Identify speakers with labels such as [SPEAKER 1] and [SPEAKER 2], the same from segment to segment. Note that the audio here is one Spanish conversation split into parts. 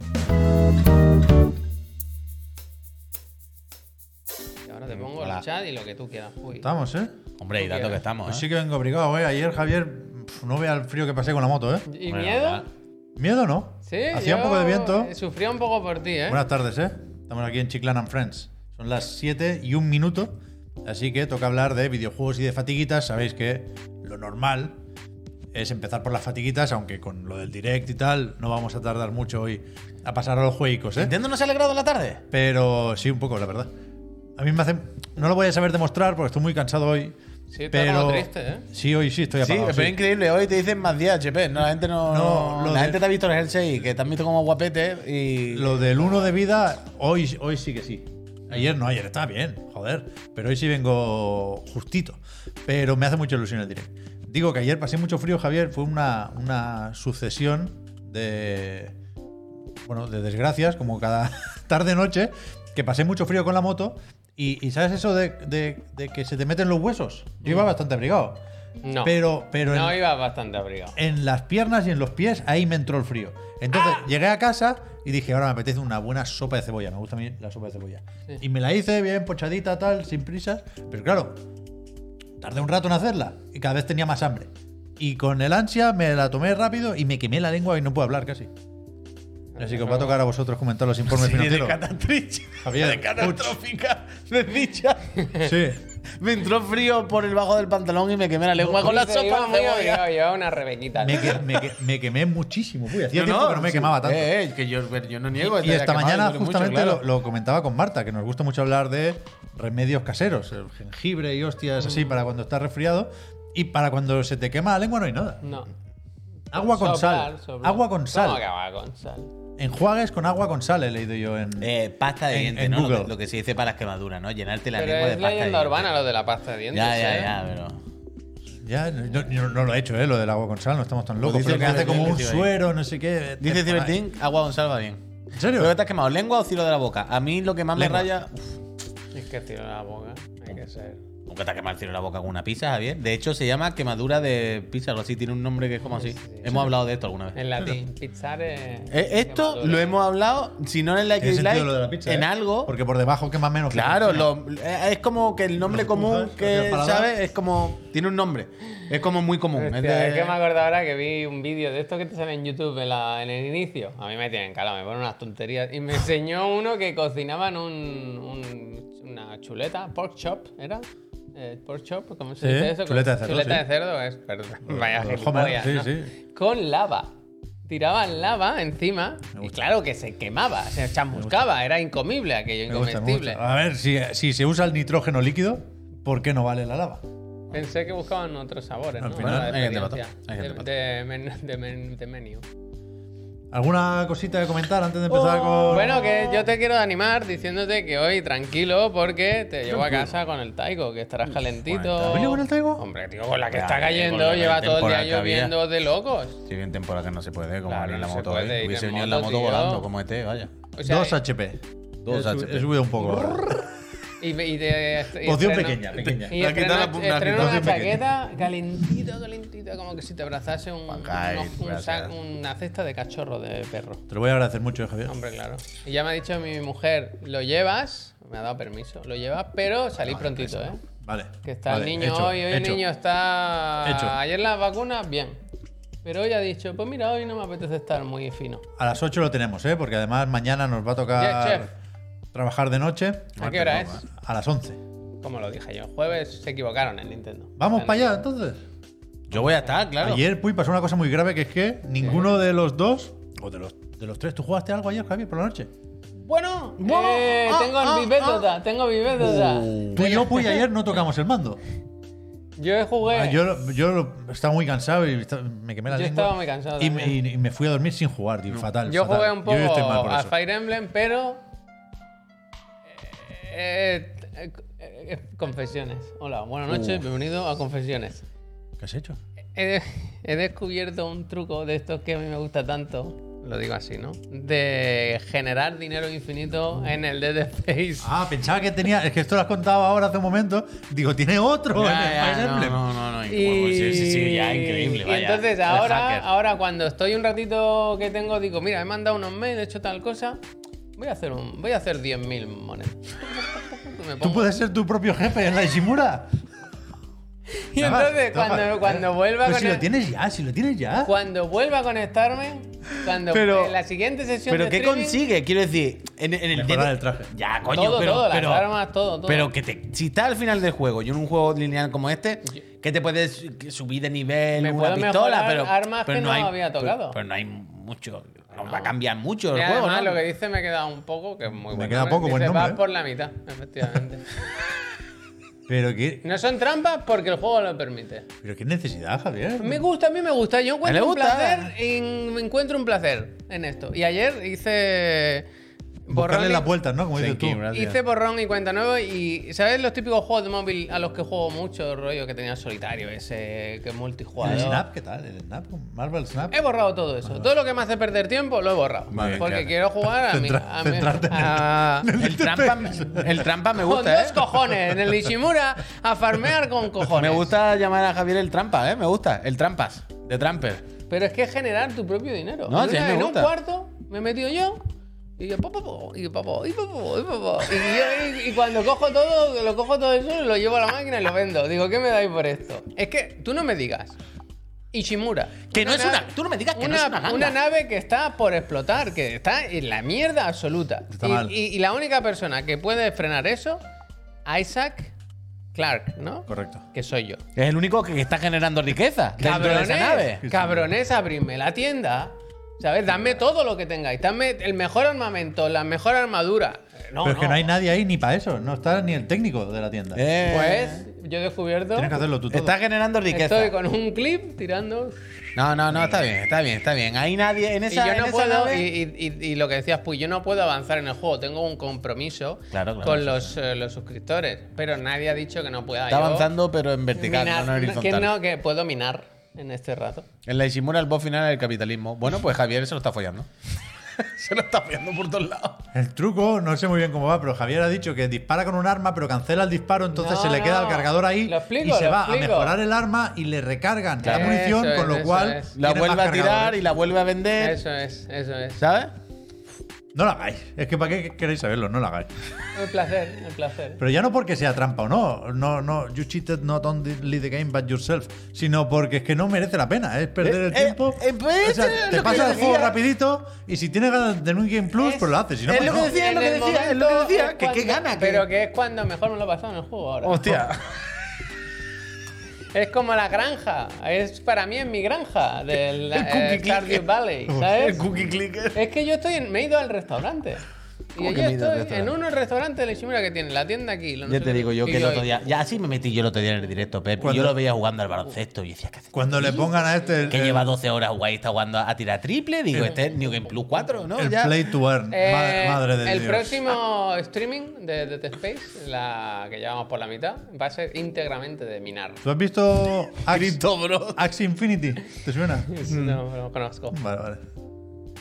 [SPEAKER 1] Mm,
[SPEAKER 2] chat y lo que tú quieras. Uy.
[SPEAKER 1] Estamos, ¿eh?
[SPEAKER 2] Ah.
[SPEAKER 3] Hombre, y tanto que estamos.
[SPEAKER 1] Pues
[SPEAKER 3] ¿eh?
[SPEAKER 1] sí que vengo abrigado, ¿eh? Ayer, Javier, pf, no vea el frío que pasé con la moto, ¿eh?
[SPEAKER 2] ¿Y
[SPEAKER 3] Hombre, la
[SPEAKER 2] miedo?
[SPEAKER 3] verdad.
[SPEAKER 1] Miedo no.
[SPEAKER 2] Sí.
[SPEAKER 1] ¿eh? Hacía un
[SPEAKER 2] yo
[SPEAKER 1] poco de viento.
[SPEAKER 2] Sufría un poco por ti, ¿eh?
[SPEAKER 1] Buenas tardes, ¿eh? Estamos aquí en Chiclan and Friends. Son las 7 y un minuto, así que toca hablar de videojuegos y de fatiguitas. Sabéis que lo normal es empezar por las fatiguitas, aunque con lo del direct y tal, no vamos a tardar mucho hoy a pasar a los juegos, ¿eh?
[SPEAKER 3] ¿Nintendo no se ha alegrado en la tarde?
[SPEAKER 1] Pero sí, un poco, la verdad. A mí me hace. No lo voy a saber demostrar porque estoy muy cansado hoy.
[SPEAKER 2] Sí, está
[SPEAKER 1] pero.
[SPEAKER 2] como triste, ¿eh?
[SPEAKER 1] Sí, hoy sí estoy
[SPEAKER 3] Sí,
[SPEAKER 1] apagado.
[SPEAKER 3] pero es
[SPEAKER 1] sí.
[SPEAKER 3] increíble. Hoy te dicen más 10 HP. No, la gente no.
[SPEAKER 1] No, lo
[SPEAKER 3] la
[SPEAKER 1] de-
[SPEAKER 3] gente te ha visto en el jersey, que te han visto como guapete y.
[SPEAKER 1] Lo del uno de vida, hoy, hoy sí que sí. Ayer no, ayer estaba bien, joder. Pero hoy sí vengo justito. Pero me hace mucha ilusión el direct. Digo que ayer pasé mucho frío, Javier. Fue una, una sucesión de. Bueno, de desgracias, como cada tarde-noche, que pasé mucho frío con la moto. Y, y ¿sabes eso de, de- de que se te meten los huesos? Yo iba bastante abrigado.
[SPEAKER 2] Mm. No.
[SPEAKER 1] Pero, pero
[SPEAKER 2] no
[SPEAKER 1] en-
[SPEAKER 2] ibas bastante abrigado.
[SPEAKER 1] en las piernas y en los pies, ahí me entró el frío. Entonces
[SPEAKER 3] Ah.
[SPEAKER 1] llegué a casa y dije, ahora me apetece una buena sopa de cebolla. Me gusta a mí la sopa de cebolla.
[SPEAKER 2] Sí.
[SPEAKER 1] Y me la hice bien pochadita, tal, sin prisas. Pero claro, tardé un rato en hacerla y cada vez tenía más hambre. Y con el ansia me la tomé rápido y me quemé la lengua y no puedo hablar casi. Así que os va a tocar a vosotros comentar los informes
[SPEAKER 3] Ah, Sí, de
[SPEAKER 1] financieros.
[SPEAKER 3] catatriz.
[SPEAKER 1] Javier,
[SPEAKER 3] de catastrófica desdicha.
[SPEAKER 1] Sí.
[SPEAKER 3] Me entró frío por el bajo del pantalón y me quemé la lengua con la
[SPEAKER 2] Dice, iba
[SPEAKER 3] sopa
[SPEAKER 2] muy
[SPEAKER 3] de cebolla.
[SPEAKER 2] abrigado, llevaba una rebequita.
[SPEAKER 1] ¿eh? Me,
[SPEAKER 2] ¿no?
[SPEAKER 1] que- me que- me quemé muchísimo. Uy, hacía tiempo que no me
[SPEAKER 3] sí.
[SPEAKER 1] quemaba tanto.
[SPEAKER 3] Eh, eh, que yo, yo no niego. que
[SPEAKER 1] Y
[SPEAKER 3] te haya
[SPEAKER 1] esta
[SPEAKER 3] quemado,
[SPEAKER 1] mañana
[SPEAKER 3] duele mucho,
[SPEAKER 1] justamente
[SPEAKER 3] claro.
[SPEAKER 1] lo, lo comentaba con Marta, que nos gusta mucho hablar de remedios caseros, el jengibre y hostias así para cuando estás resfriado y para cuando se te quema la lengua no hay nada.
[SPEAKER 2] No.
[SPEAKER 1] Agua con
[SPEAKER 2] Soplar,
[SPEAKER 1] sal,
[SPEAKER 2] soplar.
[SPEAKER 1] agua con
[SPEAKER 2] ¿Cómo que
[SPEAKER 1] sal,
[SPEAKER 2] agua con sal?
[SPEAKER 1] enjuagues con agua con sal he leído yo en
[SPEAKER 4] Eh, pasta de
[SPEAKER 1] En-
[SPEAKER 4] dientes,
[SPEAKER 1] en
[SPEAKER 4] ¿no? Lo que-
[SPEAKER 1] Google.
[SPEAKER 4] Lo que se dice para las quemaduras, ¿no? Llenarte la
[SPEAKER 2] Pero
[SPEAKER 4] lengua de
[SPEAKER 2] es
[SPEAKER 4] pasta. de
[SPEAKER 2] leyenda
[SPEAKER 4] dientes.
[SPEAKER 2] urbana lo de la pasta de dientes.
[SPEAKER 4] Ya, ya,
[SPEAKER 2] ¿eh?
[SPEAKER 4] ya, pero.
[SPEAKER 1] ya no, yo no lo he hecho eh, lo del agua con sal, no estamos tan locos,
[SPEAKER 3] dice
[SPEAKER 1] pero que hace
[SPEAKER 3] Cibertín,
[SPEAKER 1] como un
[SPEAKER 3] que sí,
[SPEAKER 1] suero, no sé qué.
[SPEAKER 3] Dice
[SPEAKER 1] Eh,
[SPEAKER 3] Cibertín, agua con salva bien.
[SPEAKER 1] ¿En serio?
[SPEAKER 4] ¿Pero qué te has quemado? ¿Lengua o ciro de la boca? A mí lo que más me
[SPEAKER 1] Lengua.
[SPEAKER 4] raya. Uf,
[SPEAKER 2] Es que tiro la boca. Hay que ser.
[SPEAKER 4] nunca te has quemado el ciro de la boca con una pizza, Javier. De hecho, se llama quemadura de pizza, algo así. Tiene un nombre que es como así.
[SPEAKER 2] Sí, sí.
[SPEAKER 4] Hemos hablado de esto alguna vez.
[SPEAKER 2] En latín, pizzare.
[SPEAKER 3] Eh, Esto lo hemos hablado, si no en el like
[SPEAKER 1] Tiene
[SPEAKER 3] y
[SPEAKER 1] sentido
[SPEAKER 3] dislike,
[SPEAKER 1] lo de la pizza,
[SPEAKER 3] en
[SPEAKER 1] eh,
[SPEAKER 3] algo.
[SPEAKER 1] Porque por debajo quema menos. que
[SPEAKER 3] Claro,
[SPEAKER 1] por
[SPEAKER 3] lo- eh, es como que el nombre
[SPEAKER 1] Los
[SPEAKER 3] común
[SPEAKER 1] pujas, los
[SPEAKER 3] que
[SPEAKER 1] paladar.
[SPEAKER 3] sabes es como. Tiene un nombre. Es como muy común. es
[SPEAKER 2] Hostia,
[SPEAKER 3] de-
[SPEAKER 1] eh,
[SPEAKER 2] es que me acuerdo ahora que vi un vídeo de esto que te sale en YouTube en, la- en el inicio. A mí me tienen calado, me ponen unas tonterías. Y me enseñó uno que cocinaban un, un- una chuleta, pork chop, ¿era? Eh, pork chop, ¿cómo se
[SPEAKER 1] Sí,
[SPEAKER 2] dice eso?
[SPEAKER 1] chuleta de cerdo,
[SPEAKER 2] Chuleta
[SPEAKER 1] sí.
[SPEAKER 2] de cerdo es, perdón, vaya
[SPEAKER 1] Homer,
[SPEAKER 2] gilipollas,
[SPEAKER 1] sí,
[SPEAKER 2] ¿no?
[SPEAKER 1] sí.
[SPEAKER 2] Con lava. Tiraban lava encima y claro que se quemaba, se chamuscaba, era incomible aquello,
[SPEAKER 1] Me gusta, me gusta. Ah.
[SPEAKER 2] incomestible.
[SPEAKER 1] A ver, si, si se usa el nitrógeno líquido, ¿por qué no vale la lava?
[SPEAKER 2] Pensé que buscaban otros sabores,
[SPEAKER 1] Al
[SPEAKER 2] ¿no?
[SPEAKER 1] final,
[SPEAKER 2] Para la
[SPEAKER 3] hay gente
[SPEAKER 2] experiencia.
[SPEAKER 3] pata, hay gente pata.
[SPEAKER 2] de, de men- de men- de menú.
[SPEAKER 1] ¿Alguna cosita que comentar antes de empezar con.?
[SPEAKER 2] Oh. Bueno, que yo te quiero animar diciéndote que hoy tranquilo porque te llevo a casa con el taigo, que estarás calentito.
[SPEAKER 1] ¿Has venido con el taigo?
[SPEAKER 2] Hombre, tío, con la que
[SPEAKER 4] Hombre,
[SPEAKER 2] está
[SPEAKER 4] con la
[SPEAKER 2] cayendo, lleva todo el
[SPEAKER 4] temporada
[SPEAKER 2] día
[SPEAKER 4] que había.
[SPEAKER 2] lloviendo de locos.
[SPEAKER 4] Si bien temporada que no se puede, como
[SPEAKER 2] Claro,
[SPEAKER 4] en la
[SPEAKER 2] no se
[SPEAKER 4] moto.
[SPEAKER 3] ¿eh?
[SPEAKER 2] puede
[SPEAKER 4] hoy.
[SPEAKER 2] ir
[SPEAKER 4] Hubiese
[SPEAKER 2] en
[SPEAKER 4] venido en la
[SPEAKER 2] moto,
[SPEAKER 4] moto
[SPEAKER 2] tío.
[SPEAKER 4] volando como este, vaya.
[SPEAKER 2] O sea,
[SPEAKER 1] 2 HP.
[SPEAKER 4] Dos
[SPEAKER 1] He sub-
[SPEAKER 4] HP.
[SPEAKER 1] He subido un poco.
[SPEAKER 2] y, y te- y
[SPEAKER 1] Poción
[SPEAKER 2] estrena-
[SPEAKER 1] pequeña, pequeña.
[SPEAKER 2] Y
[SPEAKER 3] Me ha quitado
[SPEAKER 2] estrena,
[SPEAKER 3] la pu- me ha
[SPEAKER 2] estrena
[SPEAKER 3] quitado
[SPEAKER 2] una
[SPEAKER 1] la pequeña.
[SPEAKER 2] chaqueta calentito, calentito, como que si te abrazase un,
[SPEAKER 4] Juanjai,
[SPEAKER 2] unos- un
[SPEAKER 4] gracias.
[SPEAKER 2] sac- una cesta de cachorro de perro.
[SPEAKER 1] Te lo voy a agradecer mucho, eh, Javier.
[SPEAKER 2] Hombre, claro. Y ya me ha dicho mi mujer, lo llevas, me ha dado permiso, lo llevas, pero salís prontito, ¿eh?
[SPEAKER 1] Vale.
[SPEAKER 2] Que está
[SPEAKER 1] vale,
[SPEAKER 2] el niño
[SPEAKER 1] hecho,
[SPEAKER 2] hoy, hoy el
[SPEAKER 1] hecho.
[SPEAKER 2] niño está...
[SPEAKER 1] Hecho.
[SPEAKER 2] Ayer las vacunas, bien. Pero hoy ha dicho, pues mira, hoy no me apetece estar muy fino.
[SPEAKER 1] A las 8 lo tenemos, ¿eh? Porque además mañana nos va a
[SPEAKER 2] Ya,
[SPEAKER 1] tocar
[SPEAKER 2] chef.
[SPEAKER 1] trabajar de noche
[SPEAKER 2] ¿A qué hora es?
[SPEAKER 1] a las 11.
[SPEAKER 2] Como lo dije yo, jueves se equivocaron en Nintendo.
[SPEAKER 1] Vamos
[SPEAKER 2] En-
[SPEAKER 1] para allá, entonces.
[SPEAKER 4] Yo voy a estar, claro.
[SPEAKER 1] Ayer, Puy, pasó una cosa muy grave que es que ninguno de los dos, o de los, de los tres, ¿tú jugaste algo ayer, Javier, por la noche?
[SPEAKER 3] Bueno, bueno.
[SPEAKER 2] Eh,
[SPEAKER 3] ah,
[SPEAKER 2] tengo
[SPEAKER 3] ah,
[SPEAKER 2] vivédota, tengo
[SPEAKER 4] Uh,
[SPEAKER 2] vivédota.
[SPEAKER 4] Oh.
[SPEAKER 1] Tú y yo, Puy, ayer no tocamos el mando.
[SPEAKER 2] Yo jugué...
[SPEAKER 1] Ah, yo lo- yo lo- estaba muy cansado y esta- me quemé la
[SPEAKER 2] Eh. Yo
[SPEAKER 1] lengua.
[SPEAKER 2] estaba muy cansado
[SPEAKER 1] Y me,
[SPEAKER 2] también.
[SPEAKER 1] y- y me fui a dormir sin jugar, tío, fatal.
[SPEAKER 2] Yo
[SPEAKER 1] fatal.
[SPEAKER 2] jugué un
[SPEAKER 1] Yo estoy mal
[SPEAKER 2] poco
[SPEAKER 1] por
[SPEAKER 2] a
[SPEAKER 1] eso.
[SPEAKER 2] Fire Emblem, pero. eh, eh, eh, eh, confesiones. Hola, buenas
[SPEAKER 1] Uh.
[SPEAKER 2] noches, bienvenido a Confesiones.
[SPEAKER 1] ¿Qué has hecho?
[SPEAKER 2] He, de- he descubierto un truco de estos que a mí me gusta tanto, lo digo así, ¿no? De generar dinero infinito en el Dead Space.
[SPEAKER 1] Ah, pensaba que tenía. Es que esto lo has contado ahora hace un momento. Digo, tiene
[SPEAKER 4] Oh,
[SPEAKER 1] otro. en el Fire
[SPEAKER 4] no,
[SPEAKER 1] Emblem.
[SPEAKER 4] no, no, no.
[SPEAKER 2] Y-
[SPEAKER 4] Sí, sí, sí, ya, increíble.
[SPEAKER 2] y
[SPEAKER 4] Vaya.
[SPEAKER 2] entonces
[SPEAKER 4] El
[SPEAKER 2] ahora,
[SPEAKER 4] hacker.
[SPEAKER 2] ahora cuando estoy un ratito que tengo, digo, mira, he mandado unos mails, he hecho tal cosa, voy a hacer un, voy a hacer 10.000 monedas. me
[SPEAKER 1] Tú
[SPEAKER 2] pongo-
[SPEAKER 1] puedes ser tu propio jefe en la Ishimura.
[SPEAKER 2] Y
[SPEAKER 1] Nada más,
[SPEAKER 2] entonces,
[SPEAKER 1] toma,
[SPEAKER 2] cuando,
[SPEAKER 1] eh.
[SPEAKER 2] cuando vuelva
[SPEAKER 1] Pero
[SPEAKER 2] con
[SPEAKER 1] si
[SPEAKER 2] el-
[SPEAKER 1] lo tienes ya, si lo tienes ya.
[SPEAKER 2] Cuando vuelva a conectarme, cuando
[SPEAKER 3] Pero-
[SPEAKER 2] en la siguiente sesión
[SPEAKER 4] ¿Pero
[SPEAKER 2] de
[SPEAKER 4] qué
[SPEAKER 2] streaming,
[SPEAKER 4] consigue? Quiero decir, en, en el
[SPEAKER 1] Mejorar el traje.
[SPEAKER 4] Ya, coño,
[SPEAKER 2] Todo,
[SPEAKER 4] pero,
[SPEAKER 2] todo, las
[SPEAKER 4] pero,
[SPEAKER 2] armas, todo, todo.
[SPEAKER 4] pero que te, si está al final del juego y en un juego lineal como este, que te puedes subir de nivel,
[SPEAKER 2] Me
[SPEAKER 4] una
[SPEAKER 2] puedo
[SPEAKER 4] pistola,
[SPEAKER 2] mejorar
[SPEAKER 4] pero,
[SPEAKER 2] armas
[SPEAKER 4] pero
[SPEAKER 2] que no había tocado.
[SPEAKER 4] Pero, pero no hay mucho, no va a cambiar mucho
[SPEAKER 2] Y
[SPEAKER 4] el juego,
[SPEAKER 2] además,
[SPEAKER 4] ¿no?
[SPEAKER 2] lo que dice me queda un poco, que es muy
[SPEAKER 1] Me
[SPEAKER 2] bueno.
[SPEAKER 1] queda poco,
[SPEAKER 2] dice,
[SPEAKER 1] buen nombre,
[SPEAKER 2] "Vas
[SPEAKER 1] ¿eh?"
[SPEAKER 2] por la mitad, efectivamente.
[SPEAKER 1] Pero qué,
[SPEAKER 2] no son trampas porque el juego lo permite.
[SPEAKER 1] pero qué necesidad, Javier.
[SPEAKER 2] Me gusta, a mí me gusta. Yo encuentro
[SPEAKER 4] le
[SPEAKER 2] un
[SPEAKER 4] gusta.
[SPEAKER 2] placer en- me encuentro un placer en esto. Y ayer hice borrón
[SPEAKER 1] Buscarle
[SPEAKER 2] y,
[SPEAKER 1] las vueltas, ¿no? Como dices
[SPEAKER 4] Thank
[SPEAKER 1] tú.
[SPEAKER 4] you, gracias.
[SPEAKER 2] hice borrón y cuenta nueva y ¿sabes los típicos juegos de móvil a los que juego mucho, rollo que tenía solitario ese que es multijugador?
[SPEAKER 1] El Snap, ¿qué tal? El Snap, Marvel Snap.
[SPEAKER 2] He borrado todo eso. Todo lo que me hace perder tiempo lo he borrado.
[SPEAKER 4] Vale,
[SPEAKER 2] porque
[SPEAKER 4] claro.
[SPEAKER 2] quiero jugar a mi.
[SPEAKER 1] Centra-
[SPEAKER 2] a mi-
[SPEAKER 1] centrarte en el-
[SPEAKER 2] a-
[SPEAKER 4] el, trampa, el trampa me
[SPEAKER 2] con
[SPEAKER 4] gusta,
[SPEAKER 2] dos
[SPEAKER 4] ¿eh?
[SPEAKER 2] cojones en el Ishimura a farmear con cojones.
[SPEAKER 4] Me gusta llamar a Javier el trampa, ¿eh? Me gusta. El trampas, de tramper.
[SPEAKER 2] Pero es que es generar tu propio dinero.
[SPEAKER 4] No,
[SPEAKER 2] Y
[SPEAKER 4] sí,
[SPEAKER 2] una-
[SPEAKER 4] me
[SPEAKER 2] en
[SPEAKER 4] gusta.
[SPEAKER 2] un cuarto me he metido yo. Y yo, po, po, po, y po, po, y po, po, y po, po. Y, yo- y- y cuando cojo todo, lo cojo todo eso, lo llevo a la máquina y lo vendo. Digo, ¿qué me dais por esto? Es que tú no me digas. Ishimura.
[SPEAKER 4] Que no es una-
[SPEAKER 2] nave-
[SPEAKER 4] tú no me digas que no es una ganga.
[SPEAKER 2] nave que está por explotar, que está en la mierda absoluta.
[SPEAKER 1] Está
[SPEAKER 2] y,
[SPEAKER 1] mal.
[SPEAKER 2] y- y la única persona que puede frenar eso, Isaac Clark, ¿no?
[SPEAKER 1] Correcto.
[SPEAKER 2] Que soy yo.
[SPEAKER 4] Es el único que está generando riqueza dentro de
[SPEAKER 2] Cabrones,
[SPEAKER 4] esa nave.
[SPEAKER 2] cabrones, abridme la tienda. ¿Sabes? Dadme todo lo que tengáis. Dadme el mejor armamento, la mejor armadura. Eh, No,
[SPEAKER 1] pero es que no hay nadie ahí ni para eso. No está ni el técnico de la tienda.
[SPEAKER 4] Eh,
[SPEAKER 2] Pues yo he descubierto.
[SPEAKER 1] Tienes que hacerlo tú todo.
[SPEAKER 4] está generando riqueza.
[SPEAKER 2] Estoy con un clip tirando.
[SPEAKER 4] No, no, no, está bien, está bien, está bien. Hay nadie en esa,
[SPEAKER 2] y yo
[SPEAKER 4] en
[SPEAKER 2] no
[SPEAKER 4] esa
[SPEAKER 2] puedo. Y,
[SPEAKER 4] nave.
[SPEAKER 2] y- y- y lo que decías, pues yo no puedo avanzar en el juego. Tengo un compromiso
[SPEAKER 4] Claro, claro,
[SPEAKER 2] con
[SPEAKER 4] sí,
[SPEAKER 2] los, eh, los suscriptores. Pero nadie ha dicho que no pueda.
[SPEAKER 4] Está
[SPEAKER 2] yo
[SPEAKER 4] avanzando, pero en vertical,
[SPEAKER 2] minar-
[SPEAKER 4] no en horizontal.
[SPEAKER 2] que no, que puedo minar en este rato.
[SPEAKER 4] En la Ishimura, el boss final es el capitalismo. Bueno, pues Javier se lo está follando. se lo está follando por todos lados.
[SPEAKER 1] El truco, no sé muy bien cómo va, pero Javier ha dicho que dispara con un arma, pero cancela el disparo, entonces
[SPEAKER 2] No,
[SPEAKER 1] se le
[SPEAKER 2] no.
[SPEAKER 1] queda el cargador ahí
[SPEAKER 2] Lo explico,
[SPEAKER 1] y se
[SPEAKER 2] lo
[SPEAKER 1] va a
[SPEAKER 2] explico.
[SPEAKER 1] mejorar el arma y le recargan
[SPEAKER 2] Claro.
[SPEAKER 1] la munición,
[SPEAKER 2] Eso es,
[SPEAKER 1] con lo
[SPEAKER 2] eso
[SPEAKER 1] cual
[SPEAKER 2] es.
[SPEAKER 4] La
[SPEAKER 1] tiene
[SPEAKER 4] vuelve
[SPEAKER 1] más
[SPEAKER 4] a tirar
[SPEAKER 1] cargadores.
[SPEAKER 4] y la vuelve a vender.
[SPEAKER 2] Eso es, eso es.
[SPEAKER 4] ¿Sabes?
[SPEAKER 1] No la hagáis. Es que para qué queréis saberlo, no la hagáis.
[SPEAKER 2] Un placer, un placer.
[SPEAKER 1] Pero ya no porque sea trampa o no, no, no, you cheated not only the game but yourself, sino porque es que no merece la pena, es perder
[SPEAKER 4] Eh,
[SPEAKER 1] el
[SPEAKER 4] eh,
[SPEAKER 1] tiempo.
[SPEAKER 4] eh, pues,
[SPEAKER 1] O sea,
[SPEAKER 4] eh, lo
[SPEAKER 1] te
[SPEAKER 4] que
[SPEAKER 1] pasas el
[SPEAKER 4] decía.
[SPEAKER 1] juego rapidito y si tienes ganas de un Game Plus,
[SPEAKER 2] Es-
[SPEAKER 1] pues lo haces. Si no,
[SPEAKER 4] es
[SPEAKER 1] pues
[SPEAKER 4] lo que
[SPEAKER 1] no.
[SPEAKER 4] decía. es
[SPEAKER 2] En el
[SPEAKER 4] decía, es lo que
[SPEAKER 2] momento
[SPEAKER 4] decía,
[SPEAKER 2] es
[SPEAKER 4] que qué
[SPEAKER 2] cuando-
[SPEAKER 4] gana, que-
[SPEAKER 2] Pero que es cuando mejor me lo he pasado en el juego ahora.
[SPEAKER 4] Hostia.
[SPEAKER 2] Es como la granja. Es para mí es mi granja del
[SPEAKER 4] El cookie
[SPEAKER 2] eh,
[SPEAKER 4] clicker.
[SPEAKER 2] Stardew Valley,
[SPEAKER 4] El
[SPEAKER 2] ¿sabes?
[SPEAKER 4] cookie clicker.
[SPEAKER 2] Es que yo estoy en- me he ido al restaurante. Y
[SPEAKER 4] ¿Cómo
[SPEAKER 2] yo
[SPEAKER 4] que me he
[SPEAKER 2] estoy
[SPEAKER 4] ido al
[SPEAKER 2] en
[SPEAKER 4] restaurante?
[SPEAKER 2] unos restaurantes de Ishimura que tiene la tienda aquí. lo no
[SPEAKER 4] Ya
[SPEAKER 2] sé
[SPEAKER 4] te
[SPEAKER 2] qué.
[SPEAKER 4] digo yo
[SPEAKER 2] Y
[SPEAKER 4] que el otro día. Ya así me metí yo el otro día en el directo, Pep. y Yo
[SPEAKER 1] ¿Cuándo?
[SPEAKER 4] lo veía jugando al baloncesto y decía, ¿qué hace?
[SPEAKER 1] Cuando le pongan a este el,
[SPEAKER 4] Que lleva 12 horas guay, está jugando a tirar triple. Digo, este es New Game Plus 4, ¿no?
[SPEAKER 1] el
[SPEAKER 4] Ya.
[SPEAKER 1] Play to Earn,
[SPEAKER 2] Eh,
[SPEAKER 1] madre, madre de
[SPEAKER 2] el
[SPEAKER 1] Dios.
[SPEAKER 2] próximo streaming de Dead Space, la que llevamos por la mitad, va a ser íntegramente de minar.
[SPEAKER 1] ¿Tú has visto Axe,
[SPEAKER 4] Crypto Bros.
[SPEAKER 1] Axe Infinity? ¿Te suena?
[SPEAKER 2] No, no lo conozco.
[SPEAKER 1] Vale, vale.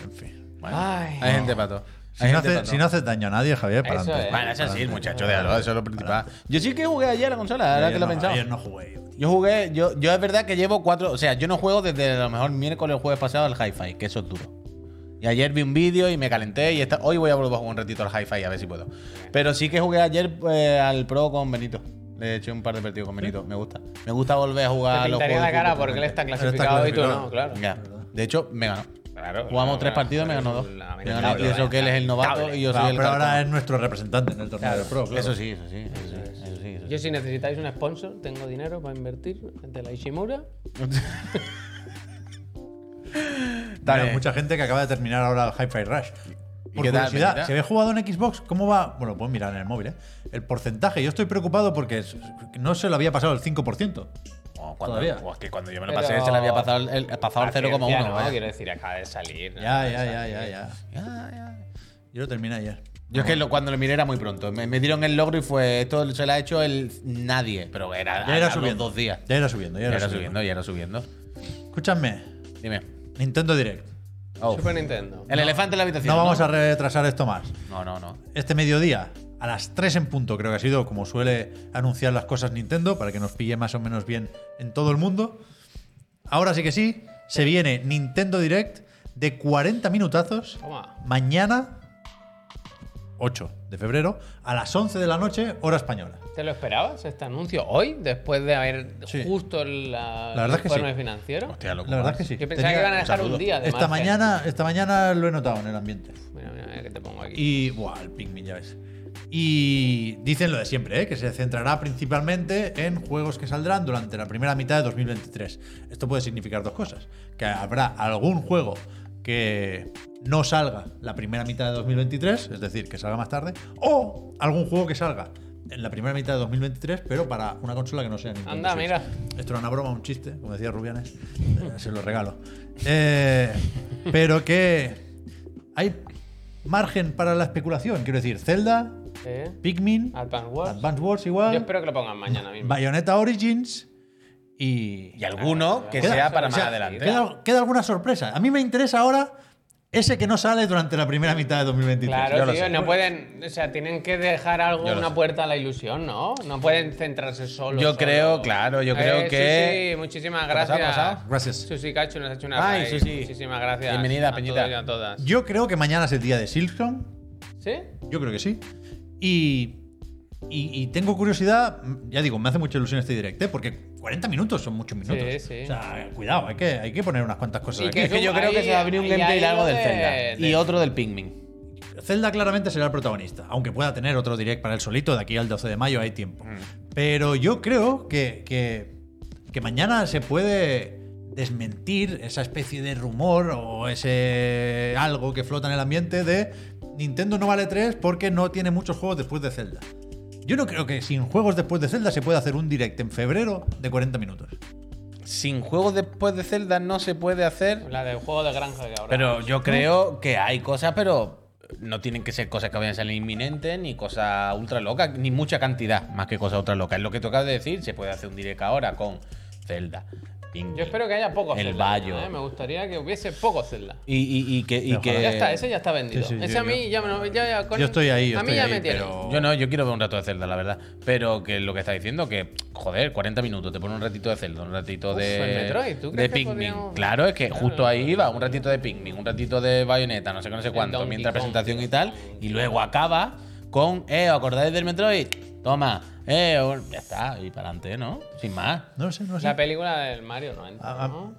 [SPEAKER 1] En fin.
[SPEAKER 4] Mm. Bueno,
[SPEAKER 2] Ay.
[SPEAKER 4] hay gente para todo.
[SPEAKER 1] Si
[SPEAKER 4] Hay
[SPEAKER 1] no,
[SPEAKER 4] gente
[SPEAKER 1] hace-
[SPEAKER 4] pa' todo.
[SPEAKER 1] si no haces daño a nadie, Javier, para
[SPEAKER 2] Eso es.
[SPEAKER 1] adelante.
[SPEAKER 4] Bueno, eso sí, el muchacho, de algo, eso es lo principal. Yo sí que jugué ayer a la consola, ahora
[SPEAKER 1] Ayer
[SPEAKER 4] que lo he
[SPEAKER 1] no,
[SPEAKER 4] pensado.
[SPEAKER 1] ayer no jugué yo.
[SPEAKER 4] Yo jugué, yo, yo es verdad que llevo cuatro, o sea, yo no juego desde a lo mejor miércoles o jueves pasado al hi-fi, que eso es duro. Y ayer vi un vídeo y me calenté y esta- hoy voy a volver a jugar un ratito al hi-fi a ver si puedo. Pero sí que jugué ayer eh, al pro con Benito. Le eché un par de partidos con Benito, me gusta. Me gusta volver a jugar
[SPEAKER 2] Te
[SPEAKER 4] los
[SPEAKER 2] pintaría
[SPEAKER 4] juegos
[SPEAKER 2] la
[SPEAKER 4] de
[SPEAKER 2] cara
[SPEAKER 4] fútbol
[SPEAKER 2] porque él está
[SPEAKER 1] está
[SPEAKER 2] clasificado y tú
[SPEAKER 1] clasificado.
[SPEAKER 2] no, claro.
[SPEAKER 4] Ya. De hecho, me ganó.
[SPEAKER 2] Claro,
[SPEAKER 4] Jugamos
[SPEAKER 2] claro,
[SPEAKER 4] tres
[SPEAKER 2] claro.
[SPEAKER 4] partidos, me ganó dos.
[SPEAKER 2] Lamentable.
[SPEAKER 4] Me ganó- Y eso que él es el novato y yo soy
[SPEAKER 1] Claro,
[SPEAKER 4] el
[SPEAKER 1] pero ahora
[SPEAKER 4] cartón.
[SPEAKER 1] es nuestro representante en el torneo de Pro. claro.
[SPEAKER 4] Eso sí, eso sí, eso sí, eso sí, eso sí.
[SPEAKER 2] Yo si necesitáis un sponsor, tengo dinero para invertir de la Ishimura.
[SPEAKER 4] Está
[SPEAKER 1] Mira,
[SPEAKER 4] bien.
[SPEAKER 1] mucha gente que acaba de terminar ahora el Hi-Fi Rush. Por
[SPEAKER 4] qué tal,
[SPEAKER 1] curiosidad,
[SPEAKER 4] Benita?
[SPEAKER 1] ¿se habéis jugado en Xbox? ¿Cómo va? Bueno, puedes mirar en el móvil, ¿eh? El porcentaje. Yo estoy preocupado porque es- no se lo había pasado el 5%.
[SPEAKER 4] Oh, cuando,
[SPEAKER 1] Todavía.
[SPEAKER 4] oh, es que cuando yo me lo
[SPEAKER 2] Pero-
[SPEAKER 4] pasé, se le había pasado el, el- pasado el 0,1.
[SPEAKER 2] Paciencia, No,
[SPEAKER 4] vaya.
[SPEAKER 2] quiero decir, acaba de salir. ¿no?
[SPEAKER 1] Ya, ya, ya, ya, ya.
[SPEAKER 4] Ya, ya.
[SPEAKER 1] Yo lo terminé ayer.
[SPEAKER 4] Yo es que lo- cuando lo miré era muy pronto. Me, me dieron el logro y fue esto se lo ha hecho el nadie. Pero era,
[SPEAKER 1] Ya era
[SPEAKER 4] a los
[SPEAKER 1] subiendo.
[SPEAKER 4] dos días.
[SPEAKER 1] Ya era subiendo, ya
[SPEAKER 4] Ya
[SPEAKER 1] era,
[SPEAKER 4] era
[SPEAKER 1] subiendo.
[SPEAKER 4] subiendo, ya era subiendo.
[SPEAKER 1] Escúchame,
[SPEAKER 4] Dime.
[SPEAKER 1] Nintendo Direct.
[SPEAKER 4] Oh.
[SPEAKER 2] Super Nintendo.
[SPEAKER 4] El elefante en la habitación.
[SPEAKER 1] No vamos a retrasar esto más.
[SPEAKER 4] No, no, no.
[SPEAKER 1] Este mediodía, a las 3 en punto, creo que ha sido como suele anunciar las cosas Nintendo, para que nos pille más o menos bien en todo el mundo. Ahora sí que sí, se viene Nintendo Direct de 40 minutazos
[SPEAKER 2] Toma.
[SPEAKER 1] mañana, 8 de febrero, a las 11 de la noche, hora española.
[SPEAKER 2] ¿Te lo esperabas este anuncio hoy, después de haber
[SPEAKER 1] Sí.
[SPEAKER 2] justo la,
[SPEAKER 1] La verdad es que
[SPEAKER 2] informe
[SPEAKER 1] sí.
[SPEAKER 2] financiero?
[SPEAKER 4] Hostia, loco.
[SPEAKER 1] La verdad es que sí.
[SPEAKER 2] Yo pensaba
[SPEAKER 1] Tenía-
[SPEAKER 2] que iban a dejar un
[SPEAKER 4] saludo.
[SPEAKER 2] día de
[SPEAKER 1] esta,
[SPEAKER 2] margen.
[SPEAKER 1] mañana, esta mañana lo he notado en el ambiente.
[SPEAKER 2] Mira, mira, mira que te pongo aquí.
[SPEAKER 1] Y. Buah, el Pikmin, ya ves. Y dicen lo de siempre, ¿eh? que se centrará principalmente en juegos que saldrán durante la primera mitad de 2023. Esto puede significar dos cosas: que habrá algún juego que no salga la primera mitad de 2023, es decir, que salga más tarde, o algún juego que salga en la primera mitad de 2023, pero para una consola que no sea Nintendo
[SPEAKER 2] Anda,
[SPEAKER 1] Switch.
[SPEAKER 2] mira.
[SPEAKER 1] Esto era una broma, un chiste, como decía Rubianes. Eh, se lo regalo. Eh, pero que hay margen para la especulación. Quiero decir, Zelda,
[SPEAKER 2] ¿Eh?
[SPEAKER 1] Pikmin,
[SPEAKER 2] Advance Wars.
[SPEAKER 1] Advance Wars
[SPEAKER 2] Yo
[SPEAKER 1] igual,
[SPEAKER 2] espero que lo pongan mañana mismo.
[SPEAKER 1] Bayonetta Origins y...
[SPEAKER 4] Y alguno que
[SPEAKER 1] Queda-
[SPEAKER 4] sea para
[SPEAKER 2] o
[SPEAKER 4] más
[SPEAKER 2] sea,
[SPEAKER 4] adelante.
[SPEAKER 1] Queda, queda alguna sorpresa. A mí me interesa ahora ese que no sale durante la primera mitad de 2023.
[SPEAKER 4] Yo
[SPEAKER 2] Claro,
[SPEAKER 4] lo
[SPEAKER 2] tío,
[SPEAKER 4] sé.
[SPEAKER 2] no pueden, o sea, tienen que dejar algo,
[SPEAKER 4] Yo lo
[SPEAKER 2] una
[SPEAKER 4] sé.
[SPEAKER 2] puerta a la ilusión, ¿no? No pueden centrarse solo.
[SPEAKER 4] Yo
[SPEAKER 2] solo.
[SPEAKER 4] creo, claro, yo creo
[SPEAKER 2] Susi,
[SPEAKER 4] que-
[SPEAKER 2] muchísimas
[SPEAKER 4] ¿Qué ha pasado,
[SPEAKER 2] gracias.
[SPEAKER 4] qué ha pasado?
[SPEAKER 1] Gracias.
[SPEAKER 2] Susi Cacho nos ha hecho una
[SPEAKER 4] Ay,
[SPEAKER 2] raid.
[SPEAKER 4] Susi.
[SPEAKER 2] Muchísimas gracias.
[SPEAKER 4] Bienvenida,
[SPEAKER 2] a
[SPEAKER 4] Peñita.
[SPEAKER 2] todos y a todas.
[SPEAKER 1] Yo creo que mañana es el día de Silksong.
[SPEAKER 2] ¿Sí?
[SPEAKER 1] Yo creo que sí. Y, y, y tengo curiosidad, mm, ya digo, me hace mucha ilusión este directo, porque 40 minutos son muchos minutos.
[SPEAKER 2] sí.
[SPEAKER 1] O sea, cuidado, hay que, hay que poner unas cuantas cosas
[SPEAKER 2] Y
[SPEAKER 1] aquí.
[SPEAKER 2] que-
[SPEAKER 4] Es que yo creo que
[SPEAKER 2] Ahí-
[SPEAKER 4] se va a venir un
[SPEAKER 2] ahí
[SPEAKER 4] gameplay
[SPEAKER 2] hay
[SPEAKER 4] largo
[SPEAKER 2] lo
[SPEAKER 4] del
[SPEAKER 2] de-
[SPEAKER 4] Zelda. Y
[SPEAKER 2] de-
[SPEAKER 4] otro del Pikmin.
[SPEAKER 1] Zelda claramente será el protagonista, aunque pueda tener otro direct para él solito, de aquí al 12 de mayo hay tiempo. Pero yo creo que, que, que mañana se puede desmentir esa especie de rumor o ese algo que flota en el ambiente de Nintendo no vale 3 porque no tiene muchos juegos después de Zelda. Yo no creo que sin juegos después de Zelda se pueda hacer un direct en febrero de 40 minutos.
[SPEAKER 4] Sin juegos después de Zelda no se puede hacer.
[SPEAKER 2] La del juego de granja que ahora.
[SPEAKER 4] Pero yo creo que hay cosas, pero no tienen que ser cosas que vayan a salir inminentes, ni cosas ultra locas, ni mucha cantidad, más que cosas ultra locas. Es lo que tú acabas de decir, se puede hacer un direct ahora con Zelda. Pikmin.
[SPEAKER 2] Yo espero que haya pocos
[SPEAKER 4] El
[SPEAKER 2] Zelda,
[SPEAKER 4] Bayo.
[SPEAKER 2] ¿eh? Me gustaría que hubiese pocos Zelda.
[SPEAKER 4] Y, y- y que. y
[SPEAKER 1] Ojalá.
[SPEAKER 4] que-
[SPEAKER 2] Ya está, ese ya está vendido.
[SPEAKER 1] Sí, sí,
[SPEAKER 2] ese
[SPEAKER 1] yo-
[SPEAKER 2] a mí ya me lo- ya, ya con-
[SPEAKER 1] Yo estoy ahí, yo
[SPEAKER 2] A mí
[SPEAKER 1] estoy
[SPEAKER 2] ya
[SPEAKER 1] ahí,
[SPEAKER 2] me tiene.
[SPEAKER 1] pero-
[SPEAKER 4] Yo no, yo quiero ver un rato de Zelda, la verdad. Pero que lo que está diciendo, que, joder, 40 minutos, te pone un ratito de Zelda, un ratito
[SPEAKER 2] Uf,
[SPEAKER 4] de.
[SPEAKER 2] el Metroid, ¿tú
[SPEAKER 4] de
[SPEAKER 2] crees que
[SPEAKER 4] Pikmin.
[SPEAKER 2] podríamos-
[SPEAKER 4] Claro, es que
[SPEAKER 2] Claro,
[SPEAKER 4] justo
[SPEAKER 2] no,
[SPEAKER 4] ahí va, un ratito de Pikmin, un ratito de Bayonetta, no sé qué, no sé cuánto,
[SPEAKER 2] Donkey
[SPEAKER 4] mientras
[SPEAKER 2] Kong.
[SPEAKER 4] presentación y tal. Y luego acaba con, eh, ¿os acordáis del Metroid? Toma, eh, un- ya está, y para adelante, ¿no? Sin más.
[SPEAKER 1] No lo sé, no lo sé.
[SPEAKER 2] La película del Mario no entra,
[SPEAKER 1] Ah,
[SPEAKER 2] ¿no?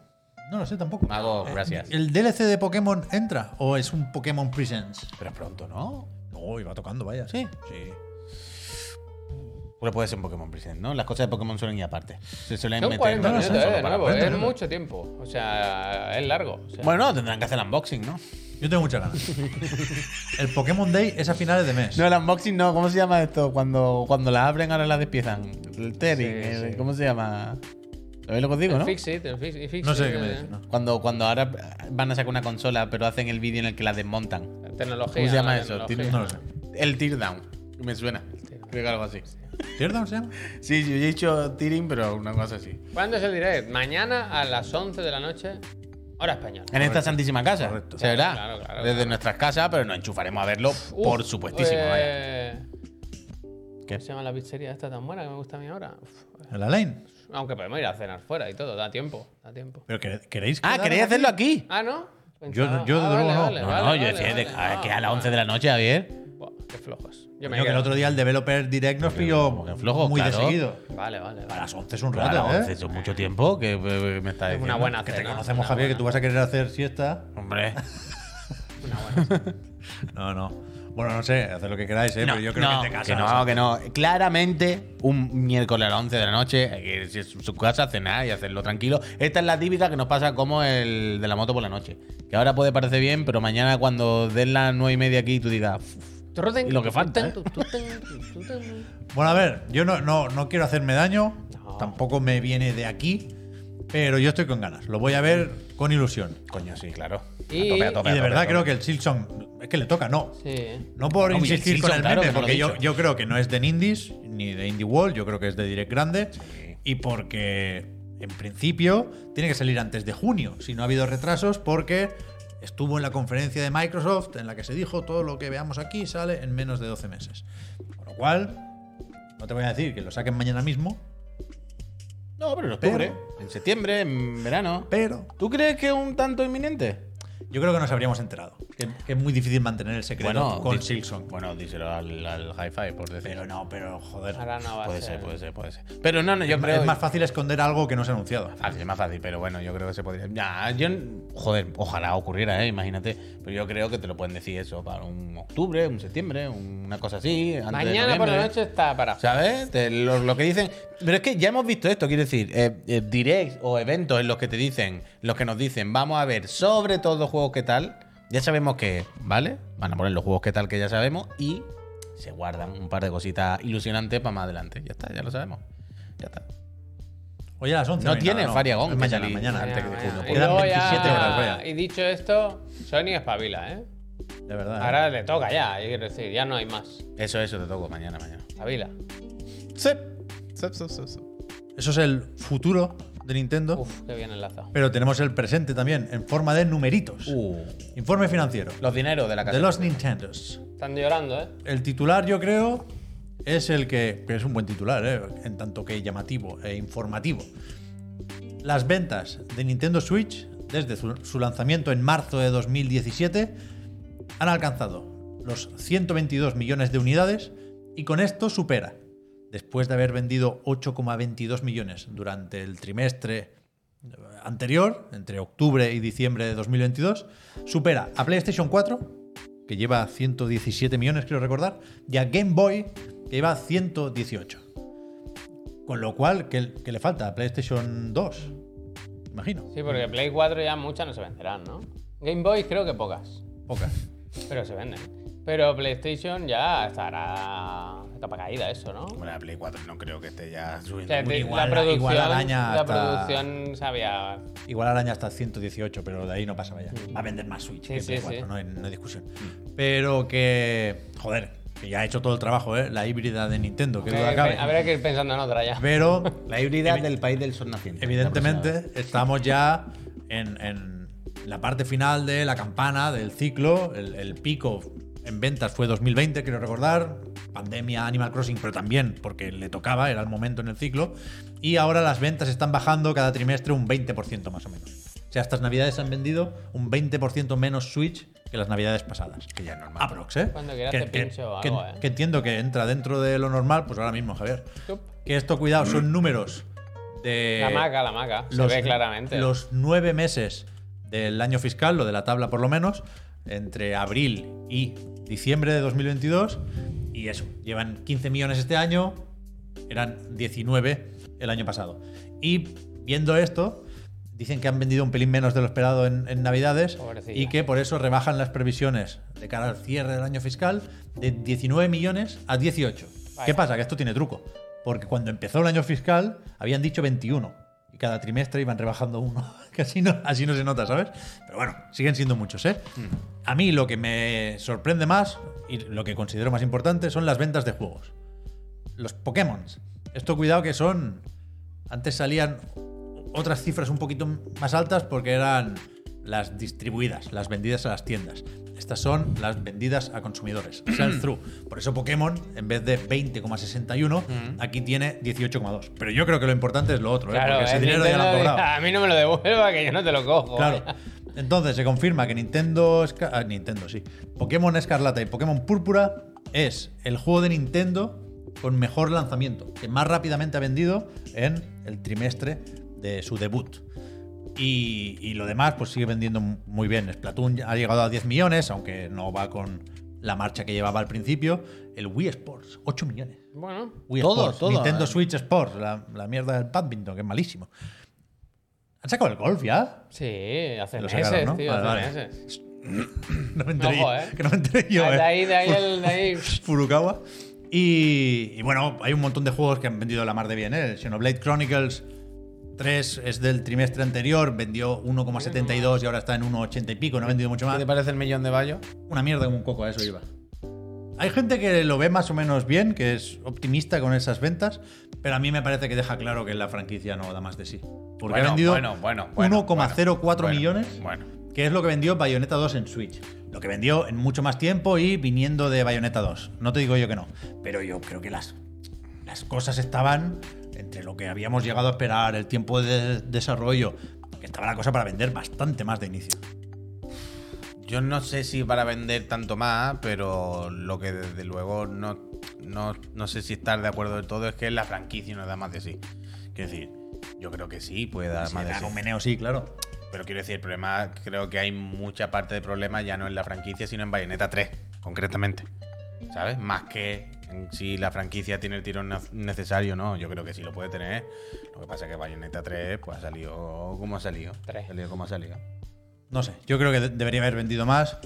[SPEAKER 1] No lo sé tampoco.
[SPEAKER 4] Mago, gracias.
[SPEAKER 1] ¿El DLC de Pokémon entra o es un Pokémon Presents?
[SPEAKER 4] Pero es pronto, ¿no?
[SPEAKER 1] No, iba tocando, vaya.
[SPEAKER 4] Sí.
[SPEAKER 1] Sí.
[SPEAKER 4] Pero puede ser un Pokémon Present, ¿no? Las cosas de Pokémon suelen ir aparte. Se suelen
[SPEAKER 2] Son
[SPEAKER 4] meter.
[SPEAKER 2] 40
[SPEAKER 4] no,
[SPEAKER 1] no,
[SPEAKER 2] minutos,
[SPEAKER 1] no,
[SPEAKER 2] eh,
[SPEAKER 1] solo
[SPEAKER 2] de
[SPEAKER 1] para
[SPEAKER 2] nuevo.
[SPEAKER 1] 40
[SPEAKER 2] Es
[SPEAKER 1] minutos.
[SPEAKER 2] mucho tiempo. O sea, es largo. o sea.
[SPEAKER 4] Bueno, tendrán que hacer el unboxing, ¿no?
[SPEAKER 1] Yo tengo muchas ganas. El Pokémon Day es a finales de mes.
[SPEAKER 4] No, el unboxing no, ¿cómo se llama esto? Cuando, cuando la abren, ahora la despiezan. El tearing,
[SPEAKER 2] Sí,
[SPEAKER 4] el-
[SPEAKER 2] sí.
[SPEAKER 4] ¿cómo se llama? ¿Sabéis lo que os digo, no?
[SPEAKER 2] Fix it, el fix, fix
[SPEAKER 1] No sé
[SPEAKER 2] it,
[SPEAKER 1] qué me
[SPEAKER 2] eh,
[SPEAKER 1] dices, no.
[SPEAKER 4] Cuando, cuando ahora van a sacar una consola, pero hacen el vídeo en el que la desmontan.
[SPEAKER 2] la Tecnología.
[SPEAKER 4] ¿Cómo se llama
[SPEAKER 2] la
[SPEAKER 4] eso?
[SPEAKER 2] tecnología.
[SPEAKER 1] No lo sé.
[SPEAKER 4] El teardown. Me suena. Creo que algo así.
[SPEAKER 1] ¿Teardown se llama?
[SPEAKER 4] Sí, yo he dicho tearing, pero una cosa así.
[SPEAKER 2] ¿Cuándo es el direct? Mañana a las 11 de la noche, hora española.
[SPEAKER 4] En esta santísima casa.
[SPEAKER 1] Correcto.
[SPEAKER 4] Se verá.
[SPEAKER 2] Claro, claro, claro.
[SPEAKER 4] Desde nuestras casas, pero nos enchufaremos a verlo, por
[SPEAKER 2] Uf,
[SPEAKER 4] supuestísimo. vaya.
[SPEAKER 2] eh,
[SPEAKER 4] ¿Qué?
[SPEAKER 2] ¿Qué se llama la pizzería esta tan buena que me gusta a mí ahora? Uf, pues,
[SPEAKER 1] ¿En la lane?
[SPEAKER 2] aunque podemos ir a cenar fuera y todo, da tiempo, da tiempo.
[SPEAKER 1] ¿Pero quere- queréis
[SPEAKER 4] Ah,
[SPEAKER 1] quedar
[SPEAKER 4] ¿queréis
[SPEAKER 1] aquí?
[SPEAKER 4] hacerlo aquí?
[SPEAKER 2] Ah, ¿no?
[SPEAKER 1] Yo-
[SPEAKER 2] Pensaba-
[SPEAKER 1] yo de luego no.
[SPEAKER 4] No, no, yo decía de- a ver, que a
[SPEAKER 2] Ah,
[SPEAKER 4] las 11 de la noche, Javier.
[SPEAKER 2] Buah, qué flojos. Yo me
[SPEAKER 1] Coño, que el
[SPEAKER 2] quedo.
[SPEAKER 1] otro día el developer direct nos pilló
[SPEAKER 4] como que flojo,
[SPEAKER 1] muy
[SPEAKER 4] claro.
[SPEAKER 1] de seguido.
[SPEAKER 2] Vale, vale.
[SPEAKER 1] A
[SPEAKER 2] vale.
[SPEAKER 1] las 11 es un
[SPEAKER 4] Claro,
[SPEAKER 1] rato, ¿eh?
[SPEAKER 4] hace mucho tiempo que eh, me está
[SPEAKER 2] Es
[SPEAKER 4] diciendo.
[SPEAKER 2] una buena
[SPEAKER 1] Que te
[SPEAKER 2] cena,
[SPEAKER 1] conocemos,
[SPEAKER 2] una
[SPEAKER 1] Javier, que
[SPEAKER 2] buena-
[SPEAKER 1] tú vas a querer hacer siesta.
[SPEAKER 4] Hombre.
[SPEAKER 2] una buena cena.
[SPEAKER 1] No, no. Bueno, no sé, hacer lo que queráis, ¿eh?
[SPEAKER 4] No,
[SPEAKER 1] Pero yo creo
[SPEAKER 4] no,
[SPEAKER 1] que te casas.
[SPEAKER 4] que no, que no. Claramente, un miércoles a las 11 de la noche, hay que irse a su casa a cenar y hacerlo tranquilo. Esta es la típica que nos pasa como el de la moto por la noche. Que ahora puede parecer bien, pero mañana cuando den las 9 y media aquí, tú digas. "Uf".
[SPEAKER 2] Troten,
[SPEAKER 4] Y lo que falta, ¿eh?
[SPEAKER 2] troten, troten, troten.
[SPEAKER 1] Bueno, a ver, yo no, no, no quiero hacerme daño,
[SPEAKER 2] No.
[SPEAKER 1] tampoco me viene de aquí, pero yo estoy con ganas. Lo voy a ver con ilusión.
[SPEAKER 4] Coño, sí, claro.
[SPEAKER 2] Y-
[SPEAKER 1] Y de verdad creo que el Silksong es que le toca, no.
[SPEAKER 2] Sí.
[SPEAKER 1] No por
[SPEAKER 4] No, y el
[SPEAKER 1] insistir
[SPEAKER 4] Silson,
[SPEAKER 1] con el
[SPEAKER 4] claro,
[SPEAKER 1] meme,
[SPEAKER 4] que no lo
[SPEAKER 1] porque
[SPEAKER 4] he
[SPEAKER 1] yo,
[SPEAKER 4] dicho.
[SPEAKER 1] yo creo que no es de Indies ni de Indie World, yo creo que es de Direct Grande. Y porque, en principio, tiene que salir antes de junio, si no ha habido retrasos, porque estuvo en la conferencia de Microsoft en la que se dijo todo lo que veamos aquí sale en menos de 12 meses. Con lo cual, no te voy a decir que lo saquen mañana mismo,
[SPEAKER 4] No, pero en octubre, en septiembre, en verano.
[SPEAKER 1] pero
[SPEAKER 4] ¿Tú crees que es un tanto inminente?
[SPEAKER 1] yo creo que nos habríamos enterado. Que, que es muy difícil mantener el secreto
[SPEAKER 4] Bueno,
[SPEAKER 1] con
[SPEAKER 4] di-
[SPEAKER 1] Silson.
[SPEAKER 4] Bueno, díselo al, al hi-fi, por decir.
[SPEAKER 1] Pero no, pero joder.
[SPEAKER 2] Ahora no va a
[SPEAKER 4] puede
[SPEAKER 2] ser.
[SPEAKER 4] ser, puede ser, puede ser. Pero no, no, yo
[SPEAKER 1] es,
[SPEAKER 4] creo.
[SPEAKER 1] es más fácil esconder algo que no se ha anunciado.
[SPEAKER 4] Fácil, es más fácil, pero bueno, yo creo que se podría. Ya, yo, joder, ojalá ocurriera, ¿eh? imagínate. Pero yo creo que te lo pueden decir eso para un octubre, un septiembre, una cosa así. antes de
[SPEAKER 2] Mañana por la
[SPEAKER 4] noviembre. ¿eh?
[SPEAKER 2] noche está para.
[SPEAKER 4] ¿Sabes? Te- lo, lo que dicen. Pero es que ya hemos visto esto, quiero decir, eh, eh, directs o eventos en los que te dicen, los que nos dicen, vamos a ver sobre todos los juegos que tal. Ya sabemos que, ¿vale? Van a poner los juegos que tal que ya sabemos y se guardan un par de cositas ilusionantes para más adelante. Ya está, ya lo sabemos. Ya está.
[SPEAKER 1] Oye, a las 11.
[SPEAKER 4] No
[SPEAKER 1] venga,
[SPEAKER 4] tiene Fariagón
[SPEAKER 1] Es
[SPEAKER 4] que
[SPEAKER 1] Mañana,
[SPEAKER 4] salir.
[SPEAKER 1] mañana.
[SPEAKER 4] Mañana,
[SPEAKER 1] antes que
[SPEAKER 4] mañana.
[SPEAKER 1] junio.
[SPEAKER 2] Y
[SPEAKER 1] Quedan
[SPEAKER 2] luego
[SPEAKER 1] 27 horas,
[SPEAKER 2] ya.
[SPEAKER 1] vaya.
[SPEAKER 2] Y dicho esto, Sony espabila, ¿eh?
[SPEAKER 1] De verdad. ¿eh?
[SPEAKER 2] Ahora le toca ya, yo quiero decir, ya no hay más.
[SPEAKER 4] Eso, eso te toco mañana, mañana.
[SPEAKER 2] Espabila.
[SPEAKER 3] Sep. Sep, sep, sep, sep.
[SPEAKER 1] Eso es el futuro de Nintendo.
[SPEAKER 2] Uf, qué bien enlazado.
[SPEAKER 1] Pero tenemos el presente también, en forma de numeritos. Informe financiero.
[SPEAKER 4] Los dineros de Uh. la casa.
[SPEAKER 1] De los Nintendos.
[SPEAKER 2] Están llorando, ¿eh?
[SPEAKER 1] El titular, yo creo, es el que, que es un buen titular, ¿eh? en tanto que llamativo e informativo. Las ventas de Nintendo Switch desde su, su lanzamiento en marzo de 2017 han alcanzado los 122 millones de unidades y con esto supera, después de haber vendido 8,22 millones durante el trimestre anterior, entre octubre y diciembre de 2022, supera a PlayStation 4, que lleva 117 millones, creo recordar, y a Game Boy, que lleva 118. Con lo cual, ¿qué, qué le falta? a PlayStation 2, imagino.
[SPEAKER 2] Sí, porque Play 4 ya muchas no se venderán, ¿no? Game Boy creo que pocas,
[SPEAKER 1] Pocas.
[SPEAKER 2] pero se venden. Pero PlayStation ya estará capa caída eso, ¿no?
[SPEAKER 4] Hombre, la Play 4 no creo que esté ya
[SPEAKER 2] O
[SPEAKER 4] subiendo.
[SPEAKER 2] sea, te-
[SPEAKER 1] igual-
[SPEAKER 2] la producción,
[SPEAKER 1] igual araña
[SPEAKER 2] la
[SPEAKER 1] hasta-
[SPEAKER 2] producción sabía...
[SPEAKER 1] Igual araña hasta 118, pero de ahí no pasaba ya. Va a vender más Switch
[SPEAKER 2] Mm. Sí,
[SPEAKER 1] que
[SPEAKER 2] sí,
[SPEAKER 1] Play
[SPEAKER 2] sí. Mm.
[SPEAKER 1] 4, no, hay, no hay discusión. Pero que, joder, que ya ha hecho todo el trabajo, ¿eh? La híbrida de Nintendo, que duda cabe.
[SPEAKER 2] Habrá que ir pensando en otra ya.
[SPEAKER 1] Pero,
[SPEAKER 4] La híbrida del país del sol naciente.
[SPEAKER 1] evidentemente, estamos ya en, en la parte final de la campana, del ciclo. El, el pico en ventas fue 2020, quiero recordar. Pandemia, Animal Crossing, pero también porque le tocaba, era el momento en el ciclo. Y ahora las ventas están bajando cada trimestre un 20% más o menos. O sea, estas navidades han vendido un 20% menos Switch que las navidades pasadas.
[SPEAKER 4] Que ya es normal.
[SPEAKER 1] Aprox, ¿eh?
[SPEAKER 2] Cuando quieras te pincho o
[SPEAKER 1] que-
[SPEAKER 2] algo, ¿eh?
[SPEAKER 1] que entiendo que entra dentro de lo normal, pues ahora mismo, Javier.
[SPEAKER 2] Chup.
[SPEAKER 1] Que esto, cuidado, son números de.
[SPEAKER 2] la maca, la maca. Se ve claramente.
[SPEAKER 1] eh, Los nueve meses del año fiscal, lo de la tabla por lo menos, entre abril y diciembre de 2022. Y eso, llevan 15 millones este año, eran 19 el año pasado. Y viendo esto, dicen que han vendido un pelín menos de lo esperado en, en Navidades
[SPEAKER 2] Pobrecilla.
[SPEAKER 1] y que por eso rebajan las previsiones de cara al cierre del año fiscal de 19 millones a 18.
[SPEAKER 2] Vaya.
[SPEAKER 1] ¿Qué pasa? Que esto tiene truco. Porque cuando empezó el año fiscal habían dicho 21 y cada trimestre iban rebajando uno. que así no, así no se nota, ¿sabes? Pero bueno, siguen siendo muchos, ¿eh? A mí lo que me sorprende más y lo que considero más importante son las ventas de juegos los Pokémon. Esto cuidado que son. Antes salían otras cifras un poquito más altas porque eran las distribuidas, las vendidas a las tiendas. Estas son las vendidas a consumidores, sell-through. Por eso Pokémon, en vez de 20,61, aquí tiene 18,2. Pero yo creo que lo importante es lo otro, ¿eh?
[SPEAKER 2] claro,
[SPEAKER 1] porque ese
[SPEAKER 2] el
[SPEAKER 1] dinero ya lo han
[SPEAKER 2] Nintendo
[SPEAKER 1] cobrado.
[SPEAKER 2] dice, a mí no me lo devuelva que yo no te lo cojo. eh.
[SPEAKER 1] Claro. Entonces se confirma que Nintendo. Esca- ah, Nintendo, sí. Pokémon Escarlata y Pokémon Púrpura es el juego de Nintendo con mejor lanzamiento, que más rápidamente ha vendido en el trimestre de su debut. Y, y lo demás, pues sigue vendiendo muy bien. Splatoon ya ha llegado a 10 millones, aunque no va con la marcha que llevaba al principio. El Wii Sports, 8 millones.
[SPEAKER 2] Bueno,
[SPEAKER 1] Wii
[SPEAKER 4] Todo,
[SPEAKER 1] Sports,
[SPEAKER 4] todo. ¿eh?
[SPEAKER 1] Nintendo Switch Sports, la, la mierda del badminton, que es malísimo. ¿Han sacado el golf ya?
[SPEAKER 2] sí, hace
[SPEAKER 1] Lo
[SPEAKER 2] meses,
[SPEAKER 1] sacaron, ¿no?
[SPEAKER 2] tío,
[SPEAKER 1] Vale,
[SPEAKER 2] hace
[SPEAKER 1] vale.
[SPEAKER 2] meses.
[SPEAKER 1] No me enteré,
[SPEAKER 2] Ojo,
[SPEAKER 1] yo,
[SPEAKER 2] ¿eh?
[SPEAKER 1] que no me enteré yo,
[SPEAKER 2] Ah,
[SPEAKER 1] ¿eh?
[SPEAKER 2] de ahí, de ahí, el, de ahí.
[SPEAKER 1] Furukawa. Y, y bueno, hay un montón de juegos que han vendido la mar de bien, ¿eh? El Xenoblade Chronicles 3 es del trimestre anterior, vendió 1,72 y ahora está en 1,80 y pico, no ha vendido mucho
[SPEAKER 4] ¿Qué
[SPEAKER 1] más.
[SPEAKER 4] te parece el millón de Bayo?
[SPEAKER 1] Una mierda como un coco, a eso iba. Hay gente que lo ve más o menos bien, que es optimista con esas ventas, pero a mí me parece que deja claro que la franquicia no da más de sí. Porque
[SPEAKER 4] Bueno,
[SPEAKER 1] ha vendido
[SPEAKER 4] bueno, bueno, bueno,
[SPEAKER 1] 1,04
[SPEAKER 4] bueno,
[SPEAKER 1] millones
[SPEAKER 4] Bueno.
[SPEAKER 1] que es lo que vendió Bayonetta 2 en Switch. Lo que vendió en mucho más tiempo y viniendo de Bayonetta 2. No te digo yo que no, pero yo creo que las, las cosas estaban entre lo que habíamos llegado a esperar, el tiempo de desarrollo, que estaba la cosa para vender bastante más de inicio.
[SPEAKER 4] Yo no sé si para vender tanto más, pero lo que desde luego no, no, no sé si estar de acuerdo del todo es que la franquicia no da más de sí. Quiero decir, yo creo que sí puede dar más de
[SPEAKER 1] Dar
[SPEAKER 4] sí.
[SPEAKER 1] un meneo, sí, claro.
[SPEAKER 4] Pero quiero decir, el problema, creo que hay mucha parte del problema ya no en la franquicia, sino en Bayonetta 3, concretamente. ¿Sabes? Más que en si la franquicia tiene el tirón nef- necesario, ¿no? Yo creo que sí lo puede tener. Lo que pasa es que Bayonetta 3 pues, ha salido como ha salido.
[SPEAKER 2] Tres.
[SPEAKER 4] Ha salido como ha salido.
[SPEAKER 1] No sé, yo creo que de- debería haber vendido más.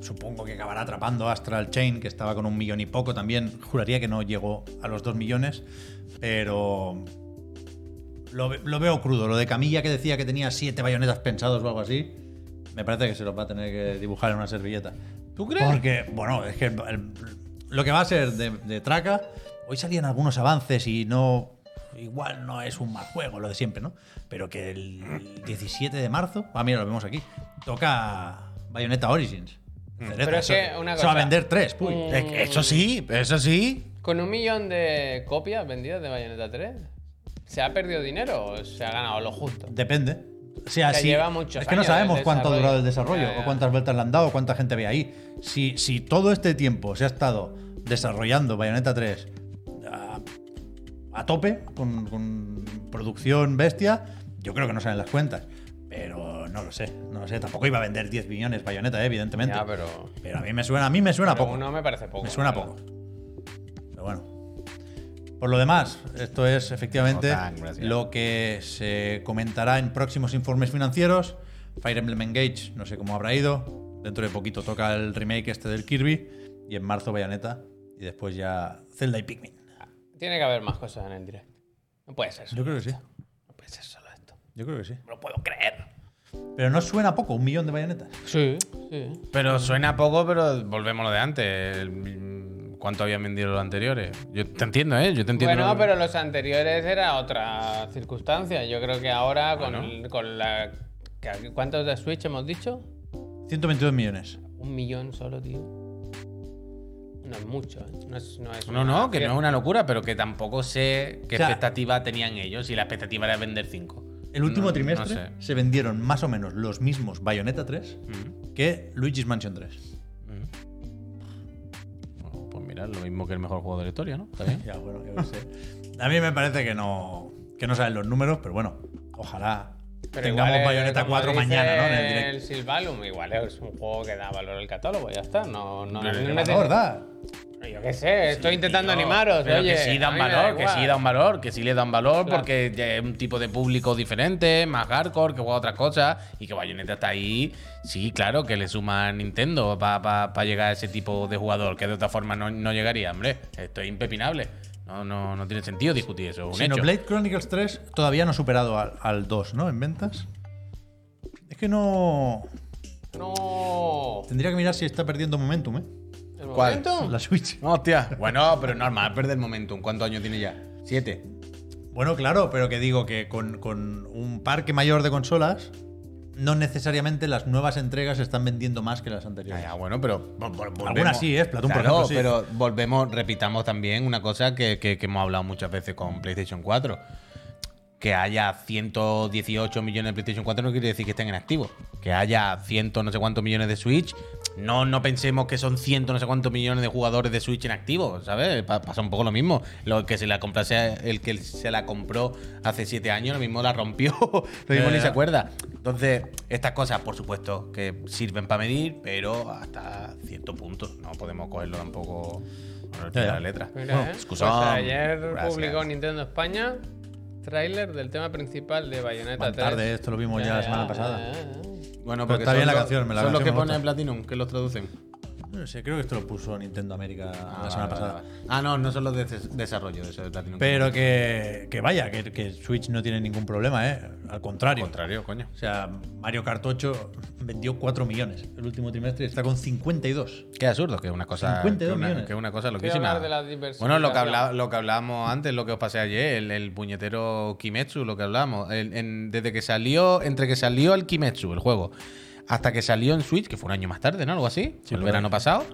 [SPEAKER 1] Supongo que acabará atrapando Astral Chain, que estaba con un millón y poco también. Juraría que no llegó a los dos millones, pero lo, ve- lo veo crudo. Lo de Camilla que decía que tenía siete bayonetas pensados o algo así, me parece que se los va a tener que dibujar en una servilleta.
[SPEAKER 4] ¿Tú crees?
[SPEAKER 1] Porque, bueno, es que el- el- lo que va a ser de, de Traca, hoy salían algunos avances y no. Igual no es un mal juego, lo de siempre, ¿no? Pero que el 17 de marzo, ah, mira, lo vemos aquí, toca Bayonetta Origins. Cereza,
[SPEAKER 2] Mm. Pero es
[SPEAKER 1] eso-
[SPEAKER 2] que una
[SPEAKER 1] Se va a
[SPEAKER 2] cosa-
[SPEAKER 1] vender tres, puy.
[SPEAKER 2] Mm.
[SPEAKER 4] Es que eso sí, eso sí.
[SPEAKER 2] Con un millón de copias vendidas de Bayonetta 3, ¿se ha perdido dinero o se ha ganado lo justo?
[SPEAKER 1] Depende. O sea,
[SPEAKER 2] Que
[SPEAKER 1] si-
[SPEAKER 2] lleva muchos
[SPEAKER 1] es que no
[SPEAKER 2] años de
[SPEAKER 1] sabemos cuánto ha
[SPEAKER 2] desarrollo.
[SPEAKER 1] durado el desarrollo
[SPEAKER 2] Ya, ya.
[SPEAKER 1] o cuántas vueltas le han dado, cuánta gente ve ahí. Si, si todo este tiempo se ha estado desarrollando Bayonetta 3 a, a tope, con, con producción bestia, yo creo que no salen las cuentas. Pero no lo sé, no lo sé. Tampoco iba a vender 10 millones Bayonetta, eh, evidentemente.
[SPEAKER 2] Ya, pero,
[SPEAKER 1] Pero a mí me suena, a mí me suena
[SPEAKER 2] pero
[SPEAKER 1] poco.
[SPEAKER 2] uno me parece poco.
[SPEAKER 1] Me suena
[SPEAKER 2] la verdad.
[SPEAKER 1] poco. Pero bueno. Por lo demás, esto es efectivamente
[SPEAKER 4] Otan, gracias.
[SPEAKER 1] lo que se comentará en próximos informes financieros. Fire Emblem Engage, no sé cómo habrá ido. Dentro de poquito toca el remake este del Kirby. Y en marzo Bayonetta. Y después ya Zelda y Pikmin.
[SPEAKER 2] Tiene que haber más cosas en el direct. No puede ser solo,
[SPEAKER 1] Yo creo que sí.
[SPEAKER 2] no puede ser solo esto.
[SPEAKER 1] Yo creo que sí.
[SPEAKER 2] No lo puedo creer.
[SPEAKER 1] Pero no suena poco, un millón de bayonetas.
[SPEAKER 2] Sí, sí.
[SPEAKER 4] Pero suena poco, pero volvemos a lo de antes. El- ¿Cuánto habían vendido los anteriores? Yo te entiendo, ¿eh? Yo te entiendo.
[SPEAKER 2] Bueno, pero los anteriores era otra circunstancia. Yo creo que
[SPEAKER 4] Ah,
[SPEAKER 2] ahora con, con la... ¿Cuántos de Switch hemos dicho?
[SPEAKER 1] 122 millones.
[SPEAKER 2] Un millón solo, tío. No es mucho. ¿eh? No es, no es
[SPEAKER 4] No,
[SPEAKER 2] una
[SPEAKER 4] no, que no
[SPEAKER 2] fiesta.
[SPEAKER 4] es una locura, pero que tampoco sé qué
[SPEAKER 1] O sea-
[SPEAKER 4] expectativa tenían ellos. Y la expectativa era vender 5.
[SPEAKER 1] El último
[SPEAKER 4] No, no
[SPEAKER 1] trimestre
[SPEAKER 4] sé.
[SPEAKER 1] se vendieron más o menos los mismos Bayonetta 3 que Luigi's Mansion 3.
[SPEAKER 4] Pues mira, lo mismo que el mejor juego de la historia, ¿no? Está bien.
[SPEAKER 1] Ya, bueno, yo qué sé. A mí me parece que no, que no saben los números, pero bueno, ojalá
[SPEAKER 2] Pero
[SPEAKER 1] tengamos
[SPEAKER 2] igual es,
[SPEAKER 1] Bayonetta
[SPEAKER 2] como
[SPEAKER 1] 4
[SPEAKER 2] dice
[SPEAKER 1] mañana, ¿no? En eh, el directo.
[SPEAKER 2] El Silvalum, igual es un juego que da valor al catálogo, ya está. No, no, no,
[SPEAKER 1] Pero
[SPEAKER 2] no
[SPEAKER 1] la
[SPEAKER 2] te-
[SPEAKER 1] verdad.
[SPEAKER 2] Yo qué sé, estoy intentando
[SPEAKER 4] No,
[SPEAKER 2] animaros.
[SPEAKER 4] pero
[SPEAKER 2] oye,
[SPEAKER 4] que sí
[SPEAKER 2] a
[SPEAKER 4] dan
[SPEAKER 2] mí me
[SPEAKER 4] valor, que
[SPEAKER 2] igual.
[SPEAKER 4] sí dan valor, que sí le dan valor
[SPEAKER 2] Claro.
[SPEAKER 4] porque ya es un tipo de público diferente, más hardcore, que juega otras cosas y que Bayonetta está ahí. Sí, claro, que le suma a Nintendo para llegar a ese tipo de jugador que de otra forma no, no llegaría, hombre. Esto es impepinable. No, no, no tiene sentido discutir eso. es Un hecho.
[SPEAKER 1] Xenoblade Chronicles 3 todavía no ha superado al, al 2, ¿no? En ventas. Es que no.
[SPEAKER 2] No.
[SPEAKER 1] Tendría que mirar si está perdiendo momentum, ¿eh?
[SPEAKER 2] ¿El
[SPEAKER 4] ¿Cuál?
[SPEAKER 2] momento?
[SPEAKER 1] La Switch.
[SPEAKER 4] Hostia. Bueno, pero normal, perder momentum. ¿Cuántos años tiene ya? Siete.
[SPEAKER 1] Bueno, claro, pero que digo que con, con un parque mayor de consolas, no necesariamente las nuevas entregas están vendiendo más que las
[SPEAKER 4] Ya,
[SPEAKER 1] anteriores.
[SPEAKER 4] ya, bueno, pero vol- vol- volvemos.
[SPEAKER 1] Algunas sí, ¿eh? Splatoon, por
[SPEAKER 4] Claro,
[SPEAKER 1] ejemplo, sí.
[SPEAKER 4] pero volvemos, repitamos también una cosa que, que- que hemos hablado muchas veces con PlayStation 4. Que haya 118 millones de PlayStation 4 no quiere decir que estén en activo. Que haya 100 no sé cuántos millones de Switch, no, no pensemos que son 100 no sé cuántos millones de jugadores de Switch en activo, ¿sabes? Pa- pasa un poco lo mismo. Lo que se la comprase, el que se la compró hace 7 años, lo mismo la rompió, lo mismo
[SPEAKER 1] Ya,
[SPEAKER 4] ni
[SPEAKER 1] ya.
[SPEAKER 4] se acuerda cuerda. Entonces, estas cosas, por supuesto, que sirven para medir, pero hasta cierto punto. No podemos cogerlo tampoco con el pie de
[SPEAKER 1] Ya, ya.
[SPEAKER 4] la letra.
[SPEAKER 2] Mira, eh.
[SPEAKER 4] excusón.
[SPEAKER 2] Pues ayer
[SPEAKER 4] Gracias.
[SPEAKER 2] publicó Nintendo España tráiler del tema principal de Bayonetta
[SPEAKER 1] Van
[SPEAKER 2] 3.
[SPEAKER 1] tarde, esto lo vimos ya, la semana pasada.
[SPEAKER 4] Bueno,
[SPEAKER 1] Pero está
[SPEAKER 4] son
[SPEAKER 1] bien la
[SPEAKER 4] los-
[SPEAKER 1] canción, me la
[SPEAKER 4] Son los
[SPEAKER 1] canción
[SPEAKER 4] que
[SPEAKER 1] me gusta.
[SPEAKER 4] ponen Platinum, que los traducen.
[SPEAKER 1] No sé, creo que esto lo puso Nintendo América la semana
[SPEAKER 4] Ah, vale,
[SPEAKER 1] pasada.
[SPEAKER 4] vale, vale. Ah, no, no son los de des- desarrollo de ese de Platinum.
[SPEAKER 1] Pero que, que vaya, que, que Switch no tiene ningún problema, ¿eh? Al
[SPEAKER 4] Al
[SPEAKER 1] contrario.
[SPEAKER 4] contrario, coño.
[SPEAKER 1] O sea, Mario Kart 8 vendió 4 millones el último trimestre y está con 52.
[SPEAKER 4] Qué absurdo, que es una cosa.
[SPEAKER 1] 52
[SPEAKER 4] que una-
[SPEAKER 1] millones.
[SPEAKER 4] que es una cosa
[SPEAKER 2] Quiero
[SPEAKER 4] loquísima.
[SPEAKER 2] hablar de la diversificación.
[SPEAKER 4] bueno, lo que, habla- lo que hablábamos antes, lo que os pasé ayer, el, el puñetero Kimetsu, lo que hablábamos. El- en- desde que salió, entre que salió el Kimetsu, el juego, hasta que salió en Switch, que fue un año más tarde, ¿no? Algo así, el verano pasado.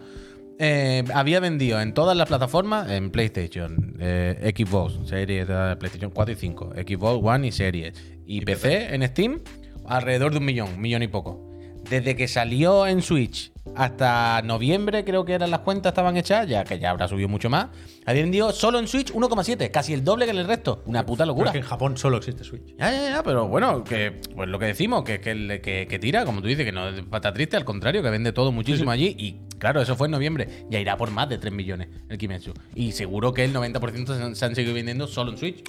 [SPEAKER 4] eh, había vendido en todas las plataformas, en PlayStation, eh, Xbox, series, eh, PlayStation 4 y 5, Xbox One y series, y, PC en Steam, alrededor de un millón, millón y poco. desde que salió en Switch hasta noviembre, creo que eran las cuentas, estaban hechas, ya que ya habrá subido mucho más. Habían vendido solo en Switch 1,7, casi el doble que en el resto. Una puta
[SPEAKER 1] Pero
[SPEAKER 4] locura.
[SPEAKER 1] es que en Japón solo existe Switch.
[SPEAKER 4] Ya, ya, ya, pero bueno, que pues lo que decimos, que, que, que, que tira, como tú dices, que no es pata triste, al contrario, que vende todo muchísimo allí. Y claro, eso fue en noviembre. Ya irá por más de 3 millones el Kimetsu. Y seguro que el 90% se han, se han seguido vendiendo solo en Switch.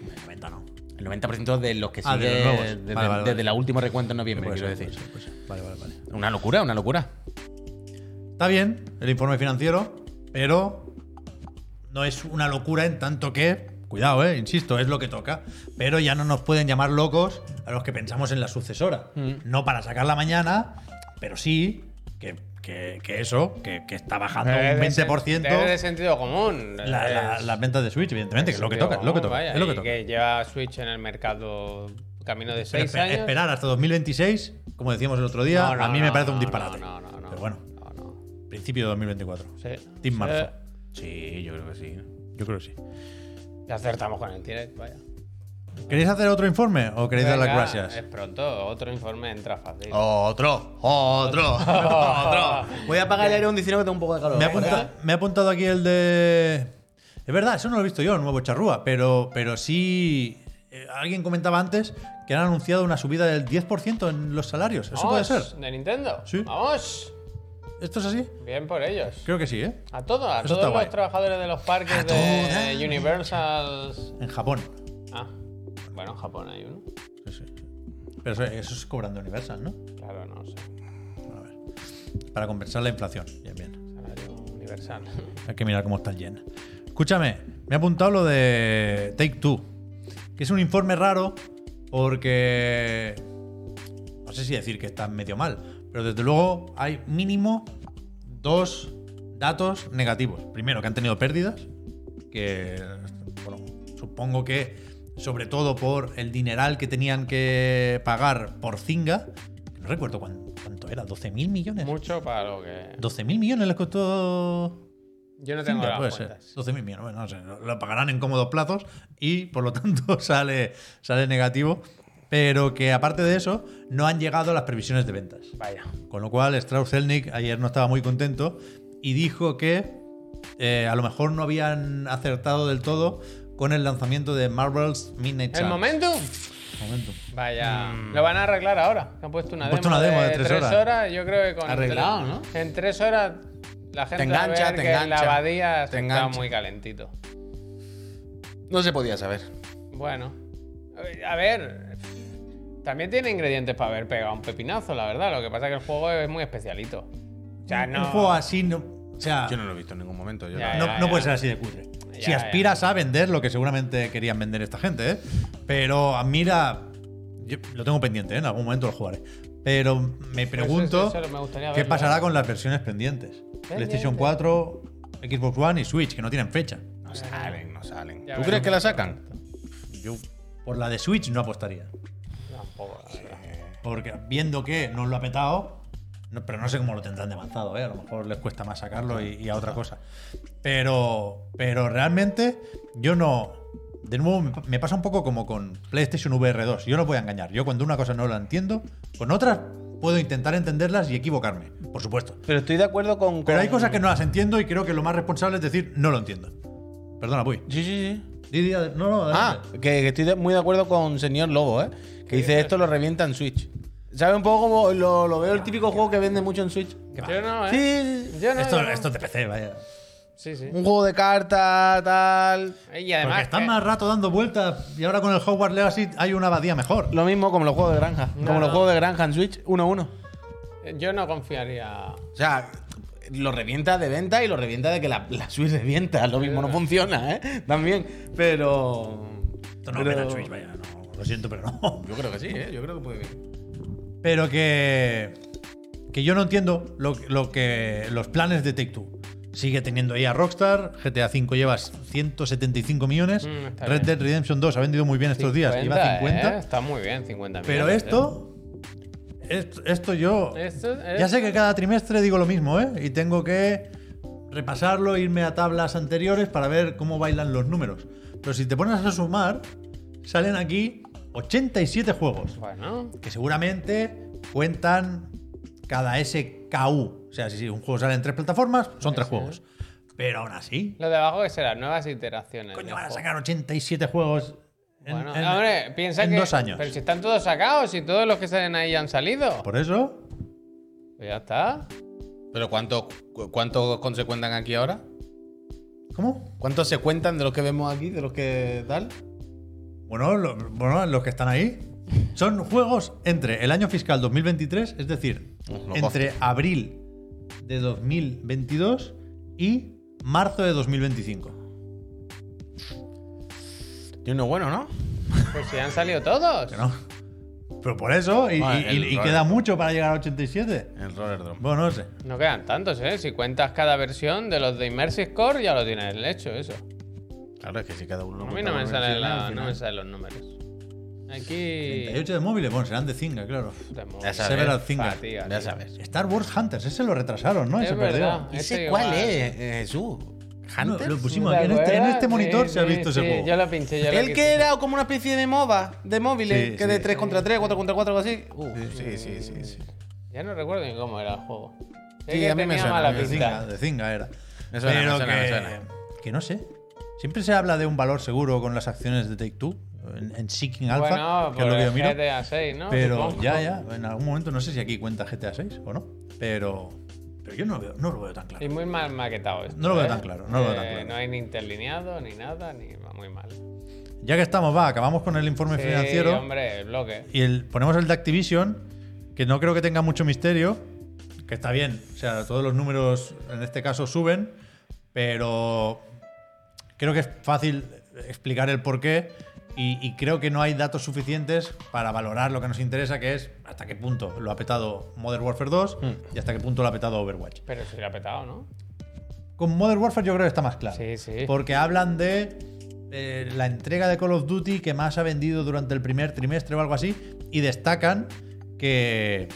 [SPEAKER 4] El 90% de los que
[SPEAKER 1] Ah, de
[SPEAKER 4] sigue
[SPEAKER 1] los nuevos.
[SPEAKER 4] desde,
[SPEAKER 1] Vale, vale, vale. Pues
[SPEAKER 4] desde la última recuento en noviembre,
[SPEAKER 1] Puede
[SPEAKER 4] quiero
[SPEAKER 1] ser,
[SPEAKER 4] decir.
[SPEAKER 1] puede ser, puede ser. Vale, vale, vale.
[SPEAKER 4] Una locura, una locura.
[SPEAKER 1] Está bien el informe financiero, pero no es una locura en tanto que, cuidado, eh, insisto, es lo que toca. Pero ya no nos pueden llamar locos a los que pensamos en la sucesora.
[SPEAKER 2] Mm.
[SPEAKER 1] No para sacarla mañana, pero sí que, que- que eso, que, que está bajando
[SPEAKER 2] Debe
[SPEAKER 1] un
[SPEAKER 2] de sen-
[SPEAKER 1] 20%
[SPEAKER 2] debe de sentido común.
[SPEAKER 1] la- la-
[SPEAKER 2] Es-
[SPEAKER 1] las ventas de Switch, evidentemente, que es lo que
[SPEAKER 2] sentido
[SPEAKER 1] toca, es lo que
[SPEAKER 2] común,
[SPEAKER 1] toca,
[SPEAKER 2] vaya,
[SPEAKER 1] es lo que
[SPEAKER 2] y
[SPEAKER 1] toca.
[SPEAKER 2] que lleva Switch en el mercado camino de
[SPEAKER 1] Pero
[SPEAKER 2] 6
[SPEAKER 1] espe-
[SPEAKER 2] años.
[SPEAKER 1] Esperar hasta 2026, como decíamos el otro día,
[SPEAKER 2] No, no,
[SPEAKER 1] a mí
[SPEAKER 2] no,
[SPEAKER 1] me parece un
[SPEAKER 2] no,
[SPEAKER 1] disparate.
[SPEAKER 2] no, no, no.
[SPEAKER 1] Pero bueno,
[SPEAKER 2] No, no.
[SPEAKER 1] principio de 2024.
[SPEAKER 2] Sí,
[SPEAKER 1] Team
[SPEAKER 2] sí.
[SPEAKER 1] marzo.
[SPEAKER 4] Sí, yo creo que sí.
[SPEAKER 1] Yo creo que sí.
[SPEAKER 2] Y acertamos con el Direct, vaya.
[SPEAKER 1] ¿Queréis hacer otro informe o queréis dar las
[SPEAKER 2] Venga,
[SPEAKER 1] gracias? Oh,
[SPEAKER 2] Es pronto, otro informe entra fácil.
[SPEAKER 4] Otro, otro, otro.
[SPEAKER 5] Voy a apagar el aire acondicionado que tengo un poco de calor.
[SPEAKER 1] Me ha, apunta- me ha apuntado aquí el de. Es verdad, eso no lo he visto yo, el nuevo charrúa, pero, pero sí. eh, alguien comentaba antes que han anunciado una subida del 10% en los salarios. ¿Eso puede
[SPEAKER 5] Ah,
[SPEAKER 2] Vamos,
[SPEAKER 1] ser?
[SPEAKER 2] ¿De Nintendo?
[SPEAKER 1] Sí.
[SPEAKER 2] Vamos.
[SPEAKER 1] ¿Esto es así?
[SPEAKER 2] Bien por ellos.
[SPEAKER 1] Creo que sí, ¿eh?
[SPEAKER 2] A todos, a
[SPEAKER 1] Eso
[SPEAKER 2] todos
[SPEAKER 1] está
[SPEAKER 2] los
[SPEAKER 1] guay.
[SPEAKER 2] trabajadores de los parques
[SPEAKER 1] A
[SPEAKER 2] de
[SPEAKER 1] todas.
[SPEAKER 2] Universal.
[SPEAKER 1] En Japón.
[SPEAKER 2] Ah, bueno, en Japón hay uno.
[SPEAKER 1] Sí, sí, sí. Pero eso, eso es cobrando Universal, ¿no?
[SPEAKER 2] Claro, no sé.
[SPEAKER 1] Para compensar la inflación. Bien, bien.
[SPEAKER 2] Salario universal.
[SPEAKER 1] Hay que mirar cómo está el yen. Escúchame, me ha apuntado lo de Take Two, que es un informe raro porque no sé si decir que está medio mal, pero desde luego hay mínimo dos datos negativos. Primero, que han tenido pérdidas, que bueno, supongo que sobre todo por el dineral que tenían que pagar por Zinga, que no recuerdo cuán- cuánto, era, 12 mil millones.
[SPEAKER 2] Mucho para lo que.
[SPEAKER 1] 12 mil millones les costó
[SPEAKER 2] Yo no tengo
[SPEAKER 1] Cinco,
[SPEAKER 2] las
[SPEAKER 1] puede
[SPEAKER 2] cuentas.
[SPEAKER 1] ser. 12.000 millones. Bueno, no sé, lo lo pagarán en cómodos plazos y por lo tanto sale, sale negativo. Pero que aparte de eso, no han llegado a las previsiones de ventas.
[SPEAKER 2] Vaya.
[SPEAKER 1] Con lo cual, Strauss Zelnick ayer no estaba muy contento y dijo que eh, a lo mejor no habían acertado del todo con el lanzamiento de Marvel's Midnight
[SPEAKER 2] ¿El
[SPEAKER 1] Suns.
[SPEAKER 2] momento?
[SPEAKER 1] mm. Momento.
[SPEAKER 2] Vaya. Lo van a arreglar ahora. Que han puesto una
[SPEAKER 1] Han
[SPEAKER 2] demo,
[SPEAKER 1] puesto una demo de tres horas.
[SPEAKER 2] Yo creo que con.
[SPEAKER 4] Arreglado,
[SPEAKER 2] en tres- En tres horas la gente va a
[SPEAKER 4] engancha,
[SPEAKER 2] ver
[SPEAKER 4] te
[SPEAKER 2] que en
[SPEAKER 4] engancha,
[SPEAKER 2] la abadía
[SPEAKER 4] te
[SPEAKER 2] está
[SPEAKER 4] engancha.
[SPEAKER 2] muy calentito.
[SPEAKER 4] No se podía saber.
[SPEAKER 2] Bueno. A ver. También tiene ingredientes para haber pegado un pepinazo, la verdad. Lo que pasa es que el juego es muy especialito. O sea,
[SPEAKER 1] Un
[SPEAKER 2] no.
[SPEAKER 1] juego así no. O sea,
[SPEAKER 4] Yo no lo he visto en ningún momento. Yo
[SPEAKER 2] Ya,
[SPEAKER 4] no.
[SPEAKER 1] no,
[SPEAKER 2] ya,
[SPEAKER 1] no
[SPEAKER 2] ya.
[SPEAKER 1] puede ser así de cutre.
[SPEAKER 2] Ya,
[SPEAKER 1] si aspiras a vender lo que seguramente querían vender esta gente, ¿eh? pero mira, yo lo tengo pendiente, ¿eh? en algún momento lo jugaré. Pero me pregunto
[SPEAKER 2] Pues eso me gustaría
[SPEAKER 1] qué
[SPEAKER 2] verlo,
[SPEAKER 1] pasará
[SPEAKER 2] ¿eh?
[SPEAKER 1] con las versiones pendientes. PlayStation
[SPEAKER 2] Pendiente.
[SPEAKER 1] 4, Xbox One y Switch, que no tienen fecha.
[SPEAKER 4] No salen, no salen.
[SPEAKER 2] Ya
[SPEAKER 4] ¿Tú
[SPEAKER 2] veremos.
[SPEAKER 4] crees que la sacan?
[SPEAKER 1] Yo por la de Switch no apostaría.
[SPEAKER 2] Tampoco, la verdad.
[SPEAKER 1] Porque viendo que no lo ha petado, no- pero no sé cómo lo tendrán de avanzado, ¿eh? a lo mejor les cuesta más sacarlo y, y a otra cosa. Pero, pero realmente yo no... De nuevo, me pa- me pasa un poco como con PlayStation VR 2. Yo no voy a engañar. Yo cuando una cosa no la entiendo, con otras puedo intentar entenderlas y equivocarme, por supuesto.
[SPEAKER 4] Pero estoy de acuerdo con.
[SPEAKER 1] Pero hay cosas que no las entiendo y creo que lo más responsable es decir, no lo entiendo. Perdona, voy.
[SPEAKER 4] Sí, sí, sí.
[SPEAKER 1] No, no,
[SPEAKER 4] Ah,
[SPEAKER 1] adelante.
[SPEAKER 4] que, que estoy de- muy de acuerdo con señor Lobo, ¿eh? Que dice esto lo revienta en Switch.
[SPEAKER 5] ¿Sabe un poco como lo, lo veo el típico juego que vende mucho en Switch?
[SPEAKER 2] Yo no, ¿eh?
[SPEAKER 5] Sí, sí, sí.
[SPEAKER 2] Yo no,
[SPEAKER 1] Ah, esto,
[SPEAKER 2] yo no.
[SPEAKER 1] esto es de PC, vaya.
[SPEAKER 2] Sí, sí.
[SPEAKER 5] Un juego de cartas, tal.
[SPEAKER 2] Y además. eh,
[SPEAKER 1] Porque están
[SPEAKER 2] que-
[SPEAKER 1] más rato dando vueltas y ahora con el Hogwarts Legacy hay una abadía mejor.
[SPEAKER 5] Lo mismo como los juegos de granja.
[SPEAKER 2] No,
[SPEAKER 5] como los
[SPEAKER 2] no.
[SPEAKER 5] juegos de granja en Switch, 1-1.
[SPEAKER 2] Yo no confiaría.
[SPEAKER 4] O sea, lo revienta de venta y lo revienta de que la, la Switch revienta. Lo mismo no funciona, ¿eh? También. Pero.
[SPEAKER 1] Esto no
[SPEAKER 4] pero-
[SPEAKER 1] pena Switch, vaya, no, lo siento, pero no.
[SPEAKER 4] Yo creo que sí, ¿eh? Yo creo que puede bien.
[SPEAKER 1] Pero que. Que yo no entiendo lo, lo que. los planes de Take Two. Sigue teniendo ahí a Rockstar, GTA V lleva 175 millones,
[SPEAKER 2] Mm, está
[SPEAKER 1] Red
[SPEAKER 2] bien.
[SPEAKER 1] Dead Redemption 2 ha vendido muy bien estos días, lleva
[SPEAKER 2] 50,
[SPEAKER 1] 50.
[SPEAKER 2] ¿eh? Está muy bien, 50
[SPEAKER 1] Pero
[SPEAKER 2] millones,
[SPEAKER 1] esto, esto. Esto yo.
[SPEAKER 2] ¿eh? Esto es-
[SPEAKER 1] Ya sé que cada trimestre digo lo mismo, ¿eh? Y tengo que repasarlo, irme a tablas anteriores para ver cómo bailan los números. Pero si te pones a sumar, salen aquí 87 juegos,
[SPEAKER 2] Bueno,
[SPEAKER 1] que seguramente cuentan cada SKU. O sea, si un juego sale en tres plataformas, son tres juegos. Pero aún así,
[SPEAKER 2] Lo de abajo que serán nuevas iteraciones.
[SPEAKER 1] coño,
[SPEAKER 2] del
[SPEAKER 1] van a
[SPEAKER 2] juego.
[SPEAKER 1] sacar 87 juegos en,
[SPEAKER 2] Bueno,
[SPEAKER 1] en-
[SPEAKER 2] hombre, piensa
[SPEAKER 1] en
[SPEAKER 2] que.
[SPEAKER 1] dos años.
[SPEAKER 2] Pero si están todos sacados, si todos los que salen ahí ya han salido.
[SPEAKER 1] Por eso,
[SPEAKER 2] Pues ya está.
[SPEAKER 4] Pero ¿cuántos cu- cuántos con- se cuentan aquí ahora?
[SPEAKER 1] ¿cómo?
[SPEAKER 4] ¿Cuántos se cuentan de los que vemos aquí, de los que tal?
[SPEAKER 1] Bueno, lo- bueno, los que están ahí son juegos entre el año fiscal 2023, es decir,
[SPEAKER 4] Lo
[SPEAKER 1] entre abril de 2022 y marzo de 2025.
[SPEAKER 4] Tiene uno bueno, ¿no?
[SPEAKER 2] Pues si han salido todos.
[SPEAKER 1] Que no. Pero por eso, y,
[SPEAKER 4] Vale,
[SPEAKER 1] y- y-
[SPEAKER 4] el
[SPEAKER 1] y
[SPEAKER 4] rollo.
[SPEAKER 1] queda mucho para llegar a 87.
[SPEAKER 4] El roller drum.
[SPEAKER 1] Bueno, no sé.
[SPEAKER 2] No quedan tantos, ¿eh? Si cuentas cada versión de los de Immersive Core, ya lo tienes hecho, eso.
[SPEAKER 4] Claro, es que si cada uno.
[SPEAKER 2] A mí no me, sale la- no me salen los números. Aquí.
[SPEAKER 1] 38 de móviles, bueno, serán de Zynga, claro.
[SPEAKER 2] Puta madre.
[SPEAKER 4] Ya sabes.
[SPEAKER 1] Several Zynga.
[SPEAKER 2] Fatiga,
[SPEAKER 4] Ya
[SPEAKER 2] tío.
[SPEAKER 4] sabes.
[SPEAKER 1] Star Wars Hunters, ese lo retrasaron, ¿no? Y
[SPEAKER 2] Es
[SPEAKER 1] se
[SPEAKER 2] verdad.
[SPEAKER 1] perdió.
[SPEAKER 2] Ese
[SPEAKER 4] ¿Ese
[SPEAKER 2] igual.
[SPEAKER 4] cuál es, eh, Jesús?
[SPEAKER 1] No,
[SPEAKER 4] ¿Hunter?
[SPEAKER 1] lo pusimos
[SPEAKER 2] ¿Te
[SPEAKER 1] aquí. En este, en
[SPEAKER 2] acuerdas?
[SPEAKER 1] este monitor
[SPEAKER 2] Sí,
[SPEAKER 1] se ha
[SPEAKER 2] sí,
[SPEAKER 1] visto ese
[SPEAKER 2] sí,
[SPEAKER 1] juego.
[SPEAKER 2] Yo lo pinché, yo lo
[SPEAKER 5] El que
[SPEAKER 2] quise.
[SPEAKER 5] era como una especie de MOBA de móviles,
[SPEAKER 1] Sí,
[SPEAKER 5] que
[SPEAKER 1] sí.
[SPEAKER 5] de 3 contra 3, 4 contra 4, algo así. Uh,
[SPEAKER 4] Sí, sí, sí. sí.
[SPEAKER 2] Ya no recuerdo ni cómo era el juego. Sí,
[SPEAKER 4] Sí,
[SPEAKER 2] que
[SPEAKER 4] a mí me
[SPEAKER 2] tenía
[SPEAKER 4] suena, a
[SPEAKER 2] mala
[SPEAKER 4] mí
[SPEAKER 1] de Zynga,
[SPEAKER 2] pinta.
[SPEAKER 1] de Zynga era.
[SPEAKER 4] Me suena,
[SPEAKER 1] Pero
[SPEAKER 4] me suena,
[SPEAKER 1] que,
[SPEAKER 4] me suena.
[SPEAKER 1] que no sé. Siempre se habla de un valor seguro con las acciones de Take Two en, en Seeking Alpha,
[SPEAKER 2] Bueno, pues
[SPEAKER 1] que
[SPEAKER 2] por
[SPEAKER 1] es lo que yo
[SPEAKER 4] pues,
[SPEAKER 2] el
[SPEAKER 1] miro.
[SPEAKER 2] GTA 6, ¿no?
[SPEAKER 1] Pero
[SPEAKER 2] Supongo.
[SPEAKER 1] ya, ya, en algún momento, no sé si aquí cuenta GTA 6 o no, pero, pero yo no, veo, no lo veo tan
[SPEAKER 2] Y
[SPEAKER 1] claro.
[SPEAKER 2] muy mal maquetado esto.
[SPEAKER 1] No lo veo
[SPEAKER 2] ¿eh?
[SPEAKER 1] tan claro, no lo veo tan claro.
[SPEAKER 2] No hay ni interlineado, ni nada, ni va muy mal.
[SPEAKER 1] Ya que estamos, va, acabamos con el informe
[SPEAKER 2] Sí,
[SPEAKER 1] financiero
[SPEAKER 2] hombre, el bloque.
[SPEAKER 1] y el, ponemos el de Activision, que no creo que tenga mucho misterio, que está bien, o sea, todos los números en este caso suben, pero creo que es fácil explicar el porqué y, y creo que no hay datos suficientes para valorar lo que nos interesa, que es hasta qué punto lo ha petado Modern Warfare 2 y hasta qué punto lo ha petado Overwatch.
[SPEAKER 2] Pero se lo ha petado, ¿no?
[SPEAKER 1] Con Modern Warfare yo creo que está más claro.
[SPEAKER 2] Sí, sí.
[SPEAKER 1] Porque hablan de eh, la entrega de Call of Duty que más ha vendido durante el primer trimestre o algo así. Y destacan que,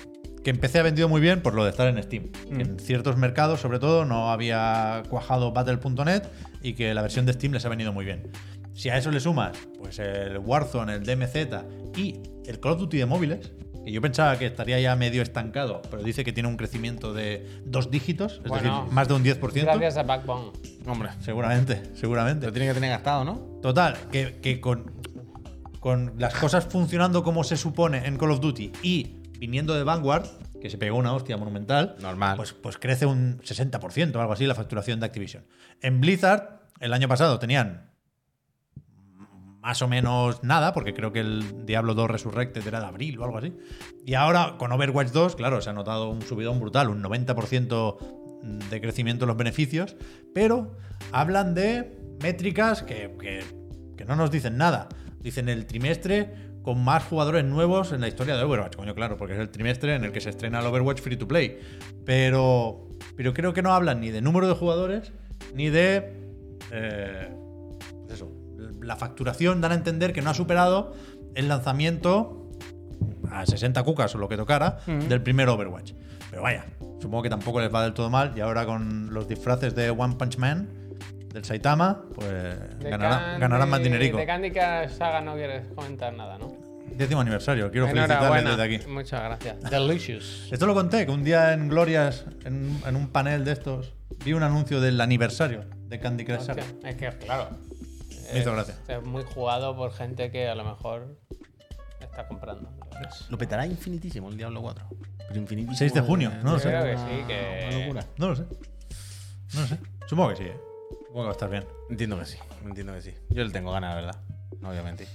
[SPEAKER 1] que empecé ha vendido muy bien por lo de estar en Steam.
[SPEAKER 2] Mm.
[SPEAKER 1] Que En ciertos mercados, sobre todo, no había cuajado Battle.net y que la versión de Steam les ha venido muy bien. Si a eso le sumas, pues el Warzone, el DMZ y el Call of Duty de móviles, que yo pensaba que estaría ya medio estancado, pero dice que tiene un crecimiento de dos dígitos, es
[SPEAKER 2] Bueno,
[SPEAKER 1] decir, más de un 10%.
[SPEAKER 2] Gracias a Backbone.
[SPEAKER 4] Hombre,
[SPEAKER 1] Seguramente, seguramente.
[SPEAKER 4] lo tiene que tener gastado, ¿no?
[SPEAKER 1] Total, que, que con, con las cosas funcionando como se supone en Call of Duty y viniendo de Vanguard, que se pegó una hostia monumental,
[SPEAKER 4] Normal.
[SPEAKER 1] Pues, pues crece un 60% o algo así la facturación de Activision. En Blizzard, el año pasado tenían más o menos nada, porque creo que el Diablo 2 Resurrected era de abril o algo así. Y ahora con Overwatch 2, claro, se ha notado un subidón brutal, un 90% de crecimiento en los beneficios, pero hablan de métricas que, que- que no nos dicen nada. Dicen el trimestre con más jugadores nuevos en la historia de Overwatch, coño, claro, porque es el trimestre en el que se estrena el Overwatch Free to Play. Pero, pero creo que no hablan ni de número de jugadores, ni de... eh, pues eso, la facturación dan a entender que no ha superado el lanzamiento a 60 cucas o lo que tocara del primer Overwatch. Pero vaya, supongo que tampoco les va del todo mal y ahora con los disfraces de One Punch Man del Saitama, pues
[SPEAKER 2] De
[SPEAKER 1] ganará-
[SPEAKER 2] Candy-
[SPEAKER 1] ganarán más dinerico.
[SPEAKER 2] De Candy Crush Saga no quieres comentar nada, ¿no?
[SPEAKER 1] Décimo aniversario, quiero felicitarles desde aquí.
[SPEAKER 2] Muchas gracias.
[SPEAKER 4] Delicious.
[SPEAKER 1] Esto lo conté, que un día en Glorias, en, en un panel de estos, vi un anuncio del aniversario de Candy Crush Saga.
[SPEAKER 2] Hostia, Eh, Es que, claro.
[SPEAKER 1] Me hizo
[SPEAKER 2] es-
[SPEAKER 1] gracia.
[SPEAKER 2] Es muy jugado por gente que a lo mejor está comprando.
[SPEAKER 4] Lo petará infinitísimo el Diablo 4. Pero infinitísimo.
[SPEAKER 1] 6 de junio, no lo
[SPEAKER 2] eh, Yo
[SPEAKER 1] sé.
[SPEAKER 2] creo que sí, que.
[SPEAKER 4] Una locura.
[SPEAKER 1] No lo sé. No lo sé. Supongo que sí, ¿eh? Supongo que va a estar bien.
[SPEAKER 4] Entiendo que sí, entiendo que sí. Yo le tengo ganas, la verdad. No voy a mentir.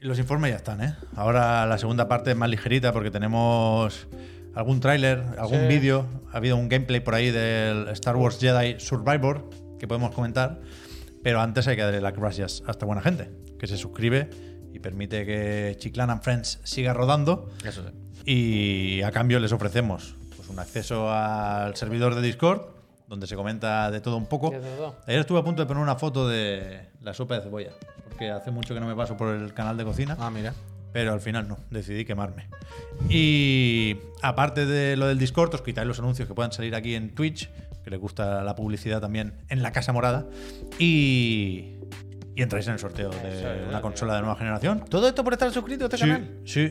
[SPEAKER 1] Y Los informes ya están, ¿eh? Ahora la segunda parte es más ligerita porque tenemos algún tráiler, algún vídeo. Ha habido un gameplay por ahí del Star Wars Jedi Survivor que podemos comentar. Pero antes hay que darle las gracias a esta buena gente que se suscribe y permite que Chiclan and Friends siga rodando.
[SPEAKER 4] Eso sí.
[SPEAKER 1] Y a cambio les ofrecemos pues, un acceso al servidor de Discord, donde se comenta de todo un poco.
[SPEAKER 2] De todo.
[SPEAKER 1] Ayer estuve a punto de poner una foto de la sopa de cebolla, porque hace mucho que no me paso por el canal de cocina,
[SPEAKER 4] Ah, mira.
[SPEAKER 1] pero al final no, decidí quemarme. Y aparte de lo del Discord, os quitáis los anuncios que puedan salir aquí en Twitch, que les gusta la publicidad también en la Casa Morada, y, y entráis en el sorteo de una consola de nueva generación.
[SPEAKER 4] ¿Todo esto por estar suscrito a este
[SPEAKER 1] Sí,
[SPEAKER 4] canal?
[SPEAKER 1] sí.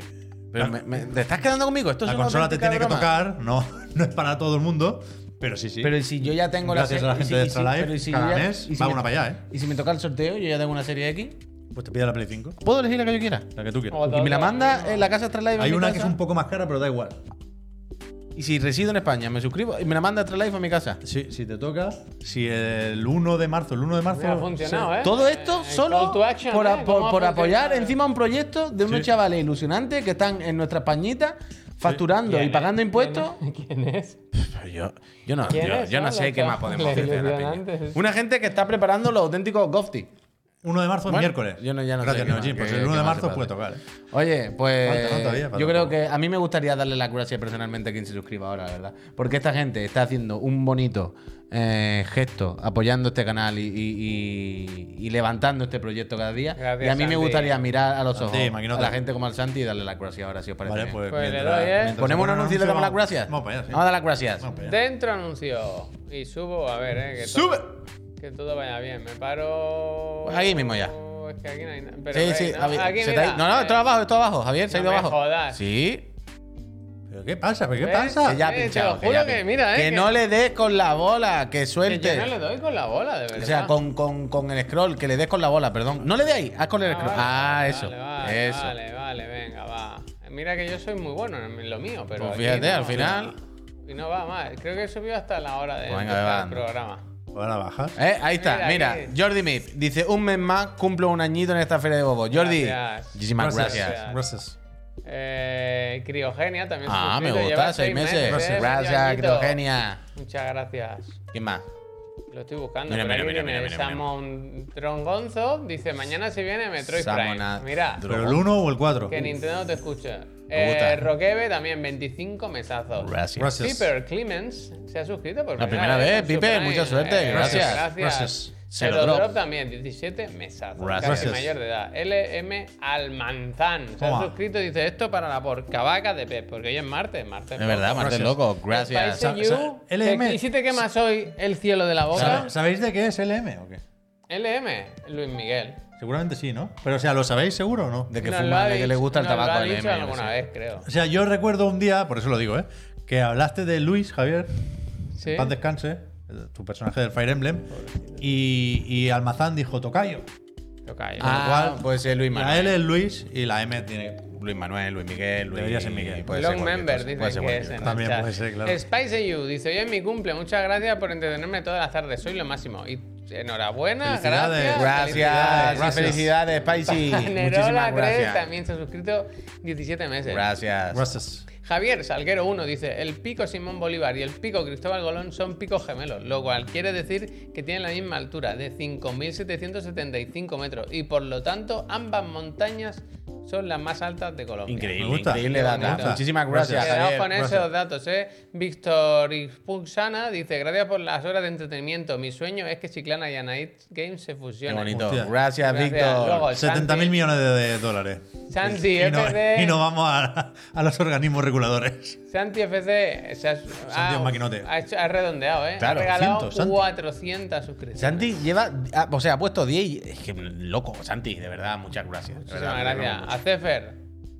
[SPEAKER 4] Pero me- me- ¿Te estás quedando conmigo? Esto es
[SPEAKER 1] La
[SPEAKER 4] una
[SPEAKER 1] consola te
[SPEAKER 4] auténtica
[SPEAKER 1] tiene que
[SPEAKER 4] broma.
[SPEAKER 1] tocar, no, no es para todo el mundo, pero sí, sí.
[SPEAKER 4] Pero ¿y si yo ya tengo
[SPEAKER 1] Gracias a
[SPEAKER 4] la
[SPEAKER 1] la
[SPEAKER 4] serie.
[SPEAKER 1] gente de Extra Life, cada mes va una para allá, ¿eh?
[SPEAKER 4] Y si me toca el sorteo, yo ya tengo una serie X.
[SPEAKER 1] Pues te pide la Play 5,
[SPEAKER 4] ¿Puedo elegir la que yo quiera?
[SPEAKER 1] la que tú quieras.
[SPEAKER 2] O
[SPEAKER 4] Y me la manda en la casa Extra Live. a
[SPEAKER 1] Hay
[SPEAKER 4] mi
[SPEAKER 1] una que es
[SPEAKER 4] casa.
[SPEAKER 1] un poco más cara, pero da igual.
[SPEAKER 4] Y si resido en España, me suscribo y me la manda Extra Life a mi casa.
[SPEAKER 1] Si, si te toca, si el 1 de marzo, el 1 de marzo.
[SPEAKER 2] Mira, ha funcionado, ¿eh?
[SPEAKER 4] Todo esto
[SPEAKER 2] Eh,
[SPEAKER 4] solo
[SPEAKER 2] call to action,
[SPEAKER 4] por,
[SPEAKER 2] ¿eh?
[SPEAKER 4] a- por-
[SPEAKER 2] ¿Cómo ha
[SPEAKER 4] por apoyar
[SPEAKER 2] funcionado?
[SPEAKER 4] encima un proyecto de unos
[SPEAKER 1] Sí.
[SPEAKER 4] chavales ilusionantes que están en nuestra pañita facturando y
[SPEAKER 2] ¿Quién
[SPEAKER 4] pagando
[SPEAKER 2] es?
[SPEAKER 4] impuestos.
[SPEAKER 2] ¿Quién es?
[SPEAKER 4] Pero yo, yo no,
[SPEAKER 2] ¿Quiénes
[SPEAKER 4] yo, yo no
[SPEAKER 2] son
[SPEAKER 4] sé
[SPEAKER 2] los
[SPEAKER 4] qué más podemos
[SPEAKER 2] chavales
[SPEAKER 4] decir. de la peña.
[SPEAKER 2] ilusionantes?
[SPEAKER 4] Una gente que está preparando los auténticos Gofty.
[SPEAKER 1] 1 de marzo es
[SPEAKER 4] Bueno,
[SPEAKER 1] miércoles.
[SPEAKER 4] yo no- ya no sé
[SPEAKER 1] Gracias,
[SPEAKER 4] qué más,
[SPEAKER 1] Neojin, Pues
[SPEAKER 4] qué-
[SPEAKER 1] el
[SPEAKER 4] qué
[SPEAKER 1] 1 de
[SPEAKER 4] más se
[SPEAKER 1] marzo puede
[SPEAKER 4] puede
[SPEAKER 1] tocar. ¿eh?
[SPEAKER 4] Oye, pues
[SPEAKER 1] Falta, no, todavía, falta
[SPEAKER 4] yo creo
[SPEAKER 1] poco.
[SPEAKER 4] que a mí me gustaría darle las gracias personalmente a quien se suscriba ahora, la verdad. Porque esta gente está haciendo un bonito eh, gesto apoyando este canal y, y- y- y levantando este proyecto cada día.
[SPEAKER 2] Gracias,
[SPEAKER 4] y a mí me
[SPEAKER 2] Santi.
[SPEAKER 4] gustaría mirar a los
[SPEAKER 1] Santi,
[SPEAKER 4] ojos
[SPEAKER 1] maquinote.
[SPEAKER 4] a la gente como al Santi y darle las gracias ahora, si os parece.
[SPEAKER 1] Vale,
[SPEAKER 4] bien.
[SPEAKER 1] pues.
[SPEAKER 2] Pues le
[SPEAKER 1] mientras-
[SPEAKER 2] doy, ¿eh?
[SPEAKER 1] mientras se
[SPEAKER 4] Ponemos un
[SPEAKER 1] pone
[SPEAKER 4] anuncio y le damos las gracias.
[SPEAKER 1] Vamos para allá, sí.
[SPEAKER 4] Vamos a dar las gracias.
[SPEAKER 1] Vamos para allá.
[SPEAKER 2] Dentro anuncio. Y subo, a ver, eh. Que ¡Sube! que todo vaya bien. Me paro.
[SPEAKER 4] Pues aquí mismo ya.
[SPEAKER 2] Es que aquí no hay nada. Pero
[SPEAKER 4] Sí,
[SPEAKER 2] ve,
[SPEAKER 4] sí,
[SPEAKER 2] no,
[SPEAKER 4] Javi,
[SPEAKER 2] aquí
[SPEAKER 4] se te
[SPEAKER 2] mira.
[SPEAKER 4] ha ido- No, no, esto abajo, esto abajo, Javier, se ha
[SPEAKER 2] No
[SPEAKER 4] ido
[SPEAKER 2] me
[SPEAKER 4] abajo.
[SPEAKER 2] jodas.
[SPEAKER 4] Sí.
[SPEAKER 1] ¿Pero qué pasa? ¿Pero qué
[SPEAKER 2] ¿Ves?
[SPEAKER 1] pasa?
[SPEAKER 4] Pues Que ya ha
[SPEAKER 2] Eh, te lo
[SPEAKER 4] pinchado,
[SPEAKER 2] juro
[SPEAKER 4] ya ha
[SPEAKER 2] que
[SPEAKER 4] pinchado.
[SPEAKER 2] mira, eh,
[SPEAKER 4] Que
[SPEAKER 2] que-
[SPEAKER 4] no le des con la bola, que
[SPEAKER 2] Que
[SPEAKER 4] suelte.
[SPEAKER 2] yo no le doy con la bola, de verdad.
[SPEAKER 4] O sea, con, con, con el scroll, que le des con la bola, perdón. No le des ahí, haz con el
[SPEAKER 2] Ah,
[SPEAKER 4] scroll.
[SPEAKER 2] vale,
[SPEAKER 4] Ah,
[SPEAKER 2] vale,
[SPEAKER 4] eso.
[SPEAKER 2] Vale, vale,
[SPEAKER 4] eso.
[SPEAKER 2] vale, vale, venga, va. Mira que yo soy muy bueno en lo mío, pero.
[SPEAKER 4] Pues
[SPEAKER 2] aquí
[SPEAKER 4] fíjate,
[SPEAKER 2] no,
[SPEAKER 4] al final-
[SPEAKER 2] Y no va más. Creo que subió hasta la hora de
[SPEAKER 4] Pues venga,
[SPEAKER 2] empezar
[SPEAKER 4] va,
[SPEAKER 2] el
[SPEAKER 4] anda.
[SPEAKER 2] programa.
[SPEAKER 1] Ahora bajas.
[SPEAKER 4] Eh, ahí está,
[SPEAKER 2] Mira,
[SPEAKER 4] mira,
[SPEAKER 2] aquí.
[SPEAKER 4] Jordi Mip dice: Un mes más cumplo un añito en esta feria de bobo. Jordi,
[SPEAKER 2] Gracias.
[SPEAKER 4] muchísimas gracias.
[SPEAKER 2] Gracias.
[SPEAKER 1] Gracias.
[SPEAKER 2] Eh, criogenia también.
[SPEAKER 4] Ah, me
[SPEAKER 2] suscrito,
[SPEAKER 4] gusta,
[SPEAKER 2] lleva
[SPEAKER 4] seis meses.
[SPEAKER 2] ¿eh?
[SPEAKER 4] Gracias,
[SPEAKER 2] Medio
[SPEAKER 4] gracias
[SPEAKER 2] añito.
[SPEAKER 4] Criogenia.
[SPEAKER 2] Muchas gracias.
[SPEAKER 4] ¿Quién más?
[SPEAKER 2] Lo estoy buscando.
[SPEAKER 4] Mira,
[SPEAKER 2] por
[SPEAKER 4] mira,
[SPEAKER 2] aquí
[SPEAKER 4] mira,
[SPEAKER 2] tiene
[SPEAKER 4] mira, mira,
[SPEAKER 2] Samon Trongonzo. Dice: Mañana si viene Metroid
[SPEAKER 4] Samona-
[SPEAKER 2] Prime. Mira,
[SPEAKER 4] Dro-
[SPEAKER 1] ¿Pero el 1 o el 4?
[SPEAKER 2] que Nintendo te escucha.
[SPEAKER 4] Me gusta.
[SPEAKER 2] Eh, Roqueve también, 25 mesazos.
[SPEAKER 4] Gracias.
[SPEAKER 1] Gracias.
[SPEAKER 2] Piper Clemens se ha suscrito por
[SPEAKER 4] La primera vez,
[SPEAKER 2] a
[SPEAKER 4] Piper,
[SPEAKER 2] Supreme.
[SPEAKER 4] mucha suerte,
[SPEAKER 1] gracias.
[SPEAKER 2] Eh, Gracias.
[SPEAKER 1] Gracias.
[SPEAKER 4] Cero
[SPEAKER 2] Cero
[SPEAKER 4] drop.
[SPEAKER 2] drop también, 17 mesazos.
[SPEAKER 4] Gracias.
[SPEAKER 2] Casi
[SPEAKER 1] Gracias.
[SPEAKER 2] mayor de edad. LM Almanzán. Se ha
[SPEAKER 1] Toma.
[SPEAKER 2] suscrito y dice esto para la porcavaca de Pep. Porque hoy es martes, martes.
[SPEAKER 4] Es verdad, Marte
[SPEAKER 1] Gracias.
[SPEAKER 4] Loco, gracias.
[SPEAKER 1] Sa- sa- LM.
[SPEAKER 2] ¿Y si te quemas hoy el cielo de la boca?
[SPEAKER 1] ¿Sabe- ¿Sabéis de qué es LM o qué?
[SPEAKER 2] LM, Luis Miguel.
[SPEAKER 1] Seguramente sí, ¿no? Pero, o sea, ¿lo sabéis seguro o no?
[SPEAKER 4] De que
[SPEAKER 2] Nos lo
[SPEAKER 4] fuma,
[SPEAKER 2] ha
[SPEAKER 4] de que le
[SPEAKER 2] dicho-
[SPEAKER 4] gusta el
[SPEAKER 2] nos lo
[SPEAKER 4] tabaco
[SPEAKER 2] ha
[SPEAKER 4] al
[SPEAKER 2] dicho
[SPEAKER 4] M, yo qué
[SPEAKER 2] alguna
[SPEAKER 4] sé.
[SPEAKER 2] vez, creo.
[SPEAKER 1] O sea, yo recuerdo un día, por eso lo digo, ¿eh? Que hablaste de Luis, Javier,
[SPEAKER 2] Sí.
[SPEAKER 1] paz descanse, el- tu personaje del Fire Emblem, y, y Almazán dijo Tocayo.
[SPEAKER 2] Lo callo.
[SPEAKER 4] Ah,
[SPEAKER 1] cual,
[SPEAKER 4] puede ser Luis
[SPEAKER 1] La
[SPEAKER 4] Manuel.
[SPEAKER 1] L es Luis y la M tiene.
[SPEAKER 4] Luis Manuel, Luis Miguel, Luis.
[SPEAKER 1] Debería ser Miguel.
[SPEAKER 4] puede ser
[SPEAKER 2] Long
[SPEAKER 4] cualquier
[SPEAKER 2] member,
[SPEAKER 4] cosa, puede
[SPEAKER 2] dicen
[SPEAKER 4] ser
[SPEAKER 2] que
[SPEAKER 4] cualquier
[SPEAKER 2] es
[SPEAKER 4] cosa.
[SPEAKER 2] en
[SPEAKER 1] También
[SPEAKER 2] el chat.
[SPEAKER 1] puede ser, claro.
[SPEAKER 2] Spicy You dice, hoy es mi cumple, muchas gracias por entretenerme todas las tardes, soy lo máximo. Y enhorabuena,
[SPEAKER 1] Felicidades.
[SPEAKER 2] gracias.
[SPEAKER 4] Gracias,
[SPEAKER 1] Gracias.
[SPEAKER 4] felicidades, Spicy.
[SPEAKER 2] Nerola
[SPEAKER 4] Muchísimas
[SPEAKER 2] 3
[SPEAKER 4] gracias.
[SPEAKER 2] también se ha suscrito 17 meses.
[SPEAKER 4] Gracias.
[SPEAKER 1] Gracias.
[SPEAKER 2] Javier Salguero 1 dice, el pico Simón Bolívar y el pico Cristóbal Golón son picos gemelos, lo cual quiere decir que tienen la misma altura, de 5.775 metros, y por lo tanto ambas montañas son las más altas de Colombia.
[SPEAKER 1] Me
[SPEAKER 4] Increíble,
[SPEAKER 1] gusta.
[SPEAKER 4] increíble
[SPEAKER 2] Qué
[SPEAKER 4] data.
[SPEAKER 2] bonito.
[SPEAKER 4] Muchísimas gracias,
[SPEAKER 1] Gracias.
[SPEAKER 2] Quedaos
[SPEAKER 4] Javier.
[SPEAKER 2] con
[SPEAKER 1] gracias.
[SPEAKER 2] esos datos, ¿eh? Víctor Ixpuxana dice, gracias por las horas de entretenimiento. Mi sueño es que Chiclana y Anait Games se
[SPEAKER 4] Qué
[SPEAKER 2] fusionen.
[SPEAKER 4] bonito.
[SPEAKER 1] Hostia.
[SPEAKER 4] Gracias,
[SPEAKER 2] Gracias.
[SPEAKER 4] Víctor.
[SPEAKER 2] Luego-
[SPEAKER 1] 70 mil
[SPEAKER 2] Oh, Santi.
[SPEAKER 1] millones de, de dólares.
[SPEAKER 2] Santi,
[SPEAKER 1] y, no,
[SPEAKER 2] FD.
[SPEAKER 1] y no vamos a, a los organismos reguladores.
[SPEAKER 2] Santi FC se ha, ha-
[SPEAKER 1] es maquinote.
[SPEAKER 2] ha hecho- ha redondeado, ¿eh?
[SPEAKER 1] Claro,
[SPEAKER 2] ha regalado
[SPEAKER 1] 100, Santi.
[SPEAKER 2] 400 suscripciones.
[SPEAKER 4] Santi lleva, ah, o sea, ha puesto 10 y es que loco, Santi, de verdad, muchas gracias. de verdad,
[SPEAKER 2] Muchísimas
[SPEAKER 4] me
[SPEAKER 2] gracias.
[SPEAKER 4] alegro
[SPEAKER 2] A Cefer.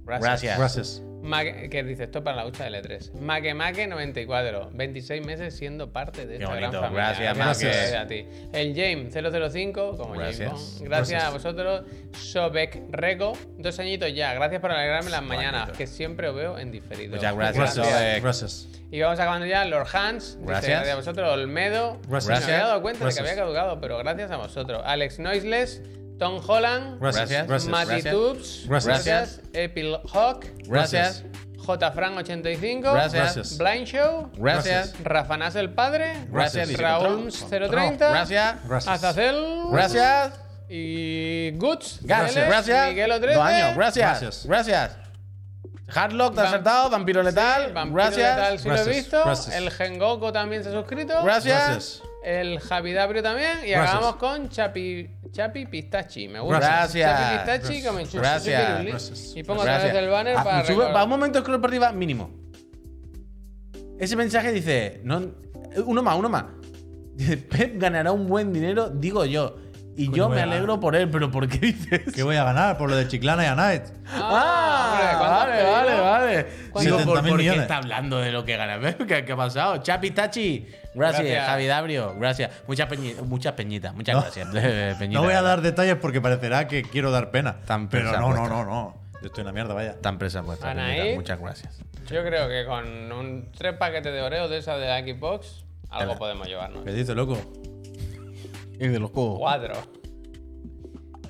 [SPEAKER 4] Gracias.
[SPEAKER 1] Gracias.
[SPEAKER 2] Maque- que dice esto para la lucha de L3. Makemake94, 26 meses siendo parte de
[SPEAKER 4] Qué
[SPEAKER 2] esta gran
[SPEAKER 4] bonito.
[SPEAKER 2] familia.
[SPEAKER 4] Gracias,
[SPEAKER 2] Gracias
[SPEAKER 4] Make.
[SPEAKER 2] a ti. El James005, como James
[SPEAKER 4] Gracias.
[SPEAKER 2] Bond. Gracias,
[SPEAKER 1] Gracias.
[SPEAKER 2] a vosotros. Sobek Rego, dos añitos ya. Gracias por alegrarme las mañanas,
[SPEAKER 4] bonito.
[SPEAKER 2] que siempre os veo en diferido.
[SPEAKER 4] Muchas gracias,
[SPEAKER 1] Gracias.
[SPEAKER 4] Sobek.
[SPEAKER 1] Gracias.
[SPEAKER 2] Y vamos acabando ya. Lord Hans, dice,
[SPEAKER 4] Gracias.
[SPEAKER 2] gracias a vosotros. Olmedo,
[SPEAKER 1] Gracias.
[SPEAKER 2] me había dado cuenta de
[SPEAKER 1] Gracias.
[SPEAKER 2] que había caducado, pero gracias a vosotros. Alex Noiseless, Tom Holland,
[SPEAKER 1] Gracias.
[SPEAKER 4] Gracias.
[SPEAKER 1] Gracias.
[SPEAKER 2] Matty
[SPEAKER 4] Gracias.
[SPEAKER 2] Tubes,
[SPEAKER 1] Gracias.
[SPEAKER 2] Epil Hawk,
[SPEAKER 4] Gracias.
[SPEAKER 2] JFran85,
[SPEAKER 4] Gracias.
[SPEAKER 2] Blind Show,
[SPEAKER 4] Gracias.
[SPEAKER 2] Rafanas el Padre,
[SPEAKER 4] Gracias.
[SPEAKER 2] Raúl030,
[SPEAKER 4] Gracias.
[SPEAKER 1] Gracias.
[SPEAKER 2] Azazel,
[SPEAKER 4] Gracias.
[SPEAKER 2] y Guts,
[SPEAKER 4] Gracias.
[SPEAKER 2] Celes,
[SPEAKER 4] Gracias.
[SPEAKER 2] Miguel
[SPEAKER 4] Dos
[SPEAKER 2] O13,
[SPEAKER 4] años. Gracias.
[SPEAKER 1] Gracias.
[SPEAKER 4] Gracias. Hardlock, te
[SPEAKER 2] Vam-
[SPEAKER 4] has acertado. Vampiro letal.
[SPEAKER 2] Vampiro Letal,
[SPEAKER 4] Gracias.
[SPEAKER 2] sí lo he
[SPEAKER 1] Gracias.
[SPEAKER 2] visto,
[SPEAKER 1] Gracias.
[SPEAKER 2] el Gengoku también se ha suscrito,
[SPEAKER 4] Gracias.
[SPEAKER 2] el Javidabrio también. Y
[SPEAKER 1] Gracias.
[SPEAKER 2] acabamos con Chapi, Chapi Pistachi. Me gusta.
[SPEAKER 4] Gracias.
[SPEAKER 2] Chapi Pistachi que me enchufa.
[SPEAKER 4] Gracias.
[SPEAKER 2] Chupi Luli.
[SPEAKER 1] Gracias.
[SPEAKER 2] Y pongo a través del banner
[SPEAKER 4] Ah,
[SPEAKER 2] para.
[SPEAKER 4] sube-
[SPEAKER 2] recordar.
[SPEAKER 4] va un momento scroll para arriba, mínimo. Ese mensaje dice. No, uno más, uno más. Pep ganará un buen dinero, digo yo. Y
[SPEAKER 1] Coño,
[SPEAKER 4] yo me
[SPEAKER 1] vaya.
[SPEAKER 4] alegro por él, pero ¿por qué dices?
[SPEAKER 1] ¿Qué voy a ganar por lo de Chiclana y Anaet?
[SPEAKER 2] Ah, hombre, ¿cuánto has
[SPEAKER 4] Ah, vale, vale,
[SPEAKER 2] pedido?
[SPEAKER 4] vale. Digo,
[SPEAKER 1] 70.000
[SPEAKER 4] ¿por, por qué
[SPEAKER 1] millones?
[SPEAKER 4] está hablando de lo que gana? ¿Qué, qué ha pasado? Chapi Tachi, gracias.
[SPEAKER 2] Gracias.
[SPEAKER 4] Javi Dabrio, gracias. Muchas peñitas, muchas peñitas, muchas
[SPEAKER 1] No.
[SPEAKER 4] gracias. Peñita,
[SPEAKER 1] No voy a dar detalles porque parecerá que quiero dar pena.
[SPEAKER 4] Tan
[SPEAKER 1] pero
[SPEAKER 4] pesado
[SPEAKER 1] no, no,
[SPEAKER 4] está.
[SPEAKER 1] no, no. Yo estoy en la mierda, vaya.
[SPEAKER 4] Tan presa vuestra,
[SPEAKER 2] Anaí.
[SPEAKER 4] peñita, muchas gracias.
[SPEAKER 2] Yo creo que con un, tres paquetes de Oreo de esa de la Xbox, algo
[SPEAKER 4] Venga.
[SPEAKER 2] podemos llevarnos.
[SPEAKER 1] ¿Qué dices, loco?
[SPEAKER 4] Y de los juegos.
[SPEAKER 2] Cuatro.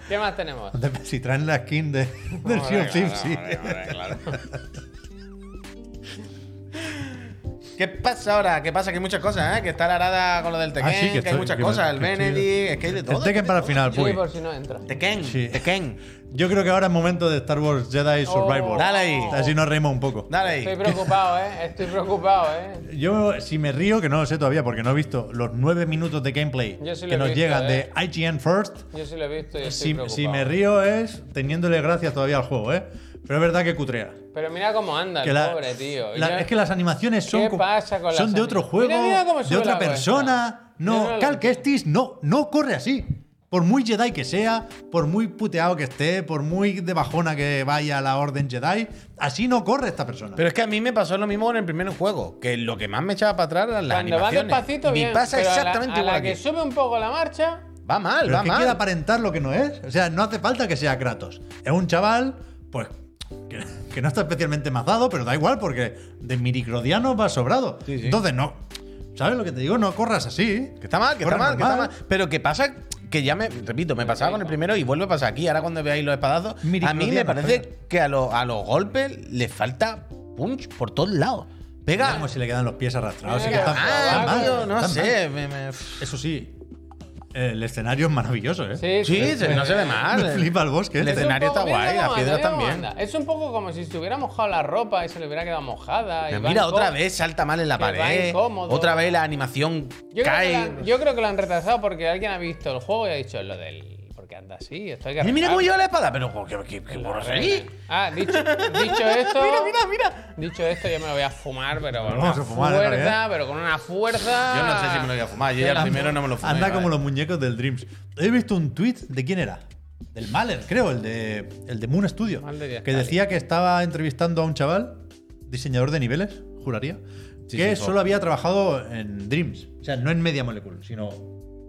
[SPEAKER 2] ¿Qué más tenemos?
[SPEAKER 1] Si traen la skin de, del Sea of Thieves, sí.
[SPEAKER 4] ¿Qué pasa ahora? ¿Qué pasa? Que hay muchas cosas, ¿eh? Que está la arada con lo del Tekken,
[SPEAKER 1] Ah, sí, que
[SPEAKER 4] que, hay
[SPEAKER 1] estoy-
[SPEAKER 4] muchas
[SPEAKER 1] que me-
[SPEAKER 4] cosas. El
[SPEAKER 1] que estoy-
[SPEAKER 4] Benedict, es que hay de todo.
[SPEAKER 1] El Tekken para el final,
[SPEAKER 2] Sí,
[SPEAKER 1] pues.
[SPEAKER 2] por si no entra.
[SPEAKER 4] Tekken,
[SPEAKER 1] Sí.
[SPEAKER 4] Tekken.
[SPEAKER 1] Yo creo que ahora es momento de Star Wars Jedi Survivor.
[SPEAKER 4] Oh. Dale ahí.
[SPEAKER 1] Así nos reímos un poco.
[SPEAKER 4] Dale ahí.
[SPEAKER 2] Estoy preocupado, ¿eh? Estoy preocupado, ¿eh?
[SPEAKER 1] Yo, si me río, que no lo sé todavía porque no he visto los nueve minutos de gameplay
[SPEAKER 2] Yo sí lo
[SPEAKER 1] que
[SPEAKER 2] he
[SPEAKER 1] nos
[SPEAKER 2] visto,
[SPEAKER 1] llegan
[SPEAKER 2] eh.
[SPEAKER 1] de IGN First,
[SPEAKER 2] Yo sí lo he visto y estoy
[SPEAKER 1] si,
[SPEAKER 2] preocupado.
[SPEAKER 1] si me río es teniéndole gracias todavía al juego, ¿eh? Pero es verdad que cutrea.
[SPEAKER 2] Pero mira cómo anda
[SPEAKER 1] Que
[SPEAKER 2] el
[SPEAKER 1] la-
[SPEAKER 2] pobre, tío.
[SPEAKER 1] la-
[SPEAKER 2] Yo-
[SPEAKER 1] es que las animaciones son,
[SPEAKER 2] ¿Qué
[SPEAKER 1] co-
[SPEAKER 2] pasa con
[SPEAKER 1] son
[SPEAKER 2] las
[SPEAKER 1] de otro
[SPEAKER 2] anim-
[SPEAKER 1] juego,
[SPEAKER 2] Mira, mira cómo
[SPEAKER 1] de
[SPEAKER 2] sube
[SPEAKER 1] otra
[SPEAKER 2] la
[SPEAKER 1] persona.
[SPEAKER 2] cuesta.
[SPEAKER 1] No,
[SPEAKER 2] Mira, mira.
[SPEAKER 1] Cal Kestis no, no corre así. Por muy Jedi que sea, por muy puteado que esté, por muy de bajona que vaya la Orden Jedi, así no corre esta persona.
[SPEAKER 4] Pero es que a mí me pasó lo mismo con el primer juego, que lo que más me echaba para atrás eran las
[SPEAKER 2] Cuando va
[SPEAKER 4] animaciones.
[SPEAKER 2] despacito,
[SPEAKER 4] Y
[SPEAKER 2] bien.
[SPEAKER 4] pasa
[SPEAKER 2] pero a la-
[SPEAKER 4] exactamente
[SPEAKER 2] a la,
[SPEAKER 4] igual
[SPEAKER 2] que
[SPEAKER 4] aquí.
[SPEAKER 2] sube un poco la marcha,
[SPEAKER 4] Va mal,
[SPEAKER 1] Pero
[SPEAKER 4] va
[SPEAKER 1] es que
[SPEAKER 4] mal.
[SPEAKER 1] quiere aparentar lo que no es. O sea, no hace falta que sea Kratos. Es un chaval, pues, que, que no está especialmente mazado, pero da igual porque de miricrodiano va sobrado.
[SPEAKER 4] Sí, sí.
[SPEAKER 1] Entonces, no. ¿Sabes lo que te digo? No corras así.
[SPEAKER 4] Que está mal, que
[SPEAKER 1] Corre
[SPEAKER 4] está mal, que está
[SPEAKER 1] normal.
[SPEAKER 4] mal. Pero que pasa que ya me, repito, me pasaba con el primero y vuelve a pasar aquí. Ahora cuando veáis los espadazos, a mí me
[SPEAKER 1] Miricloriano,
[SPEAKER 4] parece
[SPEAKER 1] espera.
[SPEAKER 4] que a, los- a los golpes les falta punch por todos lados.
[SPEAKER 1] Mira
[SPEAKER 4] Pega.
[SPEAKER 1] Como si le quedan los pies arrastrados. Sí que
[SPEAKER 2] Mira,
[SPEAKER 1] están-
[SPEAKER 4] Ah,
[SPEAKER 1] están mal,
[SPEAKER 4] tío, no
[SPEAKER 1] están mal.
[SPEAKER 4] sé. me- me-
[SPEAKER 1] Eso sí, el escenario es maravilloso, ¿eh?
[SPEAKER 2] Sí,
[SPEAKER 4] Sí, se- no se ve mal.
[SPEAKER 1] Me flipa el bosque. ¿eh?
[SPEAKER 4] Le-
[SPEAKER 2] Es un
[SPEAKER 4] escenario está
[SPEAKER 2] mira
[SPEAKER 4] guay,
[SPEAKER 2] cómo
[SPEAKER 4] las
[SPEAKER 2] anda,
[SPEAKER 4] piedras
[SPEAKER 2] mira cómo
[SPEAKER 4] también.
[SPEAKER 2] anda. Es un poco como si se hubiera mojado la ropa y se le hubiera quedado mojada. y
[SPEAKER 4] me
[SPEAKER 2] va
[SPEAKER 4] mira,
[SPEAKER 2] incó-
[SPEAKER 4] otra vez salta mal en la
[SPEAKER 2] que va
[SPEAKER 4] pared.
[SPEAKER 2] incómodo.
[SPEAKER 4] Otra vez la animación
[SPEAKER 2] Yo creo, que
[SPEAKER 4] cae.
[SPEAKER 2] la han- yo creo que lo han retrasado porque alguien ha visto el juego y ha dicho lo del. Porque anda así, esto hay que
[SPEAKER 4] Mira, mira cómo
[SPEAKER 2] arreglarlo".
[SPEAKER 4] lleva la espada, pero jo, qué, qué, qué borroso ahí.
[SPEAKER 2] Ah, dicho, dicho esto.
[SPEAKER 4] Mira, mira, mira.
[SPEAKER 2] Dicho esto, yo me lo voy a fumar, pero con una
[SPEAKER 1] Vamos a fumar, ¿eh,
[SPEAKER 2] fuerza,
[SPEAKER 1] Javier?
[SPEAKER 2] pero con una fuerza.
[SPEAKER 4] Yo no sé si me lo voy a fumar. Yo ya el primero no me lo fumé.
[SPEAKER 1] Anda
[SPEAKER 4] vale.
[SPEAKER 1] como los muñecos del Dreams. He visto un tweet de quién era. Del Mahler, creo, el de, el de Moon Studio.
[SPEAKER 2] Mahler ya
[SPEAKER 1] Que
[SPEAKER 2] está.
[SPEAKER 1] decía que estaba entrevistando a un chaval, diseñador de niveles, juraría,
[SPEAKER 4] Sí,
[SPEAKER 1] que
[SPEAKER 4] sí,
[SPEAKER 1] solo
[SPEAKER 4] jo.
[SPEAKER 1] había trabajado en Dreams. O sea, no en Media Molecule, sino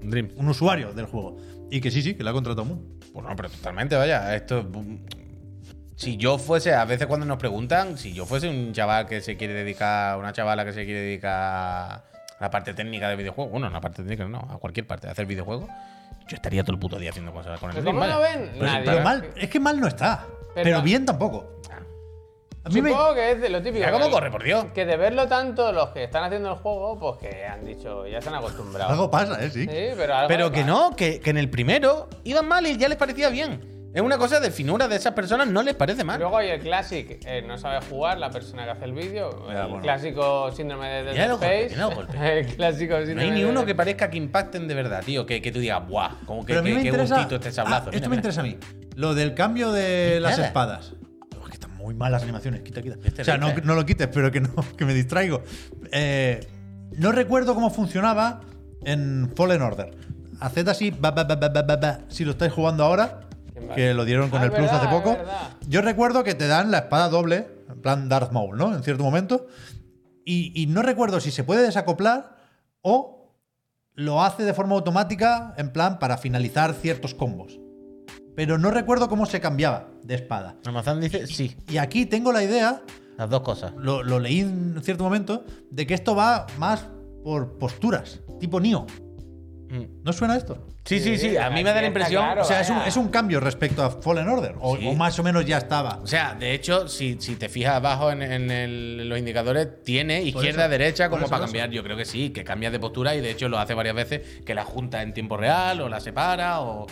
[SPEAKER 4] Dream.
[SPEAKER 1] un usuario del juego. Y que sí, sí, que la ha contratado Moon.
[SPEAKER 4] Pues no, pero totalmente, vaya. Esto. es bu- Si yo fuese, a veces cuando nos preguntan, si yo fuese un chaval que se quiere dedicar, una chavala que se quiere dedicar a la parte técnica de videojuegos, bueno, a la parte técnica no, a cualquier parte, a hacer videojuegos, yo estaría todo el puto día haciendo cosas con el
[SPEAKER 2] Pero
[SPEAKER 4] Dream,
[SPEAKER 2] ¿cómo
[SPEAKER 4] vaya.
[SPEAKER 2] lo ven?
[SPEAKER 4] Pero-
[SPEAKER 2] Nadie.
[SPEAKER 1] Pero
[SPEAKER 2] Claro.
[SPEAKER 1] mal, es que mal no está. Pero,
[SPEAKER 2] Pero-
[SPEAKER 1] bien tampoco. A mí me.
[SPEAKER 2] Supongo que es de lo típico.
[SPEAKER 4] Mira cómo
[SPEAKER 2] que-
[SPEAKER 4] corre, por Dios.
[SPEAKER 2] Que de verlo tanto los que están haciendo el juego, pues que han dicho, ya se han acostumbrado.
[SPEAKER 1] Algo pasa, ¿eh? Sí.
[SPEAKER 2] Sí, pero algo
[SPEAKER 4] Pero
[SPEAKER 2] le
[SPEAKER 4] que
[SPEAKER 2] pasa.
[SPEAKER 4] no, que, que en el primero iban mal y ya les parecía bien. Es una cosa de finura de esas personas, no les parece mal.
[SPEAKER 2] Luego hay el Classic, eh, no sabe jugar la persona que hace el vídeo.
[SPEAKER 1] Ya,
[SPEAKER 2] el
[SPEAKER 1] bueno.
[SPEAKER 2] clásico síndrome de Dead
[SPEAKER 4] Mira los golpes,
[SPEAKER 2] Space.
[SPEAKER 4] mira los golpes.
[SPEAKER 2] el clásico síndrome
[SPEAKER 4] No hay ni
[SPEAKER 2] de
[SPEAKER 4] uno
[SPEAKER 2] Dead
[SPEAKER 4] que parezca que impacten de verdad, tío. Que, que tú digas, ¡buah! Como que,
[SPEAKER 1] Pero a mí
[SPEAKER 4] que,
[SPEAKER 1] me
[SPEAKER 4] que
[SPEAKER 1] interesa.
[SPEAKER 4] gustito este sablazo.
[SPEAKER 1] Ah,
[SPEAKER 4] Mira,
[SPEAKER 1] esto
[SPEAKER 4] mira.
[SPEAKER 1] me interesa a mí. Lo del cambio de
[SPEAKER 4] Nada.
[SPEAKER 1] las
[SPEAKER 4] Este
[SPEAKER 1] espadas. Oh, que están muy mal las animaciones. Quita, quita.
[SPEAKER 4] Es
[SPEAKER 1] O sea, no,
[SPEAKER 4] terrible.
[SPEAKER 1] no lo quites, pero que no, que me distraigo. Eh, no recuerdo cómo funcionaba en Fallen Order. Haced así, ba, ba, ba, ba, ba, ba, ba. si lo estáis jugando ahora,
[SPEAKER 2] Qué
[SPEAKER 1] que lo dieron con
[SPEAKER 2] Ah,
[SPEAKER 1] el
[SPEAKER 2] es
[SPEAKER 1] Plus
[SPEAKER 2] verdad,
[SPEAKER 1] hace poco.
[SPEAKER 2] es verdad.
[SPEAKER 1] Yo recuerdo que te dan la espada doble, en plan Darth Maul, ¿no? En cierto momento. Y, y no recuerdo si se puede desacoplar o lo hace de forma automática, en plan para finalizar ciertos combos. Pero no recuerdo cómo se cambiaba de espada.
[SPEAKER 4] Amazon dice, sí,
[SPEAKER 1] Y aquí tengo la idea,
[SPEAKER 4] las dos cosas.
[SPEAKER 1] lo, lo leí en cierto momento, de que esto va más por posturas, tipo Neo. ¿No suena esto?
[SPEAKER 4] Sí, sí, sí, a mí me da
[SPEAKER 2] está
[SPEAKER 4] la impresión.
[SPEAKER 2] claro.
[SPEAKER 1] O sea, es un,
[SPEAKER 2] vaya.
[SPEAKER 1] es un cambio respecto a Fallen Order, o,
[SPEAKER 4] Sí.
[SPEAKER 1] o más o menos ya estaba.
[SPEAKER 4] O sea, de hecho, si, si te fijas abajo en, en el- en los indicadores, tiene
[SPEAKER 1] Por
[SPEAKER 4] izquierda,
[SPEAKER 1] eso,
[SPEAKER 4] derecha,
[SPEAKER 1] por
[SPEAKER 4] como
[SPEAKER 1] eso,
[SPEAKER 4] para
[SPEAKER 1] por eso.
[SPEAKER 4] cambiar. Yo creo que sí, que cambia de postura y de hecho lo hace varias veces, que la junta en tiempo real o la separa o.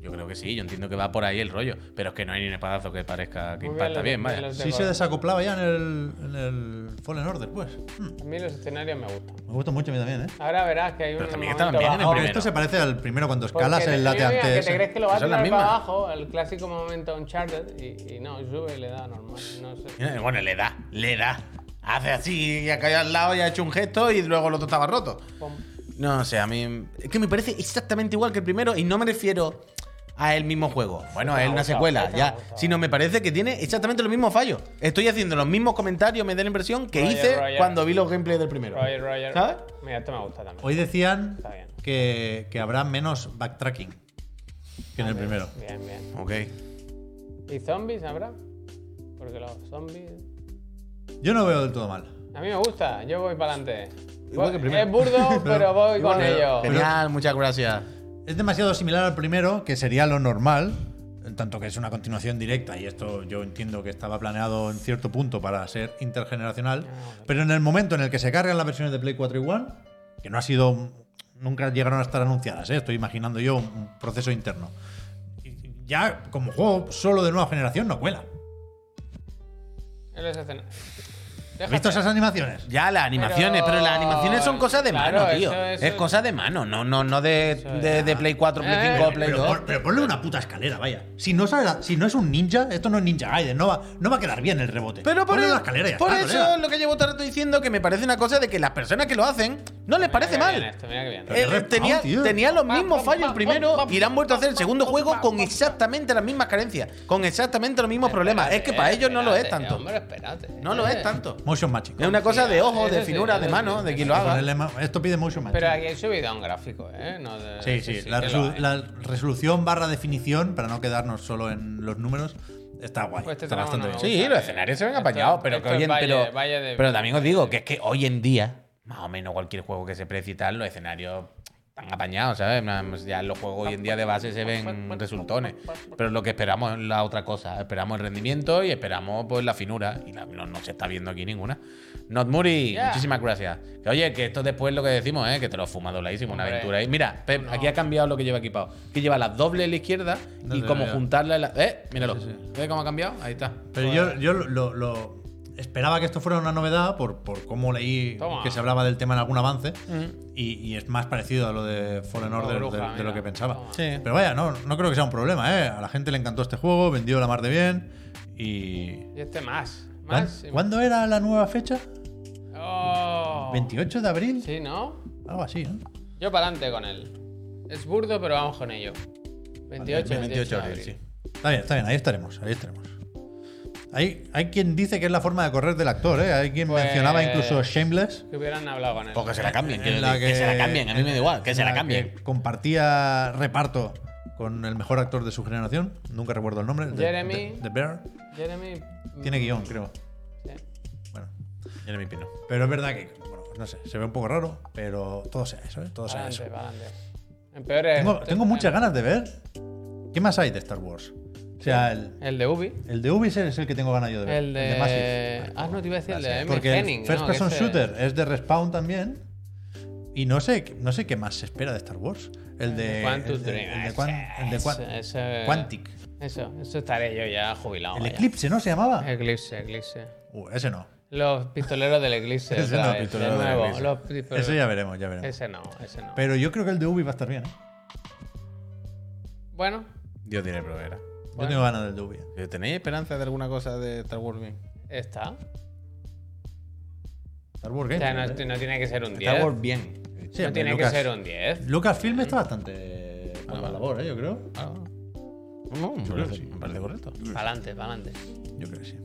[SPEAKER 4] Yo creo que sí, yo entiendo que va por ahí el rollo. Pero es que no hay ni un espadazo que parezca que
[SPEAKER 2] Muy bien,
[SPEAKER 4] impacta
[SPEAKER 2] los-
[SPEAKER 4] bien, vaya.
[SPEAKER 2] los-
[SPEAKER 1] Sí se desacoplaba ya en el, en el Fallen Order, pues. Hmm.
[SPEAKER 2] Space. A mí los escenarios me gustan.
[SPEAKER 1] Me gusta mucho a mí también, ¿eh?
[SPEAKER 2] Ahora verás que hay un.
[SPEAKER 4] Pero también
[SPEAKER 2] momento
[SPEAKER 4] estaban bien en el
[SPEAKER 2] bajo.
[SPEAKER 1] Aunque
[SPEAKER 4] primero.
[SPEAKER 1] esto se parece al primero cuando
[SPEAKER 2] Porque
[SPEAKER 1] escalas
[SPEAKER 2] te-
[SPEAKER 1] el eh.
[SPEAKER 2] mira, mira,
[SPEAKER 1] lateante
[SPEAKER 2] que te crees
[SPEAKER 1] ese.
[SPEAKER 2] que lo va a
[SPEAKER 4] Son las
[SPEAKER 2] tirar para
[SPEAKER 4] mismas.
[SPEAKER 2] abajo, el clásico momento Uncharted, y, y no, sube y le da normal. No sé.
[SPEAKER 4] Mira, Eh, Bueno, le da, le da. Hace así, y ha caído al lado y ha hecho un gesto y luego el otro estaba roto.
[SPEAKER 2] Pum.
[SPEAKER 4] No sé, a mí. Es que me parece exactamente igual que el primero y no me refiero a el mismo juego. Bueno, es una secuela, ya. Sino me parece que tiene exactamente los mismos fallos. Estoy haciendo los mismos comentarios, me da la impresión, que
[SPEAKER 2] Roger,
[SPEAKER 4] hice
[SPEAKER 2] Roger.
[SPEAKER 4] cuando vi los gameplays del primero.
[SPEAKER 2] Roger, Roger.
[SPEAKER 4] ¿Sabes?
[SPEAKER 2] Mira, esto me gusta también.
[SPEAKER 1] Hoy decían
[SPEAKER 2] Está bien.
[SPEAKER 1] que, que habrá menos backtracking que en el primero.
[SPEAKER 2] Bien, bien.
[SPEAKER 4] Ok.
[SPEAKER 2] ¿Y zombies habrá? Porque los zombies.
[SPEAKER 1] Yo no veo del todo mal.
[SPEAKER 2] A mí me gusta, yo voy para adelante.
[SPEAKER 4] Igual que el primero.
[SPEAKER 2] Es burdo, pero voy con
[SPEAKER 1] Igual que-
[SPEAKER 2] ello.
[SPEAKER 4] Genial, muchas gracias.
[SPEAKER 1] Es demasiado similar al primero, que sería lo normal, en tanto que es una continuación directa, y esto yo entiendo que estaba planeado en cierto punto para ser intergeneracional, pero en el momento en el que se cargan las versiones de Play 4 y One, que no ha sido, nunca llegaron a estar anunciadas, ¿eh? estoy imaginando yo un- un proceso interno, Y- ya como juego solo de nueva generación no cuela.
[SPEAKER 2] Él es este, escena-
[SPEAKER 1] ¿Has visto esas animaciones?
[SPEAKER 4] Ya, las animaciones, pero, las animaciones son cosas de
[SPEAKER 2] Claro,
[SPEAKER 4] mano, tío.
[SPEAKER 2] eso- eso-
[SPEAKER 4] es cosa de mano, no, no, no de, de, de Play 4, Play
[SPEAKER 2] Eh,
[SPEAKER 4] 5, Play
[SPEAKER 1] Pero,
[SPEAKER 4] 2.
[SPEAKER 1] pon- pero ponle una puta escalera, vaya. Si no, sabe la- si no es un ninja, esto no es Ninja Gaiden, no va, no va a quedar bien el rebote.
[SPEAKER 4] Pero por,
[SPEAKER 1] ponle
[SPEAKER 4] el-
[SPEAKER 1] una escalera y ya
[SPEAKER 4] por
[SPEAKER 1] está,
[SPEAKER 4] eso
[SPEAKER 1] colega.
[SPEAKER 4] es lo que llevo todo el rato diciendo que me parece una cosa de que las personas que lo hacen no les parece
[SPEAKER 2] Mira qué
[SPEAKER 4] mal.
[SPEAKER 2] bien esto, mira qué bien.
[SPEAKER 1] Pero
[SPEAKER 4] Eh,
[SPEAKER 1] qué
[SPEAKER 4] tenía,
[SPEAKER 1] respawn, tío.
[SPEAKER 4] tenía los mismos fallos el primero y le han vuelto a hacer el segundo juego con exactamente las mismas carencias, con exactamente los mismos problemas. Es que para ellos no lo es
[SPEAKER 2] Eh, Espérate,
[SPEAKER 4] tanto.
[SPEAKER 2] Hombre, espérate.
[SPEAKER 4] No lo es tanto.
[SPEAKER 1] Motion Matching.
[SPEAKER 4] Es una cosa de ojos, de
[SPEAKER 2] Eso sí,
[SPEAKER 4] finura, de
[SPEAKER 2] eso
[SPEAKER 4] mano,
[SPEAKER 2] sí.
[SPEAKER 4] de quien lo haga.
[SPEAKER 1] Ponerle ma- Esto pide Motion Matching.
[SPEAKER 2] Pero aquí he subido a un gráfico, ¿eh? No de-
[SPEAKER 1] sí,
[SPEAKER 2] eso
[SPEAKER 1] sí. la,
[SPEAKER 2] que
[SPEAKER 1] resolu-
[SPEAKER 2] lo hay.
[SPEAKER 1] la resolución barra definición, para no quedarnos solo en los números, está guay.
[SPEAKER 2] Pues este
[SPEAKER 1] está
[SPEAKER 2] tramo
[SPEAKER 1] bastante
[SPEAKER 2] no me
[SPEAKER 1] bien.
[SPEAKER 2] gusta.
[SPEAKER 4] Sí, los escenarios se ven
[SPEAKER 2] Esto-
[SPEAKER 4] apañados, pero que
[SPEAKER 2] esto
[SPEAKER 4] hoy
[SPEAKER 2] es
[SPEAKER 4] en-
[SPEAKER 2] valle-
[SPEAKER 4] pero,
[SPEAKER 2] valle de-
[SPEAKER 4] pero también os digo que es que hoy en día, más o menos cualquier juego que se precie y tal, los escenarios están apañados, ¿sabes? En plan, pues Ya los juegos hoy en día de base se ven resultones. Pero lo que esperamos es la otra cosa. Esperamos el rendimiento y esperamos pues la finura. Y la- no, no se está viendo aquí ninguna. Notmuri,
[SPEAKER 2] Yeah.
[SPEAKER 4] muchísimas gracias. Que, oye, que esto después es lo que decimos, ¿eh? Que te lo fumas dobladísimo, una
[SPEAKER 2] Hombre.
[SPEAKER 4] aventura. ahí. mira, Pep, aquí ha cambiado lo que lleva equipado. Que lleva la doble a la izquierda y
[SPEAKER 1] Dale,
[SPEAKER 4] como
[SPEAKER 1] dale.
[SPEAKER 4] juntarla a la... ¿Eh? Míralo. ¿Ves cómo ha cambiado? Ahí está.
[SPEAKER 1] Pero yo, yo lo, lo- esperaba que esto fuera una novedad por, por cómo leí
[SPEAKER 2] Toma.
[SPEAKER 1] que se hablaba del tema en algún avance
[SPEAKER 4] Mm.
[SPEAKER 1] y, y es más parecido a lo de Fallen
[SPEAKER 2] Como
[SPEAKER 1] Order
[SPEAKER 2] bruja,
[SPEAKER 1] de, de lo
[SPEAKER 2] mira.
[SPEAKER 1] que pensaba.
[SPEAKER 2] Toma.
[SPEAKER 4] Sí.
[SPEAKER 1] Pero vaya, no, no creo que sea un problema, ¿eh? A la gente le encantó este juego, vendió la mar de bien y...
[SPEAKER 2] Y este más. Más.
[SPEAKER 1] ¿Cuán- ¿Cuándo era la nueva fecha?
[SPEAKER 2] Oh.
[SPEAKER 1] ¿28 de abril?
[SPEAKER 2] Sí, ¿no?
[SPEAKER 1] Algo así, ¿no?
[SPEAKER 2] Yo para adelante con él. Es burdo, pero vamos con ello. 28, 28,
[SPEAKER 4] 28
[SPEAKER 2] de
[SPEAKER 4] abril,
[SPEAKER 2] abril.
[SPEAKER 4] sí.
[SPEAKER 1] Está bien, está bien, ahí estaremos, ahí estaremos. Hay, hay quien dice que es la forma de correr del actor, ¿eh? Hay quien
[SPEAKER 2] Pues-
[SPEAKER 1] mencionaba incluso Shameless.
[SPEAKER 2] Que hubieran hablado con él.
[SPEAKER 4] O que se la cambien,
[SPEAKER 1] en
[SPEAKER 4] quiero decir, que, se la cambien, a mí me da igual, que
[SPEAKER 1] en
[SPEAKER 4] se la
[SPEAKER 1] que
[SPEAKER 4] cambien.
[SPEAKER 1] Compartía reparto con el mejor actor de su generación, nunca recuerdo el nombre. de-
[SPEAKER 2] Jeremy.
[SPEAKER 1] de- de Bear.
[SPEAKER 2] Jeremy. mm,
[SPEAKER 1] Tiene guión, creo.
[SPEAKER 2] Sí.
[SPEAKER 1] Bueno,
[SPEAKER 4] Jeremy Pino.
[SPEAKER 1] pero es verdad que, bueno, pues no sé, se ve un poco raro, pero todo sea eso, ¿eh? Todo
[SPEAKER 4] Ah,
[SPEAKER 2] Para
[SPEAKER 1] sea eso.
[SPEAKER 2] adelante, para adelante. En este peores.
[SPEAKER 1] Tengo, tengo muchas ganas de ver. ¿Qué más hay de Star Wars? O sea, el,
[SPEAKER 2] El de Ubi.
[SPEAKER 1] el de Ubisoft es el que tengo ganas yo de ver.
[SPEAKER 2] El de.
[SPEAKER 1] Massive.
[SPEAKER 2] ah, no te iba a decir el de M.
[SPEAKER 1] Porque
[SPEAKER 2] Henning,
[SPEAKER 1] el First
[SPEAKER 2] ¿no? Que
[SPEAKER 1] Person
[SPEAKER 2] ese-
[SPEAKER 1] Shooter es de Respawn también. Y no sé, no sé qué más se espera de Star Wars. El de.
[SPEAKER 2] Quantum
[SPEAKER 1] el de-
[SPEAKER 2] Dream. Ah,
[SPEAKER 1] el de Quan- el de Quan-
[SPEAKER 2] Ese- ese-
[SPEAKER 1] Quantic.
[SPEAKER 2] Eso, eso estaré yo ya jubilado.
[SPEAKER 1] El
[SPEAKER 2] vaya.
[SPEAKER 1] Eclipse, ¿no? Se llamaba.
[SPEAKER 2] Eclipse, Eclipse.
[SPEAKER 1] Uh, ese no.
[SPEAKER 2] Los pistoleros del Eclipse.
[SPEAKER 1] Ese
[SPEAKER 2] otra
[SPEAKER 1] no,
[SPEAKER 2] vez,
[SPEAKER 1] pistolero
[SPEAKER 2] de
[SPEAKER 1] del
[SPEAKER 2] nuevo.
[SPEAKER 1] Eclipse.
[SPEAKER 2] Los pistoleros-
[SPEAKER 1] Ese ya veremos, ya veremos.
[SPEAKER 2] Ese no, ese no.
[SPEAKER 1] Pero yo creo que el de Ubi va a estar bien. ¿eh?
[SPEAKER 2] Bueno,
[SPEAKER 4] Dios tiene provera.
[SPEAKER 1] Yo tengo ganas del de Ubi.
[SPEAKER 4] ¿Tenéis esperanza de alguna cosa de Star Wars bien?
[SPEAKER 2] está.
[SPEAKER 1] Star Wars
[SPEAKER 2] O
[SPEAKER 1] Game.
[SPEAKER 2] sea, no, no tiene que ser un 10.
[SPEAKER 4] Star Wars bien.
[SPEAKER 1] Sí,
[SPEAKER 2] no
[SPEAKER 1] hombre,
[SPEAKER 2] tiene
[SPEAKER 1] Lucas-
[SPEAKER 2] que ser un 10.
[SPEAKER 1] Lucasfilm está bastante a la labor, ¿eh? yo creo.
[SPEAKER 4] Ah. No, me parece- me parece correcto.
[SPEAKER 2] Pa'lante, pa'lante.
[SPEAKER 1] Yo creo que sí.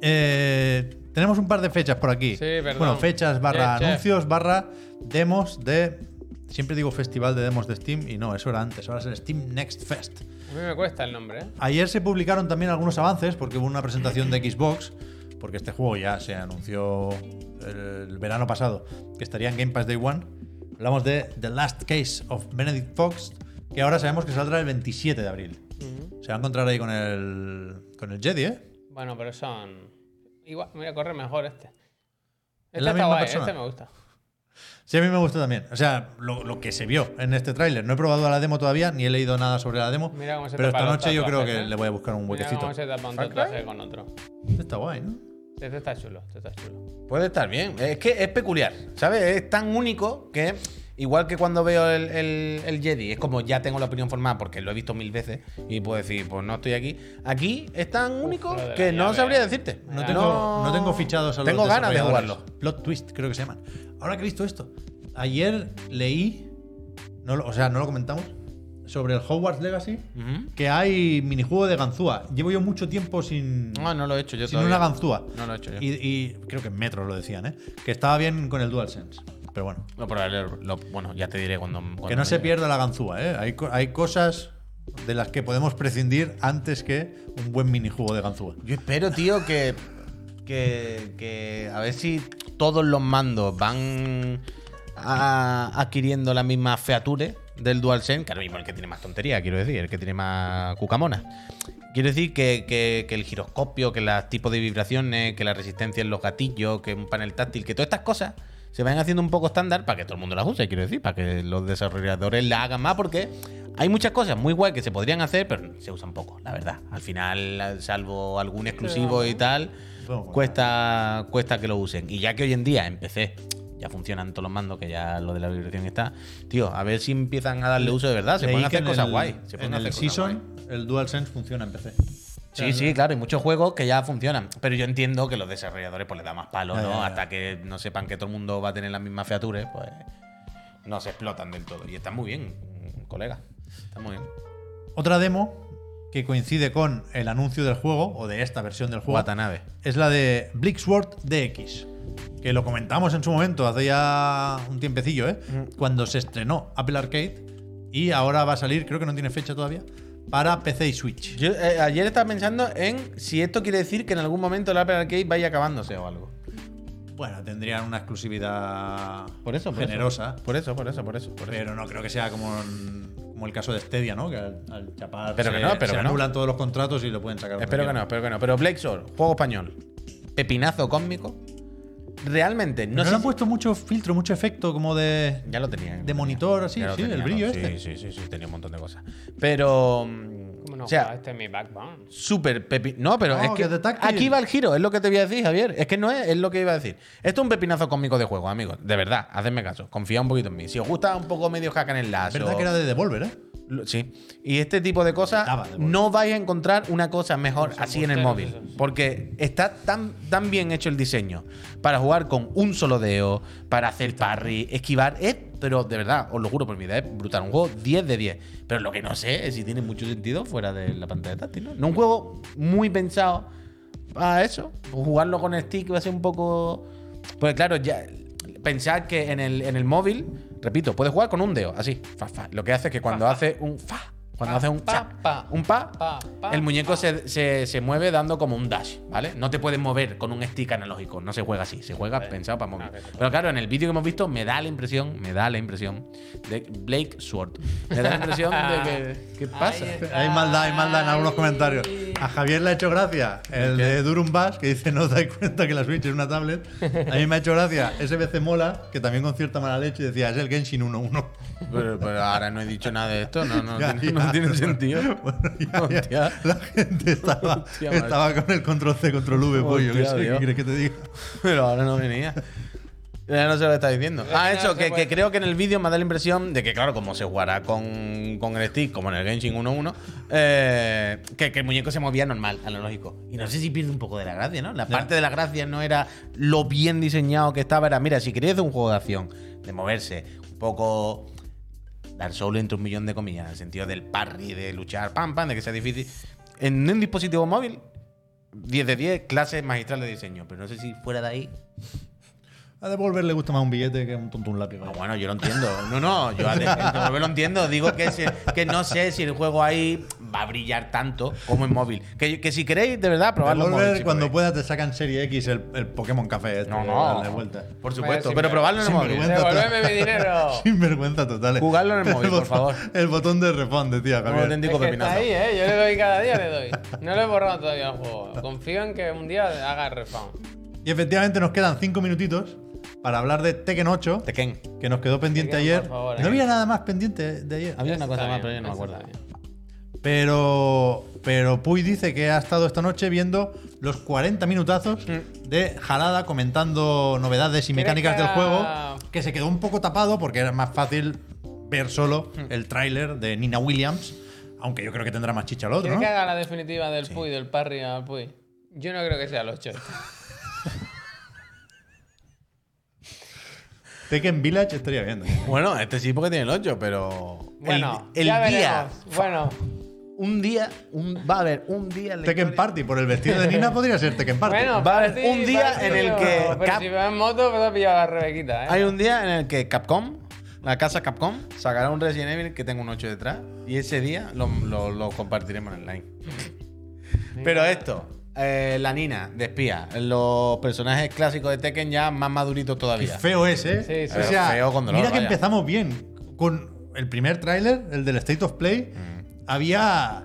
[SPEAKER 1] Eh, tenemos un par de fechas por aquí.
[SPEAKER 2] Sí, perdón.
[SPEAKER 1] Bueno, fechas barra
[SPEAKER 2] Chef, chef.
[SPEAKER 1] anuncios barra demos de... Siempre digo festival de demos de Steam y no, eso era antes, ahora es el Steam Next Fest.
[SPEAKER 2] A mí me cuesta el nombre, ¿eh?
[SPEAKER 1] Ayer se publicaron también algunos avances porque hubo una presentación de Xbox, porque este juego ya se anunció el verano pasado que estaría en Game Pass Day One. Hablamos de The Last Case of Benedict Fox, que ahora sabemos que saldrá el 27 de abril. Se va a encontrar ahí con el, con el Jedi, ¿eh?
[SPEAKER 2] Bueno, pero son. Igual, mira, corre mejor este. Este
[SPEAKER 1] la
[SPEAKER 2] está
[SPEAKER 1] misma
[SPEAKER 2] guay,
[SPEAKER 1] persona.
[SPEAKER 2] este me gusta.
[SPEAKER 1] Sí, a mí me gusta también. O sea, lo, lo que se vio en este tráiler. No he probado la demo todavía, ni he leído nada sobre la demo.
[SPEAKER 2] Mira cómo se
[SPEAKER 1] pero
[SPEAKER 2] tapa
[SPEAKER 1] esta
[SPEAKER 2] los
[SPEAKER 1] noche yo creo
[SPEAKER 2] tatuajes,
[SPEAKER 1] que
[SPEAKER 2] ¿eh?
[SPEAKER 1] le voy a buscar un
[SPEAKER 2] Mira
[SPEAKER 1] huequecito.
[SPEAKER 2] cómo se tapa un
[SPEAKER 4] ¿Far Cry?
[SPEAKER 2] tatuaje con otro.
[SPEAKER 1] Está guay, ¿no?
[SPEAKER 2] Este está chulo, este está chulo.
[SPEAKER 4] Puede estar bien. Es que es peculiar, ¿sabes? Es tan único que, igual que cuando veo el, el- el Jedi, es como ya tengo la opinión formada porque lo he visto mil veces y puedo decir, pues no estoy aquí. Aquí es tan único
[SPEAKER 2] lo de la
[SPEAKER 4] que no
[SPEAKER 2] llave,
[SPEAKER 4] sabría
[SPEAKER 2] eh.
[SPEAKER 4] decirte.
[SPEAKER 1] No tengo, no tengo fichados a los
[SPEAKER 4] Tengo ganas de
[SPEAKER 1] desarrolladores.
[SPEAKER 4] jugarlo.
[SPEAKER 1] Plot twist, creo que se llaman. Ahora que he visto esto, ayer leí, no lo- o sea, no lo comentamos, sobre el Hogwarts Legacy, que hay minijuego de ganzúa. Llevo yo mucho tiempo sin,
[SPEAKER 4] No, no lo he hecho yo
[SPEAKER 1] sin
[SPEAKER 4] todavía.
[SPEAKER 1] una ganzúa.
[SPEAKER 4] No lo he hecho yo.
[SPEAKER 1] Y, y creo que en Metro lo decían, ¿eh? Que estaba bien con el DualSense. Pero bueno,
[SPEAKER 4] Lo probaré, lo- bueno, ya te diré cuando.
[SPEAKER 1] que no se pierda la ganzúa, ¿eh? Hay, co- hay cosas de las que podemos prescindir antes que un buen minijuego de ganzúa.
[SPEAKER 4] Yo espero, tío, que, que, que a ver si todos los mandos van a- adquiriendo las mismas features del DualSense, que ahora mismo el que tiene más tontería, quiero decir, el que tiene más cucamona. Quiero decir que, que- que el giroscopio, que los tipos de vibraciones, que la resistencia en los gatillos, que un panel táctil, que todas estas cosas se vayan haciendo un poco estándar para que todo el mundo las use, quiero decir, para que los desarrolladores las hagan más, porque hay muchas cosas muy guay que se podrían hacer, pero se usan poco, la verdad. Al final, salvo algún exclusivo y tal,
[SPEAKER 1] Vamos.
[SPEAKER 4] cuesta, cuesta que lo usen. Y ya que hoy en día empecé. Ya funcionan todos los mandos, que ya lo de la vibración está. Tío, a ver si empiezan a darle uso de verdad. Se
[SPEAKER 1] Leí
[SPEAKER 4] pueden
[SPEAKER 1] que
[SPEAKER 4] hacer
[SPEAKER 1] en
[SPEAKER 4] cosas
[SPEAKER 1] el-
[SPEAKER 4] guay. Se pueden
[SPEAKER 1] en el
[SPEAKER 4] hacer cosas guay.
[SPEAKER 1] Season, el DualSense funciona en PC.
[SPEAKER 4] Sí, sí, claro, hay muchos juegos que ya funcionan. Pero yo entiendo que los desarrolladores pues les da más palo,
[SPEAKER 1] Ya,
[SPEAKER 4] ¿no?
[SPEAKER 1] ya, ya.
[SPEAKER 4] Hasta que no sepan que todo el mundo va a tener las mismas features, pues no se explotan del todo. Y está muy bien, colega. Está muy bien.
[SPEAKER 1] Otra demo que coincide con el anuncio del juego, o de esta versión del juego,
[SPEAKER 4] Watanabe.
[SPEAKER 1] es la de Blixword DX. Que lo comentamos en su momento, hace ya un tiempecillo, ¿eh? Cuando se estrenó Apple Arcade. Y ahora va a salir, creo que no tiene fecha todavía, para PC y Switch.
[SPEAKER 4] Yo eh, ayer estaba pensando en si esto quiere decir que en algún momento el Apple Arcade vaya acabándose o algo.
[SPEAKER 1] Bueno, tendrían una exclusividad
[SPEAKER 4] Por eso, por
[SPEAKER 1] generosa.
[SPEAKER 4] Por eso, por eso, por eso. Por eso.
[SPEAKER 1] Pero no creo que sea como, en- como el caso de Stadia, ¿no? Que al, al chapar
[SPEAKER 4] Pero
[SPEAKER 1] se,
[SPEAKER 4] que no, pero
[SPEAKER 1] se
[SPEAKER 4] que no.
[SPEAKER 1] anulan todos los contratos y lo pueden sacar.
[SPEAKER 4] Espero que
[SPEAKER 1] cuando
[SPEAKER 4] no, espero que no. Pero Blake Shore, juego español. Pepinazo cósmico. Realmente,
[SPEAKER 1] No,
[SPEAKER 4] no,
[SPEAKER 1] le
[SPEAKER 4] sé
[SPEAKER 1] han
[SPEAKER 4] si-
[SPEAKER 1] puesto mucho filtro, mucho efecto como de.
[SPEAKER 4] Ya lo tenía.
[SPEAKER 1] De monitor, así,
[SPEAKER 4] así,
[SPEAKER 1] sí, el brillo este.
[SPEAKER 4] Sí, sí, sí, sí, tenía un montón de cosas. Pero. mm,
[SPEAKER 2] ¿Cómo no?
[SPEAKER 4] o sea,
[SPEAKER 2] este es mi backbone.
[SPEAKER 4] súper pepi. No, pero
[SPEAKER 1] No,
[SPEAKER 4] es que.
[SPEAKER 1] que es de táctil.
[SPEAKER 4] aquí va el giro, es lo que te voy a decir, Javier. Es que no es, es lo que iba a decir. Esto es un pepinazo cósmico de juego, amigos. De verdad, hacedme caso. Confía un poquito en mí. Si os gusta un poco medio hack en el lazo.
[SPEAKER 1] verdad que era de Devolver, ¿eh?
[SPEAKER 4] Lo- Sí. Y este tipo de cosas
[SPEAKER 1] Estaba de moda.
[SPEAKER 4] no vais a encontrar una cosa mejor así en el
[SPEAKER 2] busteros
[SPEAKER 4] móvil. Porque está tan, tan bien hecho el diseño. Para jugar con un solo dedo, para hacer parry, esquivar. Es, pero de verdad, os lo juro por mi vida, es brutal. Un juego 10 de 10. Pero lo que no sé es si tiene mucho sentido fuera de la pantalla táctil. ¿no? No un juego muy pensado a eso. Jugarlo con stick va a ser un poco. Pues claro, ya. Pensad que en el, en el móvil, repito, puedes jugar con un dedo, así. fa, fa. Lo que hace es que cuando hace un fa, cuando
[SPEAKER 2] Pa,
[SPEAKER 4] hace un
[SPEAKER 2] pa,
[SPEAKER 4] chac,
[SPEAKER 2] pa.
[SPEAKER 4] un pa,
[SPEAKER 2] Pa, pa,
[SPEAKER 4] el muñeco
[SPEAKER 2] pa.
[SPEAKER 4] Se, se- se mueve dando como un dash, ¿vale? No te puedes mover con un stick analógico, no se juega así, se juega pensado
[SPEAKER 2] Ah,
[SPEAKER 4] para móvil. Pero claro, en el vídeo que hemos visto me da la impresión, me da la impresión de Blake Sword. Me da la impresión de que ¿qué pasa?
[SPEAKER 1] Hay maldad, hay maldad en algunos comentarios. A Javier le ha hecho gracia el de Durum Bass, que dice: No os dais cuenta que la Switch es una tablet. A mí me ha hecho gracia SBC Mola, que también con cierta mala leche decía: Es el Genshin 1-1.
[SPEAKER 4] Pero, pero ahora no he dicho nada de esto, no, no,
[SPEAKER 1] Ya,
[SPEAKER 4] tiene-
[SPEAKER 1] ya.
[SPEAKER 4] no tiene sentido.
[SPEAKER 1] Bueno, ya, ya.
[SPEAKER 4] Hostia.
[SPEAKER 1] La gente estaba,
[SPEAKER 4] Hostia, macho.
[SPEAKER 1] estaba con el control C, control V, pollo.
[SPEAKER 4] Hostia,
[SPEAKER 1] ¿Qué sé,
[SPEAKER 4] Dios.
[SPEAKER 1] ¿Qué quieres que te diga?
[SPEAKER 4] Pero ahora no venía. Ya no sé lo que está diciendo. Ah,
[SPEAKER 2] no,
[SPEAKER 4] eso,
[SPEAKER 2] se
[SPEAKER 4] que,
[SPEAKER 2] puede.
[SPEAKER 4] que creo que en el vídeo me da la impresión de que, claro, como se jugará con, con el stick, como en el Genshin 1-1, eh, que, que el muñeco se movía normal, analógico. Y no sé si pierde un poco de la gracia, ¿no? La parte de la gracia no era lo bien diseñado que estaba, era, mira, si queréis hacer un juego de acción, de moverse, un poco Dar solo entre un millón de comillas, en el sentido del parry, de luchar, pam, pam, de que sea difícil. En un dispositivo móvil, 10 de 10, clases magistrales de diseño. Pero no sé si fuera de ahí.
[SPEAKER 1] A Devolver le gusta más un billete que un tonto un lápiz.
[SPEAKER 4] No, bueno, yo lo entiendo. No, no, yo a de- a devolver lo entiendo. Digo que, se- que no sé si el juego ahí va a brillar tanto como en móvil. Que, que si queréis, de verdad, probarlo en
[SPEAKER 1] Devolver,
[SPEAKER 4] móvil, si
[SPEAKER 1] cuando
[SPEAKER 4] podéis.
[SPEAKER 1] pueda, te sacan Serie X el, el Pokémon Café. Este,
[SPEAKER 4] No, no.
[SPEAKER 1] darle vuelta.
[SPEAKER 4] Por supuesto,
[SPEAKER 2] Vaya,
[SPEAKER 4] pero
[SPEAKER 2] sí,
[SPEAKER 4] probarlo en el
[SPEAKER 1] sin
[SPEAKER 4] móvil.
[SPEAKER 1] vergüenza.
[SPEAKER 2] Devolveme mi dinero.
[SPEAKER 1] Sin vergüenza total. eh.
[SPEAKER 4] Jugadlo en el móvil, por
[SPEAKER 1] botón-
[SPEAKER 4] favor.
[SPEAKER 1] El botón de responde, tío,
[SPEAKER 4] Un
[SPEAKER 1] Javier.
[SPEAKER 2] Es
[SPEAKER 4] auténtico
[SPEAKER 2] que está
[SPEAKER 4] pepinazo.
[SPEAKER 2] ahí, ¿eh? Yo le doy cada día, le doy. No lo he borrado todavía el juego. Confío en que un día haga el refund.
[SPEAKER 1] Y efectivamente nos quedan 5 minutitos para hablar de Tekken 8,
[SPEAKER 4] Tekken.
[SPEAKER 1] que nos quedó pendiente
[SPEAKER 2] Tekken,
[SPEAKER 1] ayer.
[SPEAKER 2] por favor,
[SPEAKER 1] no
[SPEAKER 2] eh.
[SPEAKER 1] había nada más pendiente de ayer.
[SPEAKER 4] Había una
[SPEAKER 2] Eso
[SPEAKER 4] cosa
[SPEAKER 2] Este está
[SPEAKER 4] más,
[SPEAKER 2] bien, eso
[SPEAKER 4] pero yo no me acuerdo.
[SPEAKER 2] está bien.
[SPEAKER 1] Pero, pero Puy dice que ha estado esta noche viendo los 40 minutazos de Jalada comentando novedades y
[SPEAKER 2] ¿Quieres
[SPEAKER 1] mecánicas
[SPEAKER 2] Mm. que
[SPEAKER 1] del juego,
[SPEAKER 2] haga-
[SPEAKER 1] que se quedó un poco tapado porque era más fácil ver solo
[SPEAKER 2] Mm.
[SPEAKER 1] el tráiler de Nina Williams, aunque yo creo que tendrá más chicha el otro,
[SPEAKER 2] ¿Quieres
[SPEAKER 1] ¿no?
[SPEAKER 2] que haga la definitiva del Puy, del parry al Puy? Yo no creo que sea los 8.
[SPEAKER 1] Tekken Village estaría bien.
[SPEAKER 4] Bueno, este sí porque tiene el 8, pero.
[SPEAKER 2] Bueno,
[SPEAKER 4] el, el
[SPEAKER 2] ya
[SPEAKER 4] día.
[SPEAKER 2] veremos. Bueno,
[SPEAKER 4] Un día. un- va a haber un día. en la
[SPEAKER 1] Tekken
[SPEAKER 4] historia-
[SPEAKER 1] Party, por el vestido de Nina podría ser Tekken Party.
[SPEAKER 2] bueno,
[SPEAKER 4] Va a haber
[SPEAKER 2] parece-
[SPEAKER 4] un día
[SPEAKER 2] parece
[SPEAKER 4] en el que
[SPEAKER 2] pero- Pero
[SPEAKER 4] Cap-
[SPEAKER 2] si vas en moto, vas a pillar a la Rebequita, ¿eh?
[SPEAKER 4] Hay un día en el que Capcom, la casa Capcom, sacará un Resident Evil que tenga un 8 detrás. Y ese día lo, lo- lo compartiremos en online. Pero esto. eh, la Nina de espía, los personajes clásicos de Tekken ya más maduritos
[SPEAKER 1] Qué
[SPEAKER 4] todavía.
[SPEAKER 1] feo es, ¿eh?
[SPEAKER 2] Sí, sí.
[SPEAKER 1] o sea,
[SPEAKER 4] Feo con dolor,
[SPEAKER 1] mira que
[SPEAKER 4] vaya.
[SPEAKER 1] empezamos bien. Con el primer tráiler, el del State of Play,
[SPEAKER 4] Mm.
[SPEAKER 1] había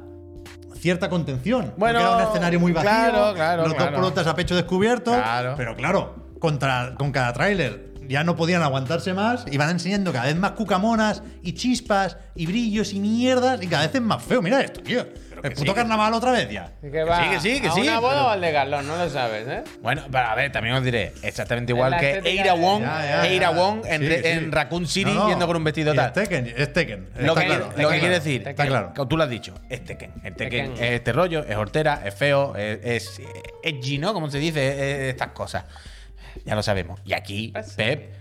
[SPEAKER 1] cierta contención.
[SPEAKER 4] Bueno,
[SPEAKER 1] porque era un escenario muy vacío.
[SPEAKER 4] claro, claro,
[SPEAKER 1] Los
[SPEAKER 4] claro.
[SPEAKER 1] dos pelotas a pecho descubierto.
[SPEAKER 4] Claro.
[SPEAKER 1] Pero claro, contra, con cada tráiler ya no podían aguantarse más y van enseñando cada vez más cucamonas y chispas y brillos y mierdas y cada vez es más feo. Mira esto, tío. El puto carnaval otra vez ya.
[SPEAKER 2] Así que va
[SPEAKER 4] sí, que sí, que
[SPEAKER 2] a
[SPEAKER 4] sí,
[SPEAKER 2] una boda
[SPEAKER 4] pero-
[SPEAKER 2] o al de Carlón, no lo sabes, ¿eh?
[SPEAKER 4] Bueno, pero a ver, también os diré, exactamente igual
[SPEAKER 2] la
[SPEAKER 4] que
[SPEAKER 2] estética
[SPEAKER 4] Eira
[SPEAKER 2] de-
[SPEAKER 4] Wong,
[SPEAKER 1] Ya, ya,
[SPEAKER 4] Eira
[SPEAKER 1] ya.
[SPEAKER 4] Wong en,
[SPEAKER 1] Sí,
[SPEAKER 4] re-
[SPEAKER 1] sí.
[SPEAKER 4] en Raccoon City
[SPEAKER 1] No, no.
[SPEAKER 4] yendo con un vestido
[SPEAKER 1] Y
[SPEAKER 4] tal.
[SPEAKER 1] Es Tekken, es Tekken.
[SPEAKER 4] Lo
[SPEAKER 1] Está
[SPEAKER 4] que,
[SPEAKER 1] claro,
[SPEAKER 4] lo
[SPEAKER 1] está
[SPEAKER 4] que
[SPEAKER 1] claro.
[SPEAKER 4] quiere decir,
[SPEAKER 1] Está claro.
[SPEAKER 4] que tú lo has dicho, es Tekken. El Tekken,
[SPEAKER 2] Tekken.
[SPEAKER 4] es este rollo, es hortera, es feo, es, es, es edgy, ¿no? Como se dice, es- es estas cosas. Ya lo sabemos. Y aquí,
[SPEAKER 2] Pues sí.
[SPEAKER 4] Pep,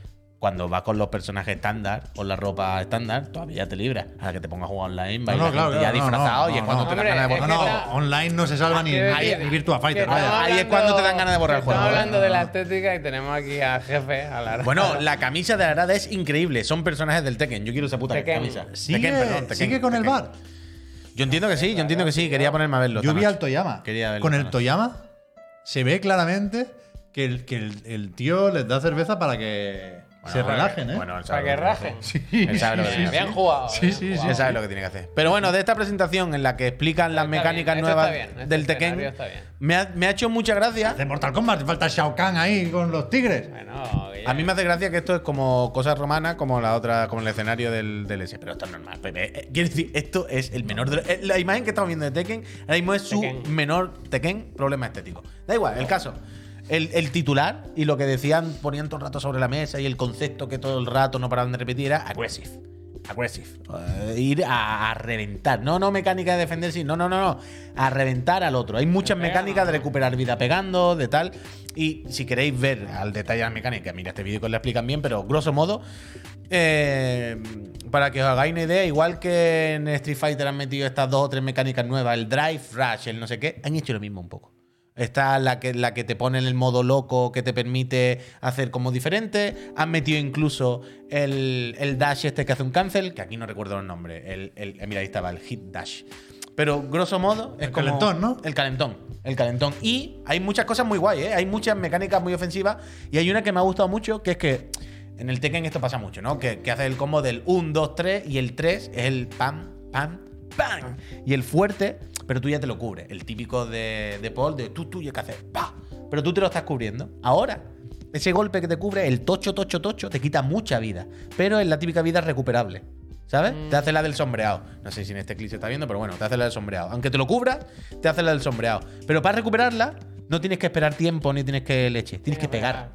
[SPEAKER 4] cuando va con los personajes estándar, con la ropa estándar, todavía te libras. A la que te pongas a jugar online, va
[SPEAKER 1] No,
[SPEAKER 4] y
[SPEAKER 1] no,
[SPEAKER 4] la
[SPEAKER 1] claro,
[SPEAKER 4] gente ya
[SPEAKER 1] claro, no,
[SPEAKER 4] disfrazado
[SPEAKER 1] no,
[SPEAKER 4] y es
[SPEAKER 1] no,
[SPEAKER 4] cuando
[SPEAKER 1] no.
[SPEAKER 4] te dan
[SPEAKER 2] Hombre,
[SPEAKER 4] ganas de
[SPEAKER 2] es
[SPEAKER 4] borrar.
[SPEAKER 1] No,
[SPEAKER 2] Está-
[SPEAKER 1] no, online no se salva ni,
[SPEAKER 2] Quiero
[SPEAKER 1] ni-
[SPEAKER 2] decir
[SPEAKER 1] ni Virtua Fighter.
[SPEAKER 2] Ah, que estamos
[SPEAKER 1] vaya.
[SPEAKER 4] Ahí es cuando te dan ganas de borrar el juego,
[SPEAKER 2] Estamos
[SPEAKER 4] vaya.
[SPEAKER 2] hablando de la estética y tenemos aquí a jefe, a la
[SPEAKER 4] Bueno, la camisa de Arada es increíble. Son personajes del Tekken. Yo quiero esa puta
[SPEAKER 2] Tekken.
[SPEAKER 4] camisa.
[SPEAKER 1] Sigue,
[SPEAKER 4] Tekken, perdón, Tekken,
[SPEAKER 1] sigue con el
[SPEAKER 4] Tekken.
[SPEAKER 1] bar.
[SPEAKER 4] Yo entiendo que sí, yo entiendo que sí. Quería ponerme a verlo.
[SPEAKER 1] Yo
[SPEAKER 4] esta
[SPEAKER 1] vi
[SPEAKER 4] noche.
[SPEAKER 1] al Toyama.
[SPEAKER 4] Quería verlo
[SPEAKER 1] Con
[SPEAKER 4] esta
[SPEAKER 1] el
[SPEAKER 4] noche.
[SPEAKER 1] Toyama se ve claramente que el, que el, el tío les da cerveza para que
[SPEAKER 4] Bueno,
[SPEAKER 1] se
[SPEAKER 4] bueno,
[SPEAKER 1] relajen, ¿eh?
[SPEAKER 4] bueno, él
[SPEAKER 2] Para
[SPEAKER 4] sabe
[SPEAKER 2] que
[SPEAKER 4] lo tiene
[SPEAKER 2] rajen.
[SPEAKER 4] hacer.
[SPEAKER 1] sí,
[SPEAKER 4] él sabe lo que
[SPEAKER 2] Sí,
[SPEAKER 4] tiene que
[SPEAKER 2] bien
[SPEAKER 4] hacer.
[SPEAKER 2] jugado.
[SPEAKER 1] Sí,
[SPEAKER 2] bien
[SPEAKER 1] sí,
[SPEAKER 2] jugado.
[SPEAKER 4] Él sabe lo que tiene que hacer. Pero bueno, de esta presentación en la que explican las
[SPEAKER 2] Está
[SPEAKER 4] mecánicas
[SPEAKER 2] bien, esto
[SPEAKER 4] nuevas
[SPEAKER 2] está bien, este
[SPEAKER 4] del Tekken,
[SPEAKER 2] escenario está bien.
[SPEAKER 4] me ha, me ha hecho mucha gracia.
[SPEAKER 1] de Mortal Kombat, falta Shao Kahn ahí con los tigres.
[SPEAKER 2] Bueno, Guille,
[SPEAKER 4] A mí me hace gracia que esto es como cosas romanas, como la otra, como el escenario del, del S. Pero esto es normal, Pepe. Eh, Quiero decir, esto es el menor de los- eh, La imagen que estamos viendo de Tekken, ahora mismo es su
[SPEAKER 2] Tekken.
[SPEAKER 4] menor Tekken problema estético. Da igual, el caso. El, el titular y lo que decían, ponían todo el rato sobre la mesa y el concepto que todo el rato no paraban de repetir era aggressive. Aggressive. Eh, ir a, a reventar. No, no mecánica de defender, sí. No, no, no, no. A reventar al otro. Hay muchas
[SPEAKER 2] Pega,
[SPEAKER 4] mecánicas de
[SPEAKER 2] ¿no?
[SPEAKER 4] recuperar vida pegando, de tal. Y si queréis ver al detalle la mecánica, mira este vídeo que os la explican bien, pero grosso modo, eh, para que os hagáis una idea, igual que en Street Fighter han metido estas dos o tres mecánicas nuevas, el Drive, Rush, el no sé qué, han hecho lo mismo un poco. Está la que, la que te pone en el modo loco, que te permite hacer como diferente. Han metido incluso el, el dash este que hace un cancel, que aquí no recuerdo el nombre. El, el- eh, mira, ahí estaba, el hit dash. Pero grosso modo... Es
[SPEAKER 1] El
[SPEAKER 4] como-
[SPEAKER 1] calentón, ¿no?
[SPEAKER 4] el calentón, el calentón. Y hay muchas cosas muy guay, ¿eh? Hay muchas mecánicas muy ofensivas. Y hay una que me ha gustado mucho, que es que en el Tekken esto pasa mucho, ¿no? Que, que hace el combo del 1, 2, 3 y el 3 es el pam, pam, pam. Y el fuerte, pero tú ya te lo cubres. El típico de, de Paul, de tú, tú, y el que haces pa. Pero tú te lo estás cubriendo. Ahora, ese golpe que te cubre, el tocho, tocho, tocho, te quita mucha vida. Pero es la típica vida recuperable. ¿Sabes? Te hace la del sombreado. No sé si en este clip se está viendo, pero bueno, te hace la del sombreado. Aunque te lo cubra, te hace la del sombreado. Pero para recuperarla, no tienes que esperar tiempo ni tienes que leche. Tienes que pegar.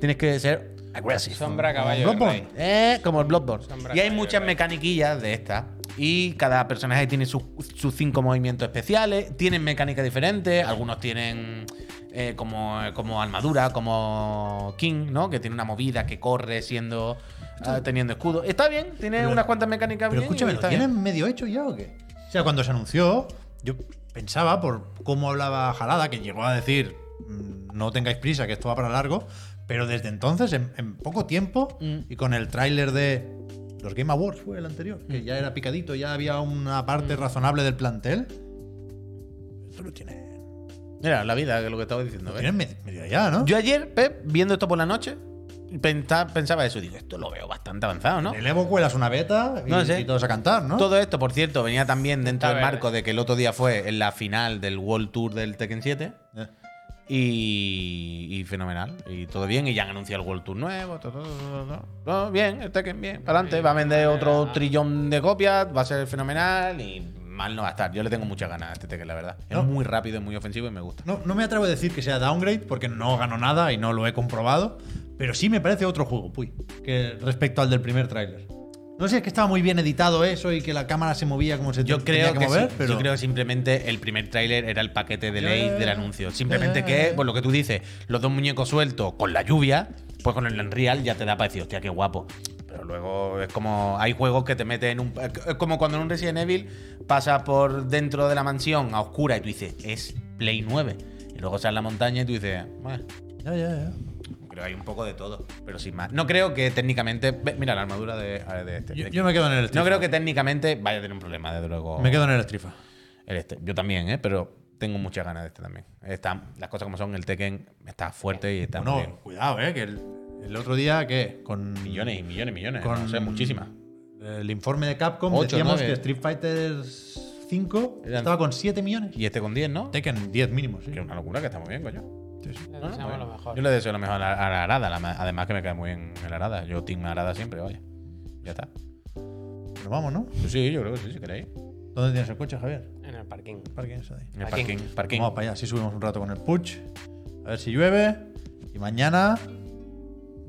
[SPEAKER 4] Tienes que ser aggressive.
[SPEAKER 2] Sombra caballo. del
[SPEAKER 1] Bloodborne.
[SPEAKER 2] rey.
[SPEAKER 4] Eh, como el Bloodborne.
[SPEAKER 2] Sombra
[SPEAKER 4] Y hay
[SPEAKER 2] caballo,
[SPEAKER 4] muchas
[SPEAKER 2] ¿verdad?
[SPEAKER 4] mecaniquillas de estas. Y cada personaje tiene sus, sus cinco movimientos especiales. Tienen mecánicas diferentes. Algunos tienen eh, como, como armadura, como King, ¿no? Que tiene una movida que corre siendo. ah, teniendo escudo. Está bien, tiene
[SPEAKER 1] Pero-
[SPEAKER 4] unas cuantas mecánicas
[SPEAKER 1] Pero
[SPEAKER 4] bien y
[SPEAKER 1] escúchame, ¿lo
[SPEAKER 4] está bien.
[SPEAKER 1] tienen medio hecho ya o qué? O sea, cuando se anunció, yo pensaba por cómo hablaba Jalada, que llegó a decir mm, no tengáis prisa, que esto va para largo, pero desde entonces, en, en poco tiempo,
[SPEAKER 4] Mm.
[SPEAKER 1] y con el tráiler de los Game Awards fue el anterior,
[SPEAKER 4] Mm.
[SPEAKER 1] que ya era picadito, ya había una parte razonable del plantel, esto lo tiene.
[SPEAKER 4] Mira, la vida, que es lo que estaba diciendo.
[SPEAKER 1] Lo
[SPEAKER 4] ¿ves?
[SPEAKER 1] tienen med- medio ya, ¿no?
[SPEAKER 4] Yo ayer, Pep, viendo esto por la noche, pensa- pensaba eso. Digo, esto lo veo bastante avanzado, ¿no?
[SPEAKER 1] El Evo cuelas una beta y,
[SPEAKER 4] No sé.
[SPEAKER 1] y todos a cantar, ¿no?
[SPEAKER 4] Todo esto, por cierto, venía también
[SPEAKER 2] Está
[SPEAKER 4] dentro del
[SPEAKER 2] verde.
[SPEAKER 4] marco de que el otro día fue en la final del World Tour del Tekken 7.
[SPEAKER 1] Eh.
[SPEAKER 4] Y, y fenomenal. Y todo bien. Y ya han anunciado el World Tour nuevo. Todo, todo, todo, todo. Todo bien, el Tekken bien. Para adelante. Va a vender otro trillón de copias. Va a ser fenomenal. Y mal no va a estar. Yo le tengo muchas ganas a este Tekken, la verdad.
[SPEAKER 1] No.
[SPEAKER 4] Es muy rápido, es muy ofensivo y me gusta.
[SPEAKER 1] No, no me atrevo a decir que sea downgrade porque no gano nada y no lo he comprobado, pero sí me parece otro juego, puy, que respecto al del primer tráiler. No sé si es que estaba muy bien editado eso y que la cámara se movía como se
[SPEAKER 4] Yo
[SPEAKER 1] tenía
[SPEAKER 4] creo
[SPEAKER 1] que
[SPEAKER 4] que,
[SPEAKER 1] mover,
[SPEAKER 4] sí.
[SPEAKER 1] pero
[SPEAKER 4] yo creo que simplemente el primer tráiler era el paquete de
[SPEAKER 1] Ya,
[SPEAKER 4] ley
[SPEAKER 1] ya, ya.
[SPEAKER 4] del anuncio. Simplemente
[SPEAKER 1] Ya, ya, ya.
[SPEAKER 4] que, pues lo que tú dices, los dos muñecos sueltos con la lluvia, Pues con el Unreal ya te da para decir, hostia, qué guapo. Pero luego es como. Hay juegos que te meten en un. Es como cuando en un Resident Evil pasa por dentro de la mansión a oscura y tú dices, es Play 9. Y luego sales a la montaña y tú dices, bueno.
[SPEAKER 1] Ya, ya, ya.
[SPEAKER 4] Creo que hay un poco de todo, pero sin más. No creo que técnicamente. ve, Mira la armadura de, a ver, de este.
[SPEAKER 1] Yo,
[SPEAKER 4] de-
[SPEAKER 1] yo me quedo en el
[SPEAKER 4] no
[SPEAKER 1] Strifa.
[SPEAKER 4] creo que técnicamente vaya a tener un problema, desde luego.
[SPEAKER 1] Me quedo en el Strifa.
[SPEAKER 4] el este. Yo también, ¿eh? Pero tengo muchas ganas de este también. Está, las cosas como son, el Tekken está fuerte y está muy bien.
[SPEAKER 1] Bueno, cuidado, eh, que el, el otro día, ¿qué? Con
[SPEAKER 4] Millones y millones y millones.
[SPEAKER 1] Con-
[SPEAKER 4] No sé, muchísimas.
[SPEAKER 1] el informe de Capcom
[SPEAKER 4] Ocho,
[SPEAKER 1] decíamos
[SPEAKER 4] nueve.
[SPEAKER 1] que Street Fighter 5
[SPEAKER 4] Eran-
[SPEAKER 1] estaba con 7 millones.
[SPEAKER 4] Y este con 10, ¿no?
[SPEAKER 1] Tekken 10 mínimos, sí.
[SPEAKER 4] Que es una locura, que está muy bien, coño. pues,
[SPEAKER 1] Sí, sí.
[SPEAKER 4] Ah,
[SPEAKER 2] Le deseamos lo mejor.
[SPEAKER 4] Yo le deseo lo mejor a la, a la Arada, la ma- además que me cae muy bien el Arada. Yo team Arada siempre, vaya. Ya está.
[SPEAKER 1] Pero vamos, ¿no?
[SPEAKER 4] Pues sí, yo creo que sí, si queréis.
[SPEAKER 1] ¿Dónde tienes el coche, Javier?
[SPEAKER 2] En el parking.
[SPEAKER 1] Parking, eso de ahí.
[SPEAKER 4] En el
[SPEAKER 2] Aquí.
[SPEAKER 4] parking. parking.
[SPEAKER 1] Vamos para allá, así subimos un rato con el Puch. A ver si llueve. Y mañana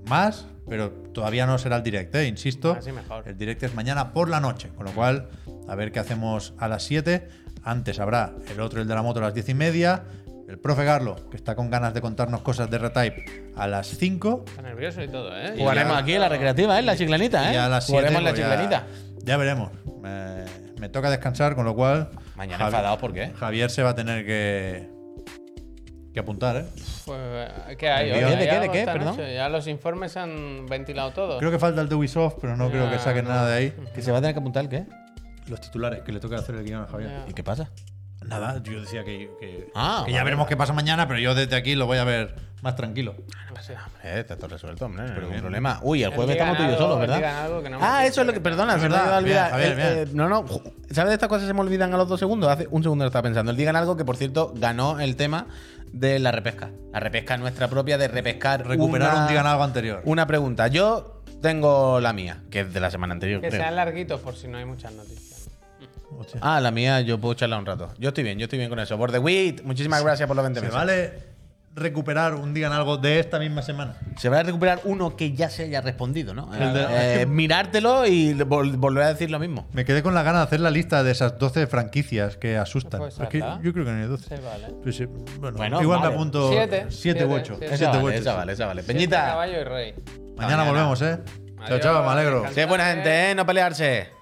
[SPEAKER 1] más, pero todavía no será el direct, ¿eh? insisto.
[SPEAKER 2] Así mejor.
[SPEAKER 1] El direct es mañana por la noche, con lo cual a ver qué hacemos a las 7. Antes habrá el otro, el de la moto, a las 10 y media. El profe Garlo, que está con ganas de contarnos cosas de Retype, a las 5.
[SPEAKER 2] Está nervioso y todo, ¿eh?
[SPEAKER 4] Jugaremos
[SPEAKER 1] ya-
[SPEAKER 4] aquí en la recreativa, ¿eh? En la chiclanita, ¿eh?
[SPEAKER 1] Y a las 7.
[SPEAKER 4] Jugaremos en la
[SPEAKER 1] pues, ya-
[SPEAKER 4] chiclanita.
[SPEAKER 1] Ya veremos. Me, me toca descansar, con lo cual.
[SPEAKER 4] Mañana enfadado, ¿por qué?
[SPEAKER 1] Javier se va a tener que. que apuntar, ¿eh?
[SPEAKER 2] Pues, ¿Qué hay?
[SPEAKER 1] ¿De
[SPEAKER 2] hoy?
[SPEAKER 1] qué,
[SPEAKER 2] ¿Hay
[SPEAKER 4] de qué, de
[SPEAKER 2] algo
[SPEAKER 4] qué?
[SPEAKER 2] esta
[SPEAKER 4] Perdón.
[SPEAKER 2] noche? Ya los informes han ventilado todo.
[SPEAKER 1] Creo que falta el de Ubisoft, pero no creo que
[SPEAKER 2] Ah,
[SPEAKER 1] saquen
[SPEAKER 2] no.
[SPEAKER 1] nada de ahí.
[SPEAKER 4] Que se va a tener que apuntar el qué.
[SPEAKER 1] Los titulares que le toca hacer el guión a Javier.
[SPEAKER 2] Ya.
[SPEAKER 4] ¿Y qué pasa?
[SPEAKER 1] Nada, yo decía que, que,
[SPEAKER 4] Ah,
[SPEAKER 1] que ya
[SPEAKER 4] vale.
[SPEAKER 1] veremos qué pasa mañana, pero yo desde aquí lo voy a ver más tranquilo.
[SPEAKER 4] Eh, está todo resuelto, hombre. No hay ningún problema. Uy, el
[SPEAKER 2] Que
[SPEAKER 4] jueves
[SPEAKER 2] digan
[SPEAKER 4] estamos tú y yo
[SPEAKER 2] algo,
[SPEAKER 4] solos,
[SPEAKER 2] que digan
[SPEAKER 4] ¿verdad?
[SPEAKER 2] algo que no me
[SPEAKER 4] Ah,
[SPEAKER 2] acuerdo.
[SPEAKER 4] eso es lo que. Perdona,
[SPEAKER 1] Es
[SPEAKER 4] se me
[SPEAKER 1] verdad,
[SPEAKER 4] iba a olvidar.
[SPEAKER 1] bien, Javier,
[SPEAKER 4] Eh,
[SPEAKER 1] bien.
[SPEAKER 4] eh, no, no. ju- ¿Sabes de estas cosas se me olvidan a los dos segundos? Hace un segundo lo estaba pensando. El Digan algo que, por cierto, ganó el tema de la repesca. La repesca nuestra propia de repescar.
[SPEAKER 1] Recuperar
[SPEAKER 4] una-
[SPEAKER 1] un digan algo anterior.
[SPEAKER 4] Una pregunta. Yo tengo la mía, que es de la semana anterior.
[SPEAKER 2] Que
[SPEAKER 4] creo.
[SPEAKER 2] sean larguitos por si no hay muchas noticias.
[SPEAKER 1] Hostia.
[SPEAKER 4] Ah, la mía, yo puedo charlar un rato. Yo estoy bien, yo estoy bien con eso. Por The Wit, muchísimas gracias por los 20
[SPEAKER 1] ¿Se
[SPEAKER 4] meses.
[SPEAKER 1] vale recuperar un digan algo de esta misma semana?
[SPEAKER 4] Se va a recuperar uno que ya se haya respondido, ¿no?
[SPEAKER 1] El de-
[SPEAKER 4] Eh, mirártelo y vol- volver a decir lo mismo.
[SPEAKER 1] Me quedé con la gana de hacer la lista de esas 12 franquicias que asustan.
[SPEAKER 2] Pues,
[SPEAKER 1] Es que
[SPEAKER 2] ¿verdad?
[SPEAKER 1] yo creo que no hay 12.
[SPEAKER 2] Se vale.
[SPEAKER 1] Pues sí, bueno,
[SPEAKER 4] Bueno,
[SPEAKER 1] igual
[SPEAKER 4] vale.
[SPEAKER 1] me apunto
[SPEAKER 2] Siete,
[SPEAKER 1] 7
[SPEAKER 2] siete,
[SPEAKER 1] u 8.
[SPEAKER 2] siete.
[SPEAKER 4] Esa vale, esa vale, esa vale.
[SPEAKER 2] Siete,
[SPEAKER 4] eh, Peñita,
[SPEAKER 2] Caballo y rey.
[SPEAKER 1] Mañana
[SPEAKER 4] Mañana.
[SPEAKER 1] volvemos, ¿eh? Chao,
[SPEAKER 2] Adiós,
[SPEAKER 1] chao, me alegro.
[SPEAKER 2] descansa.
[SPEAKER 4] sé buena gente, ¿eh? No pelearse.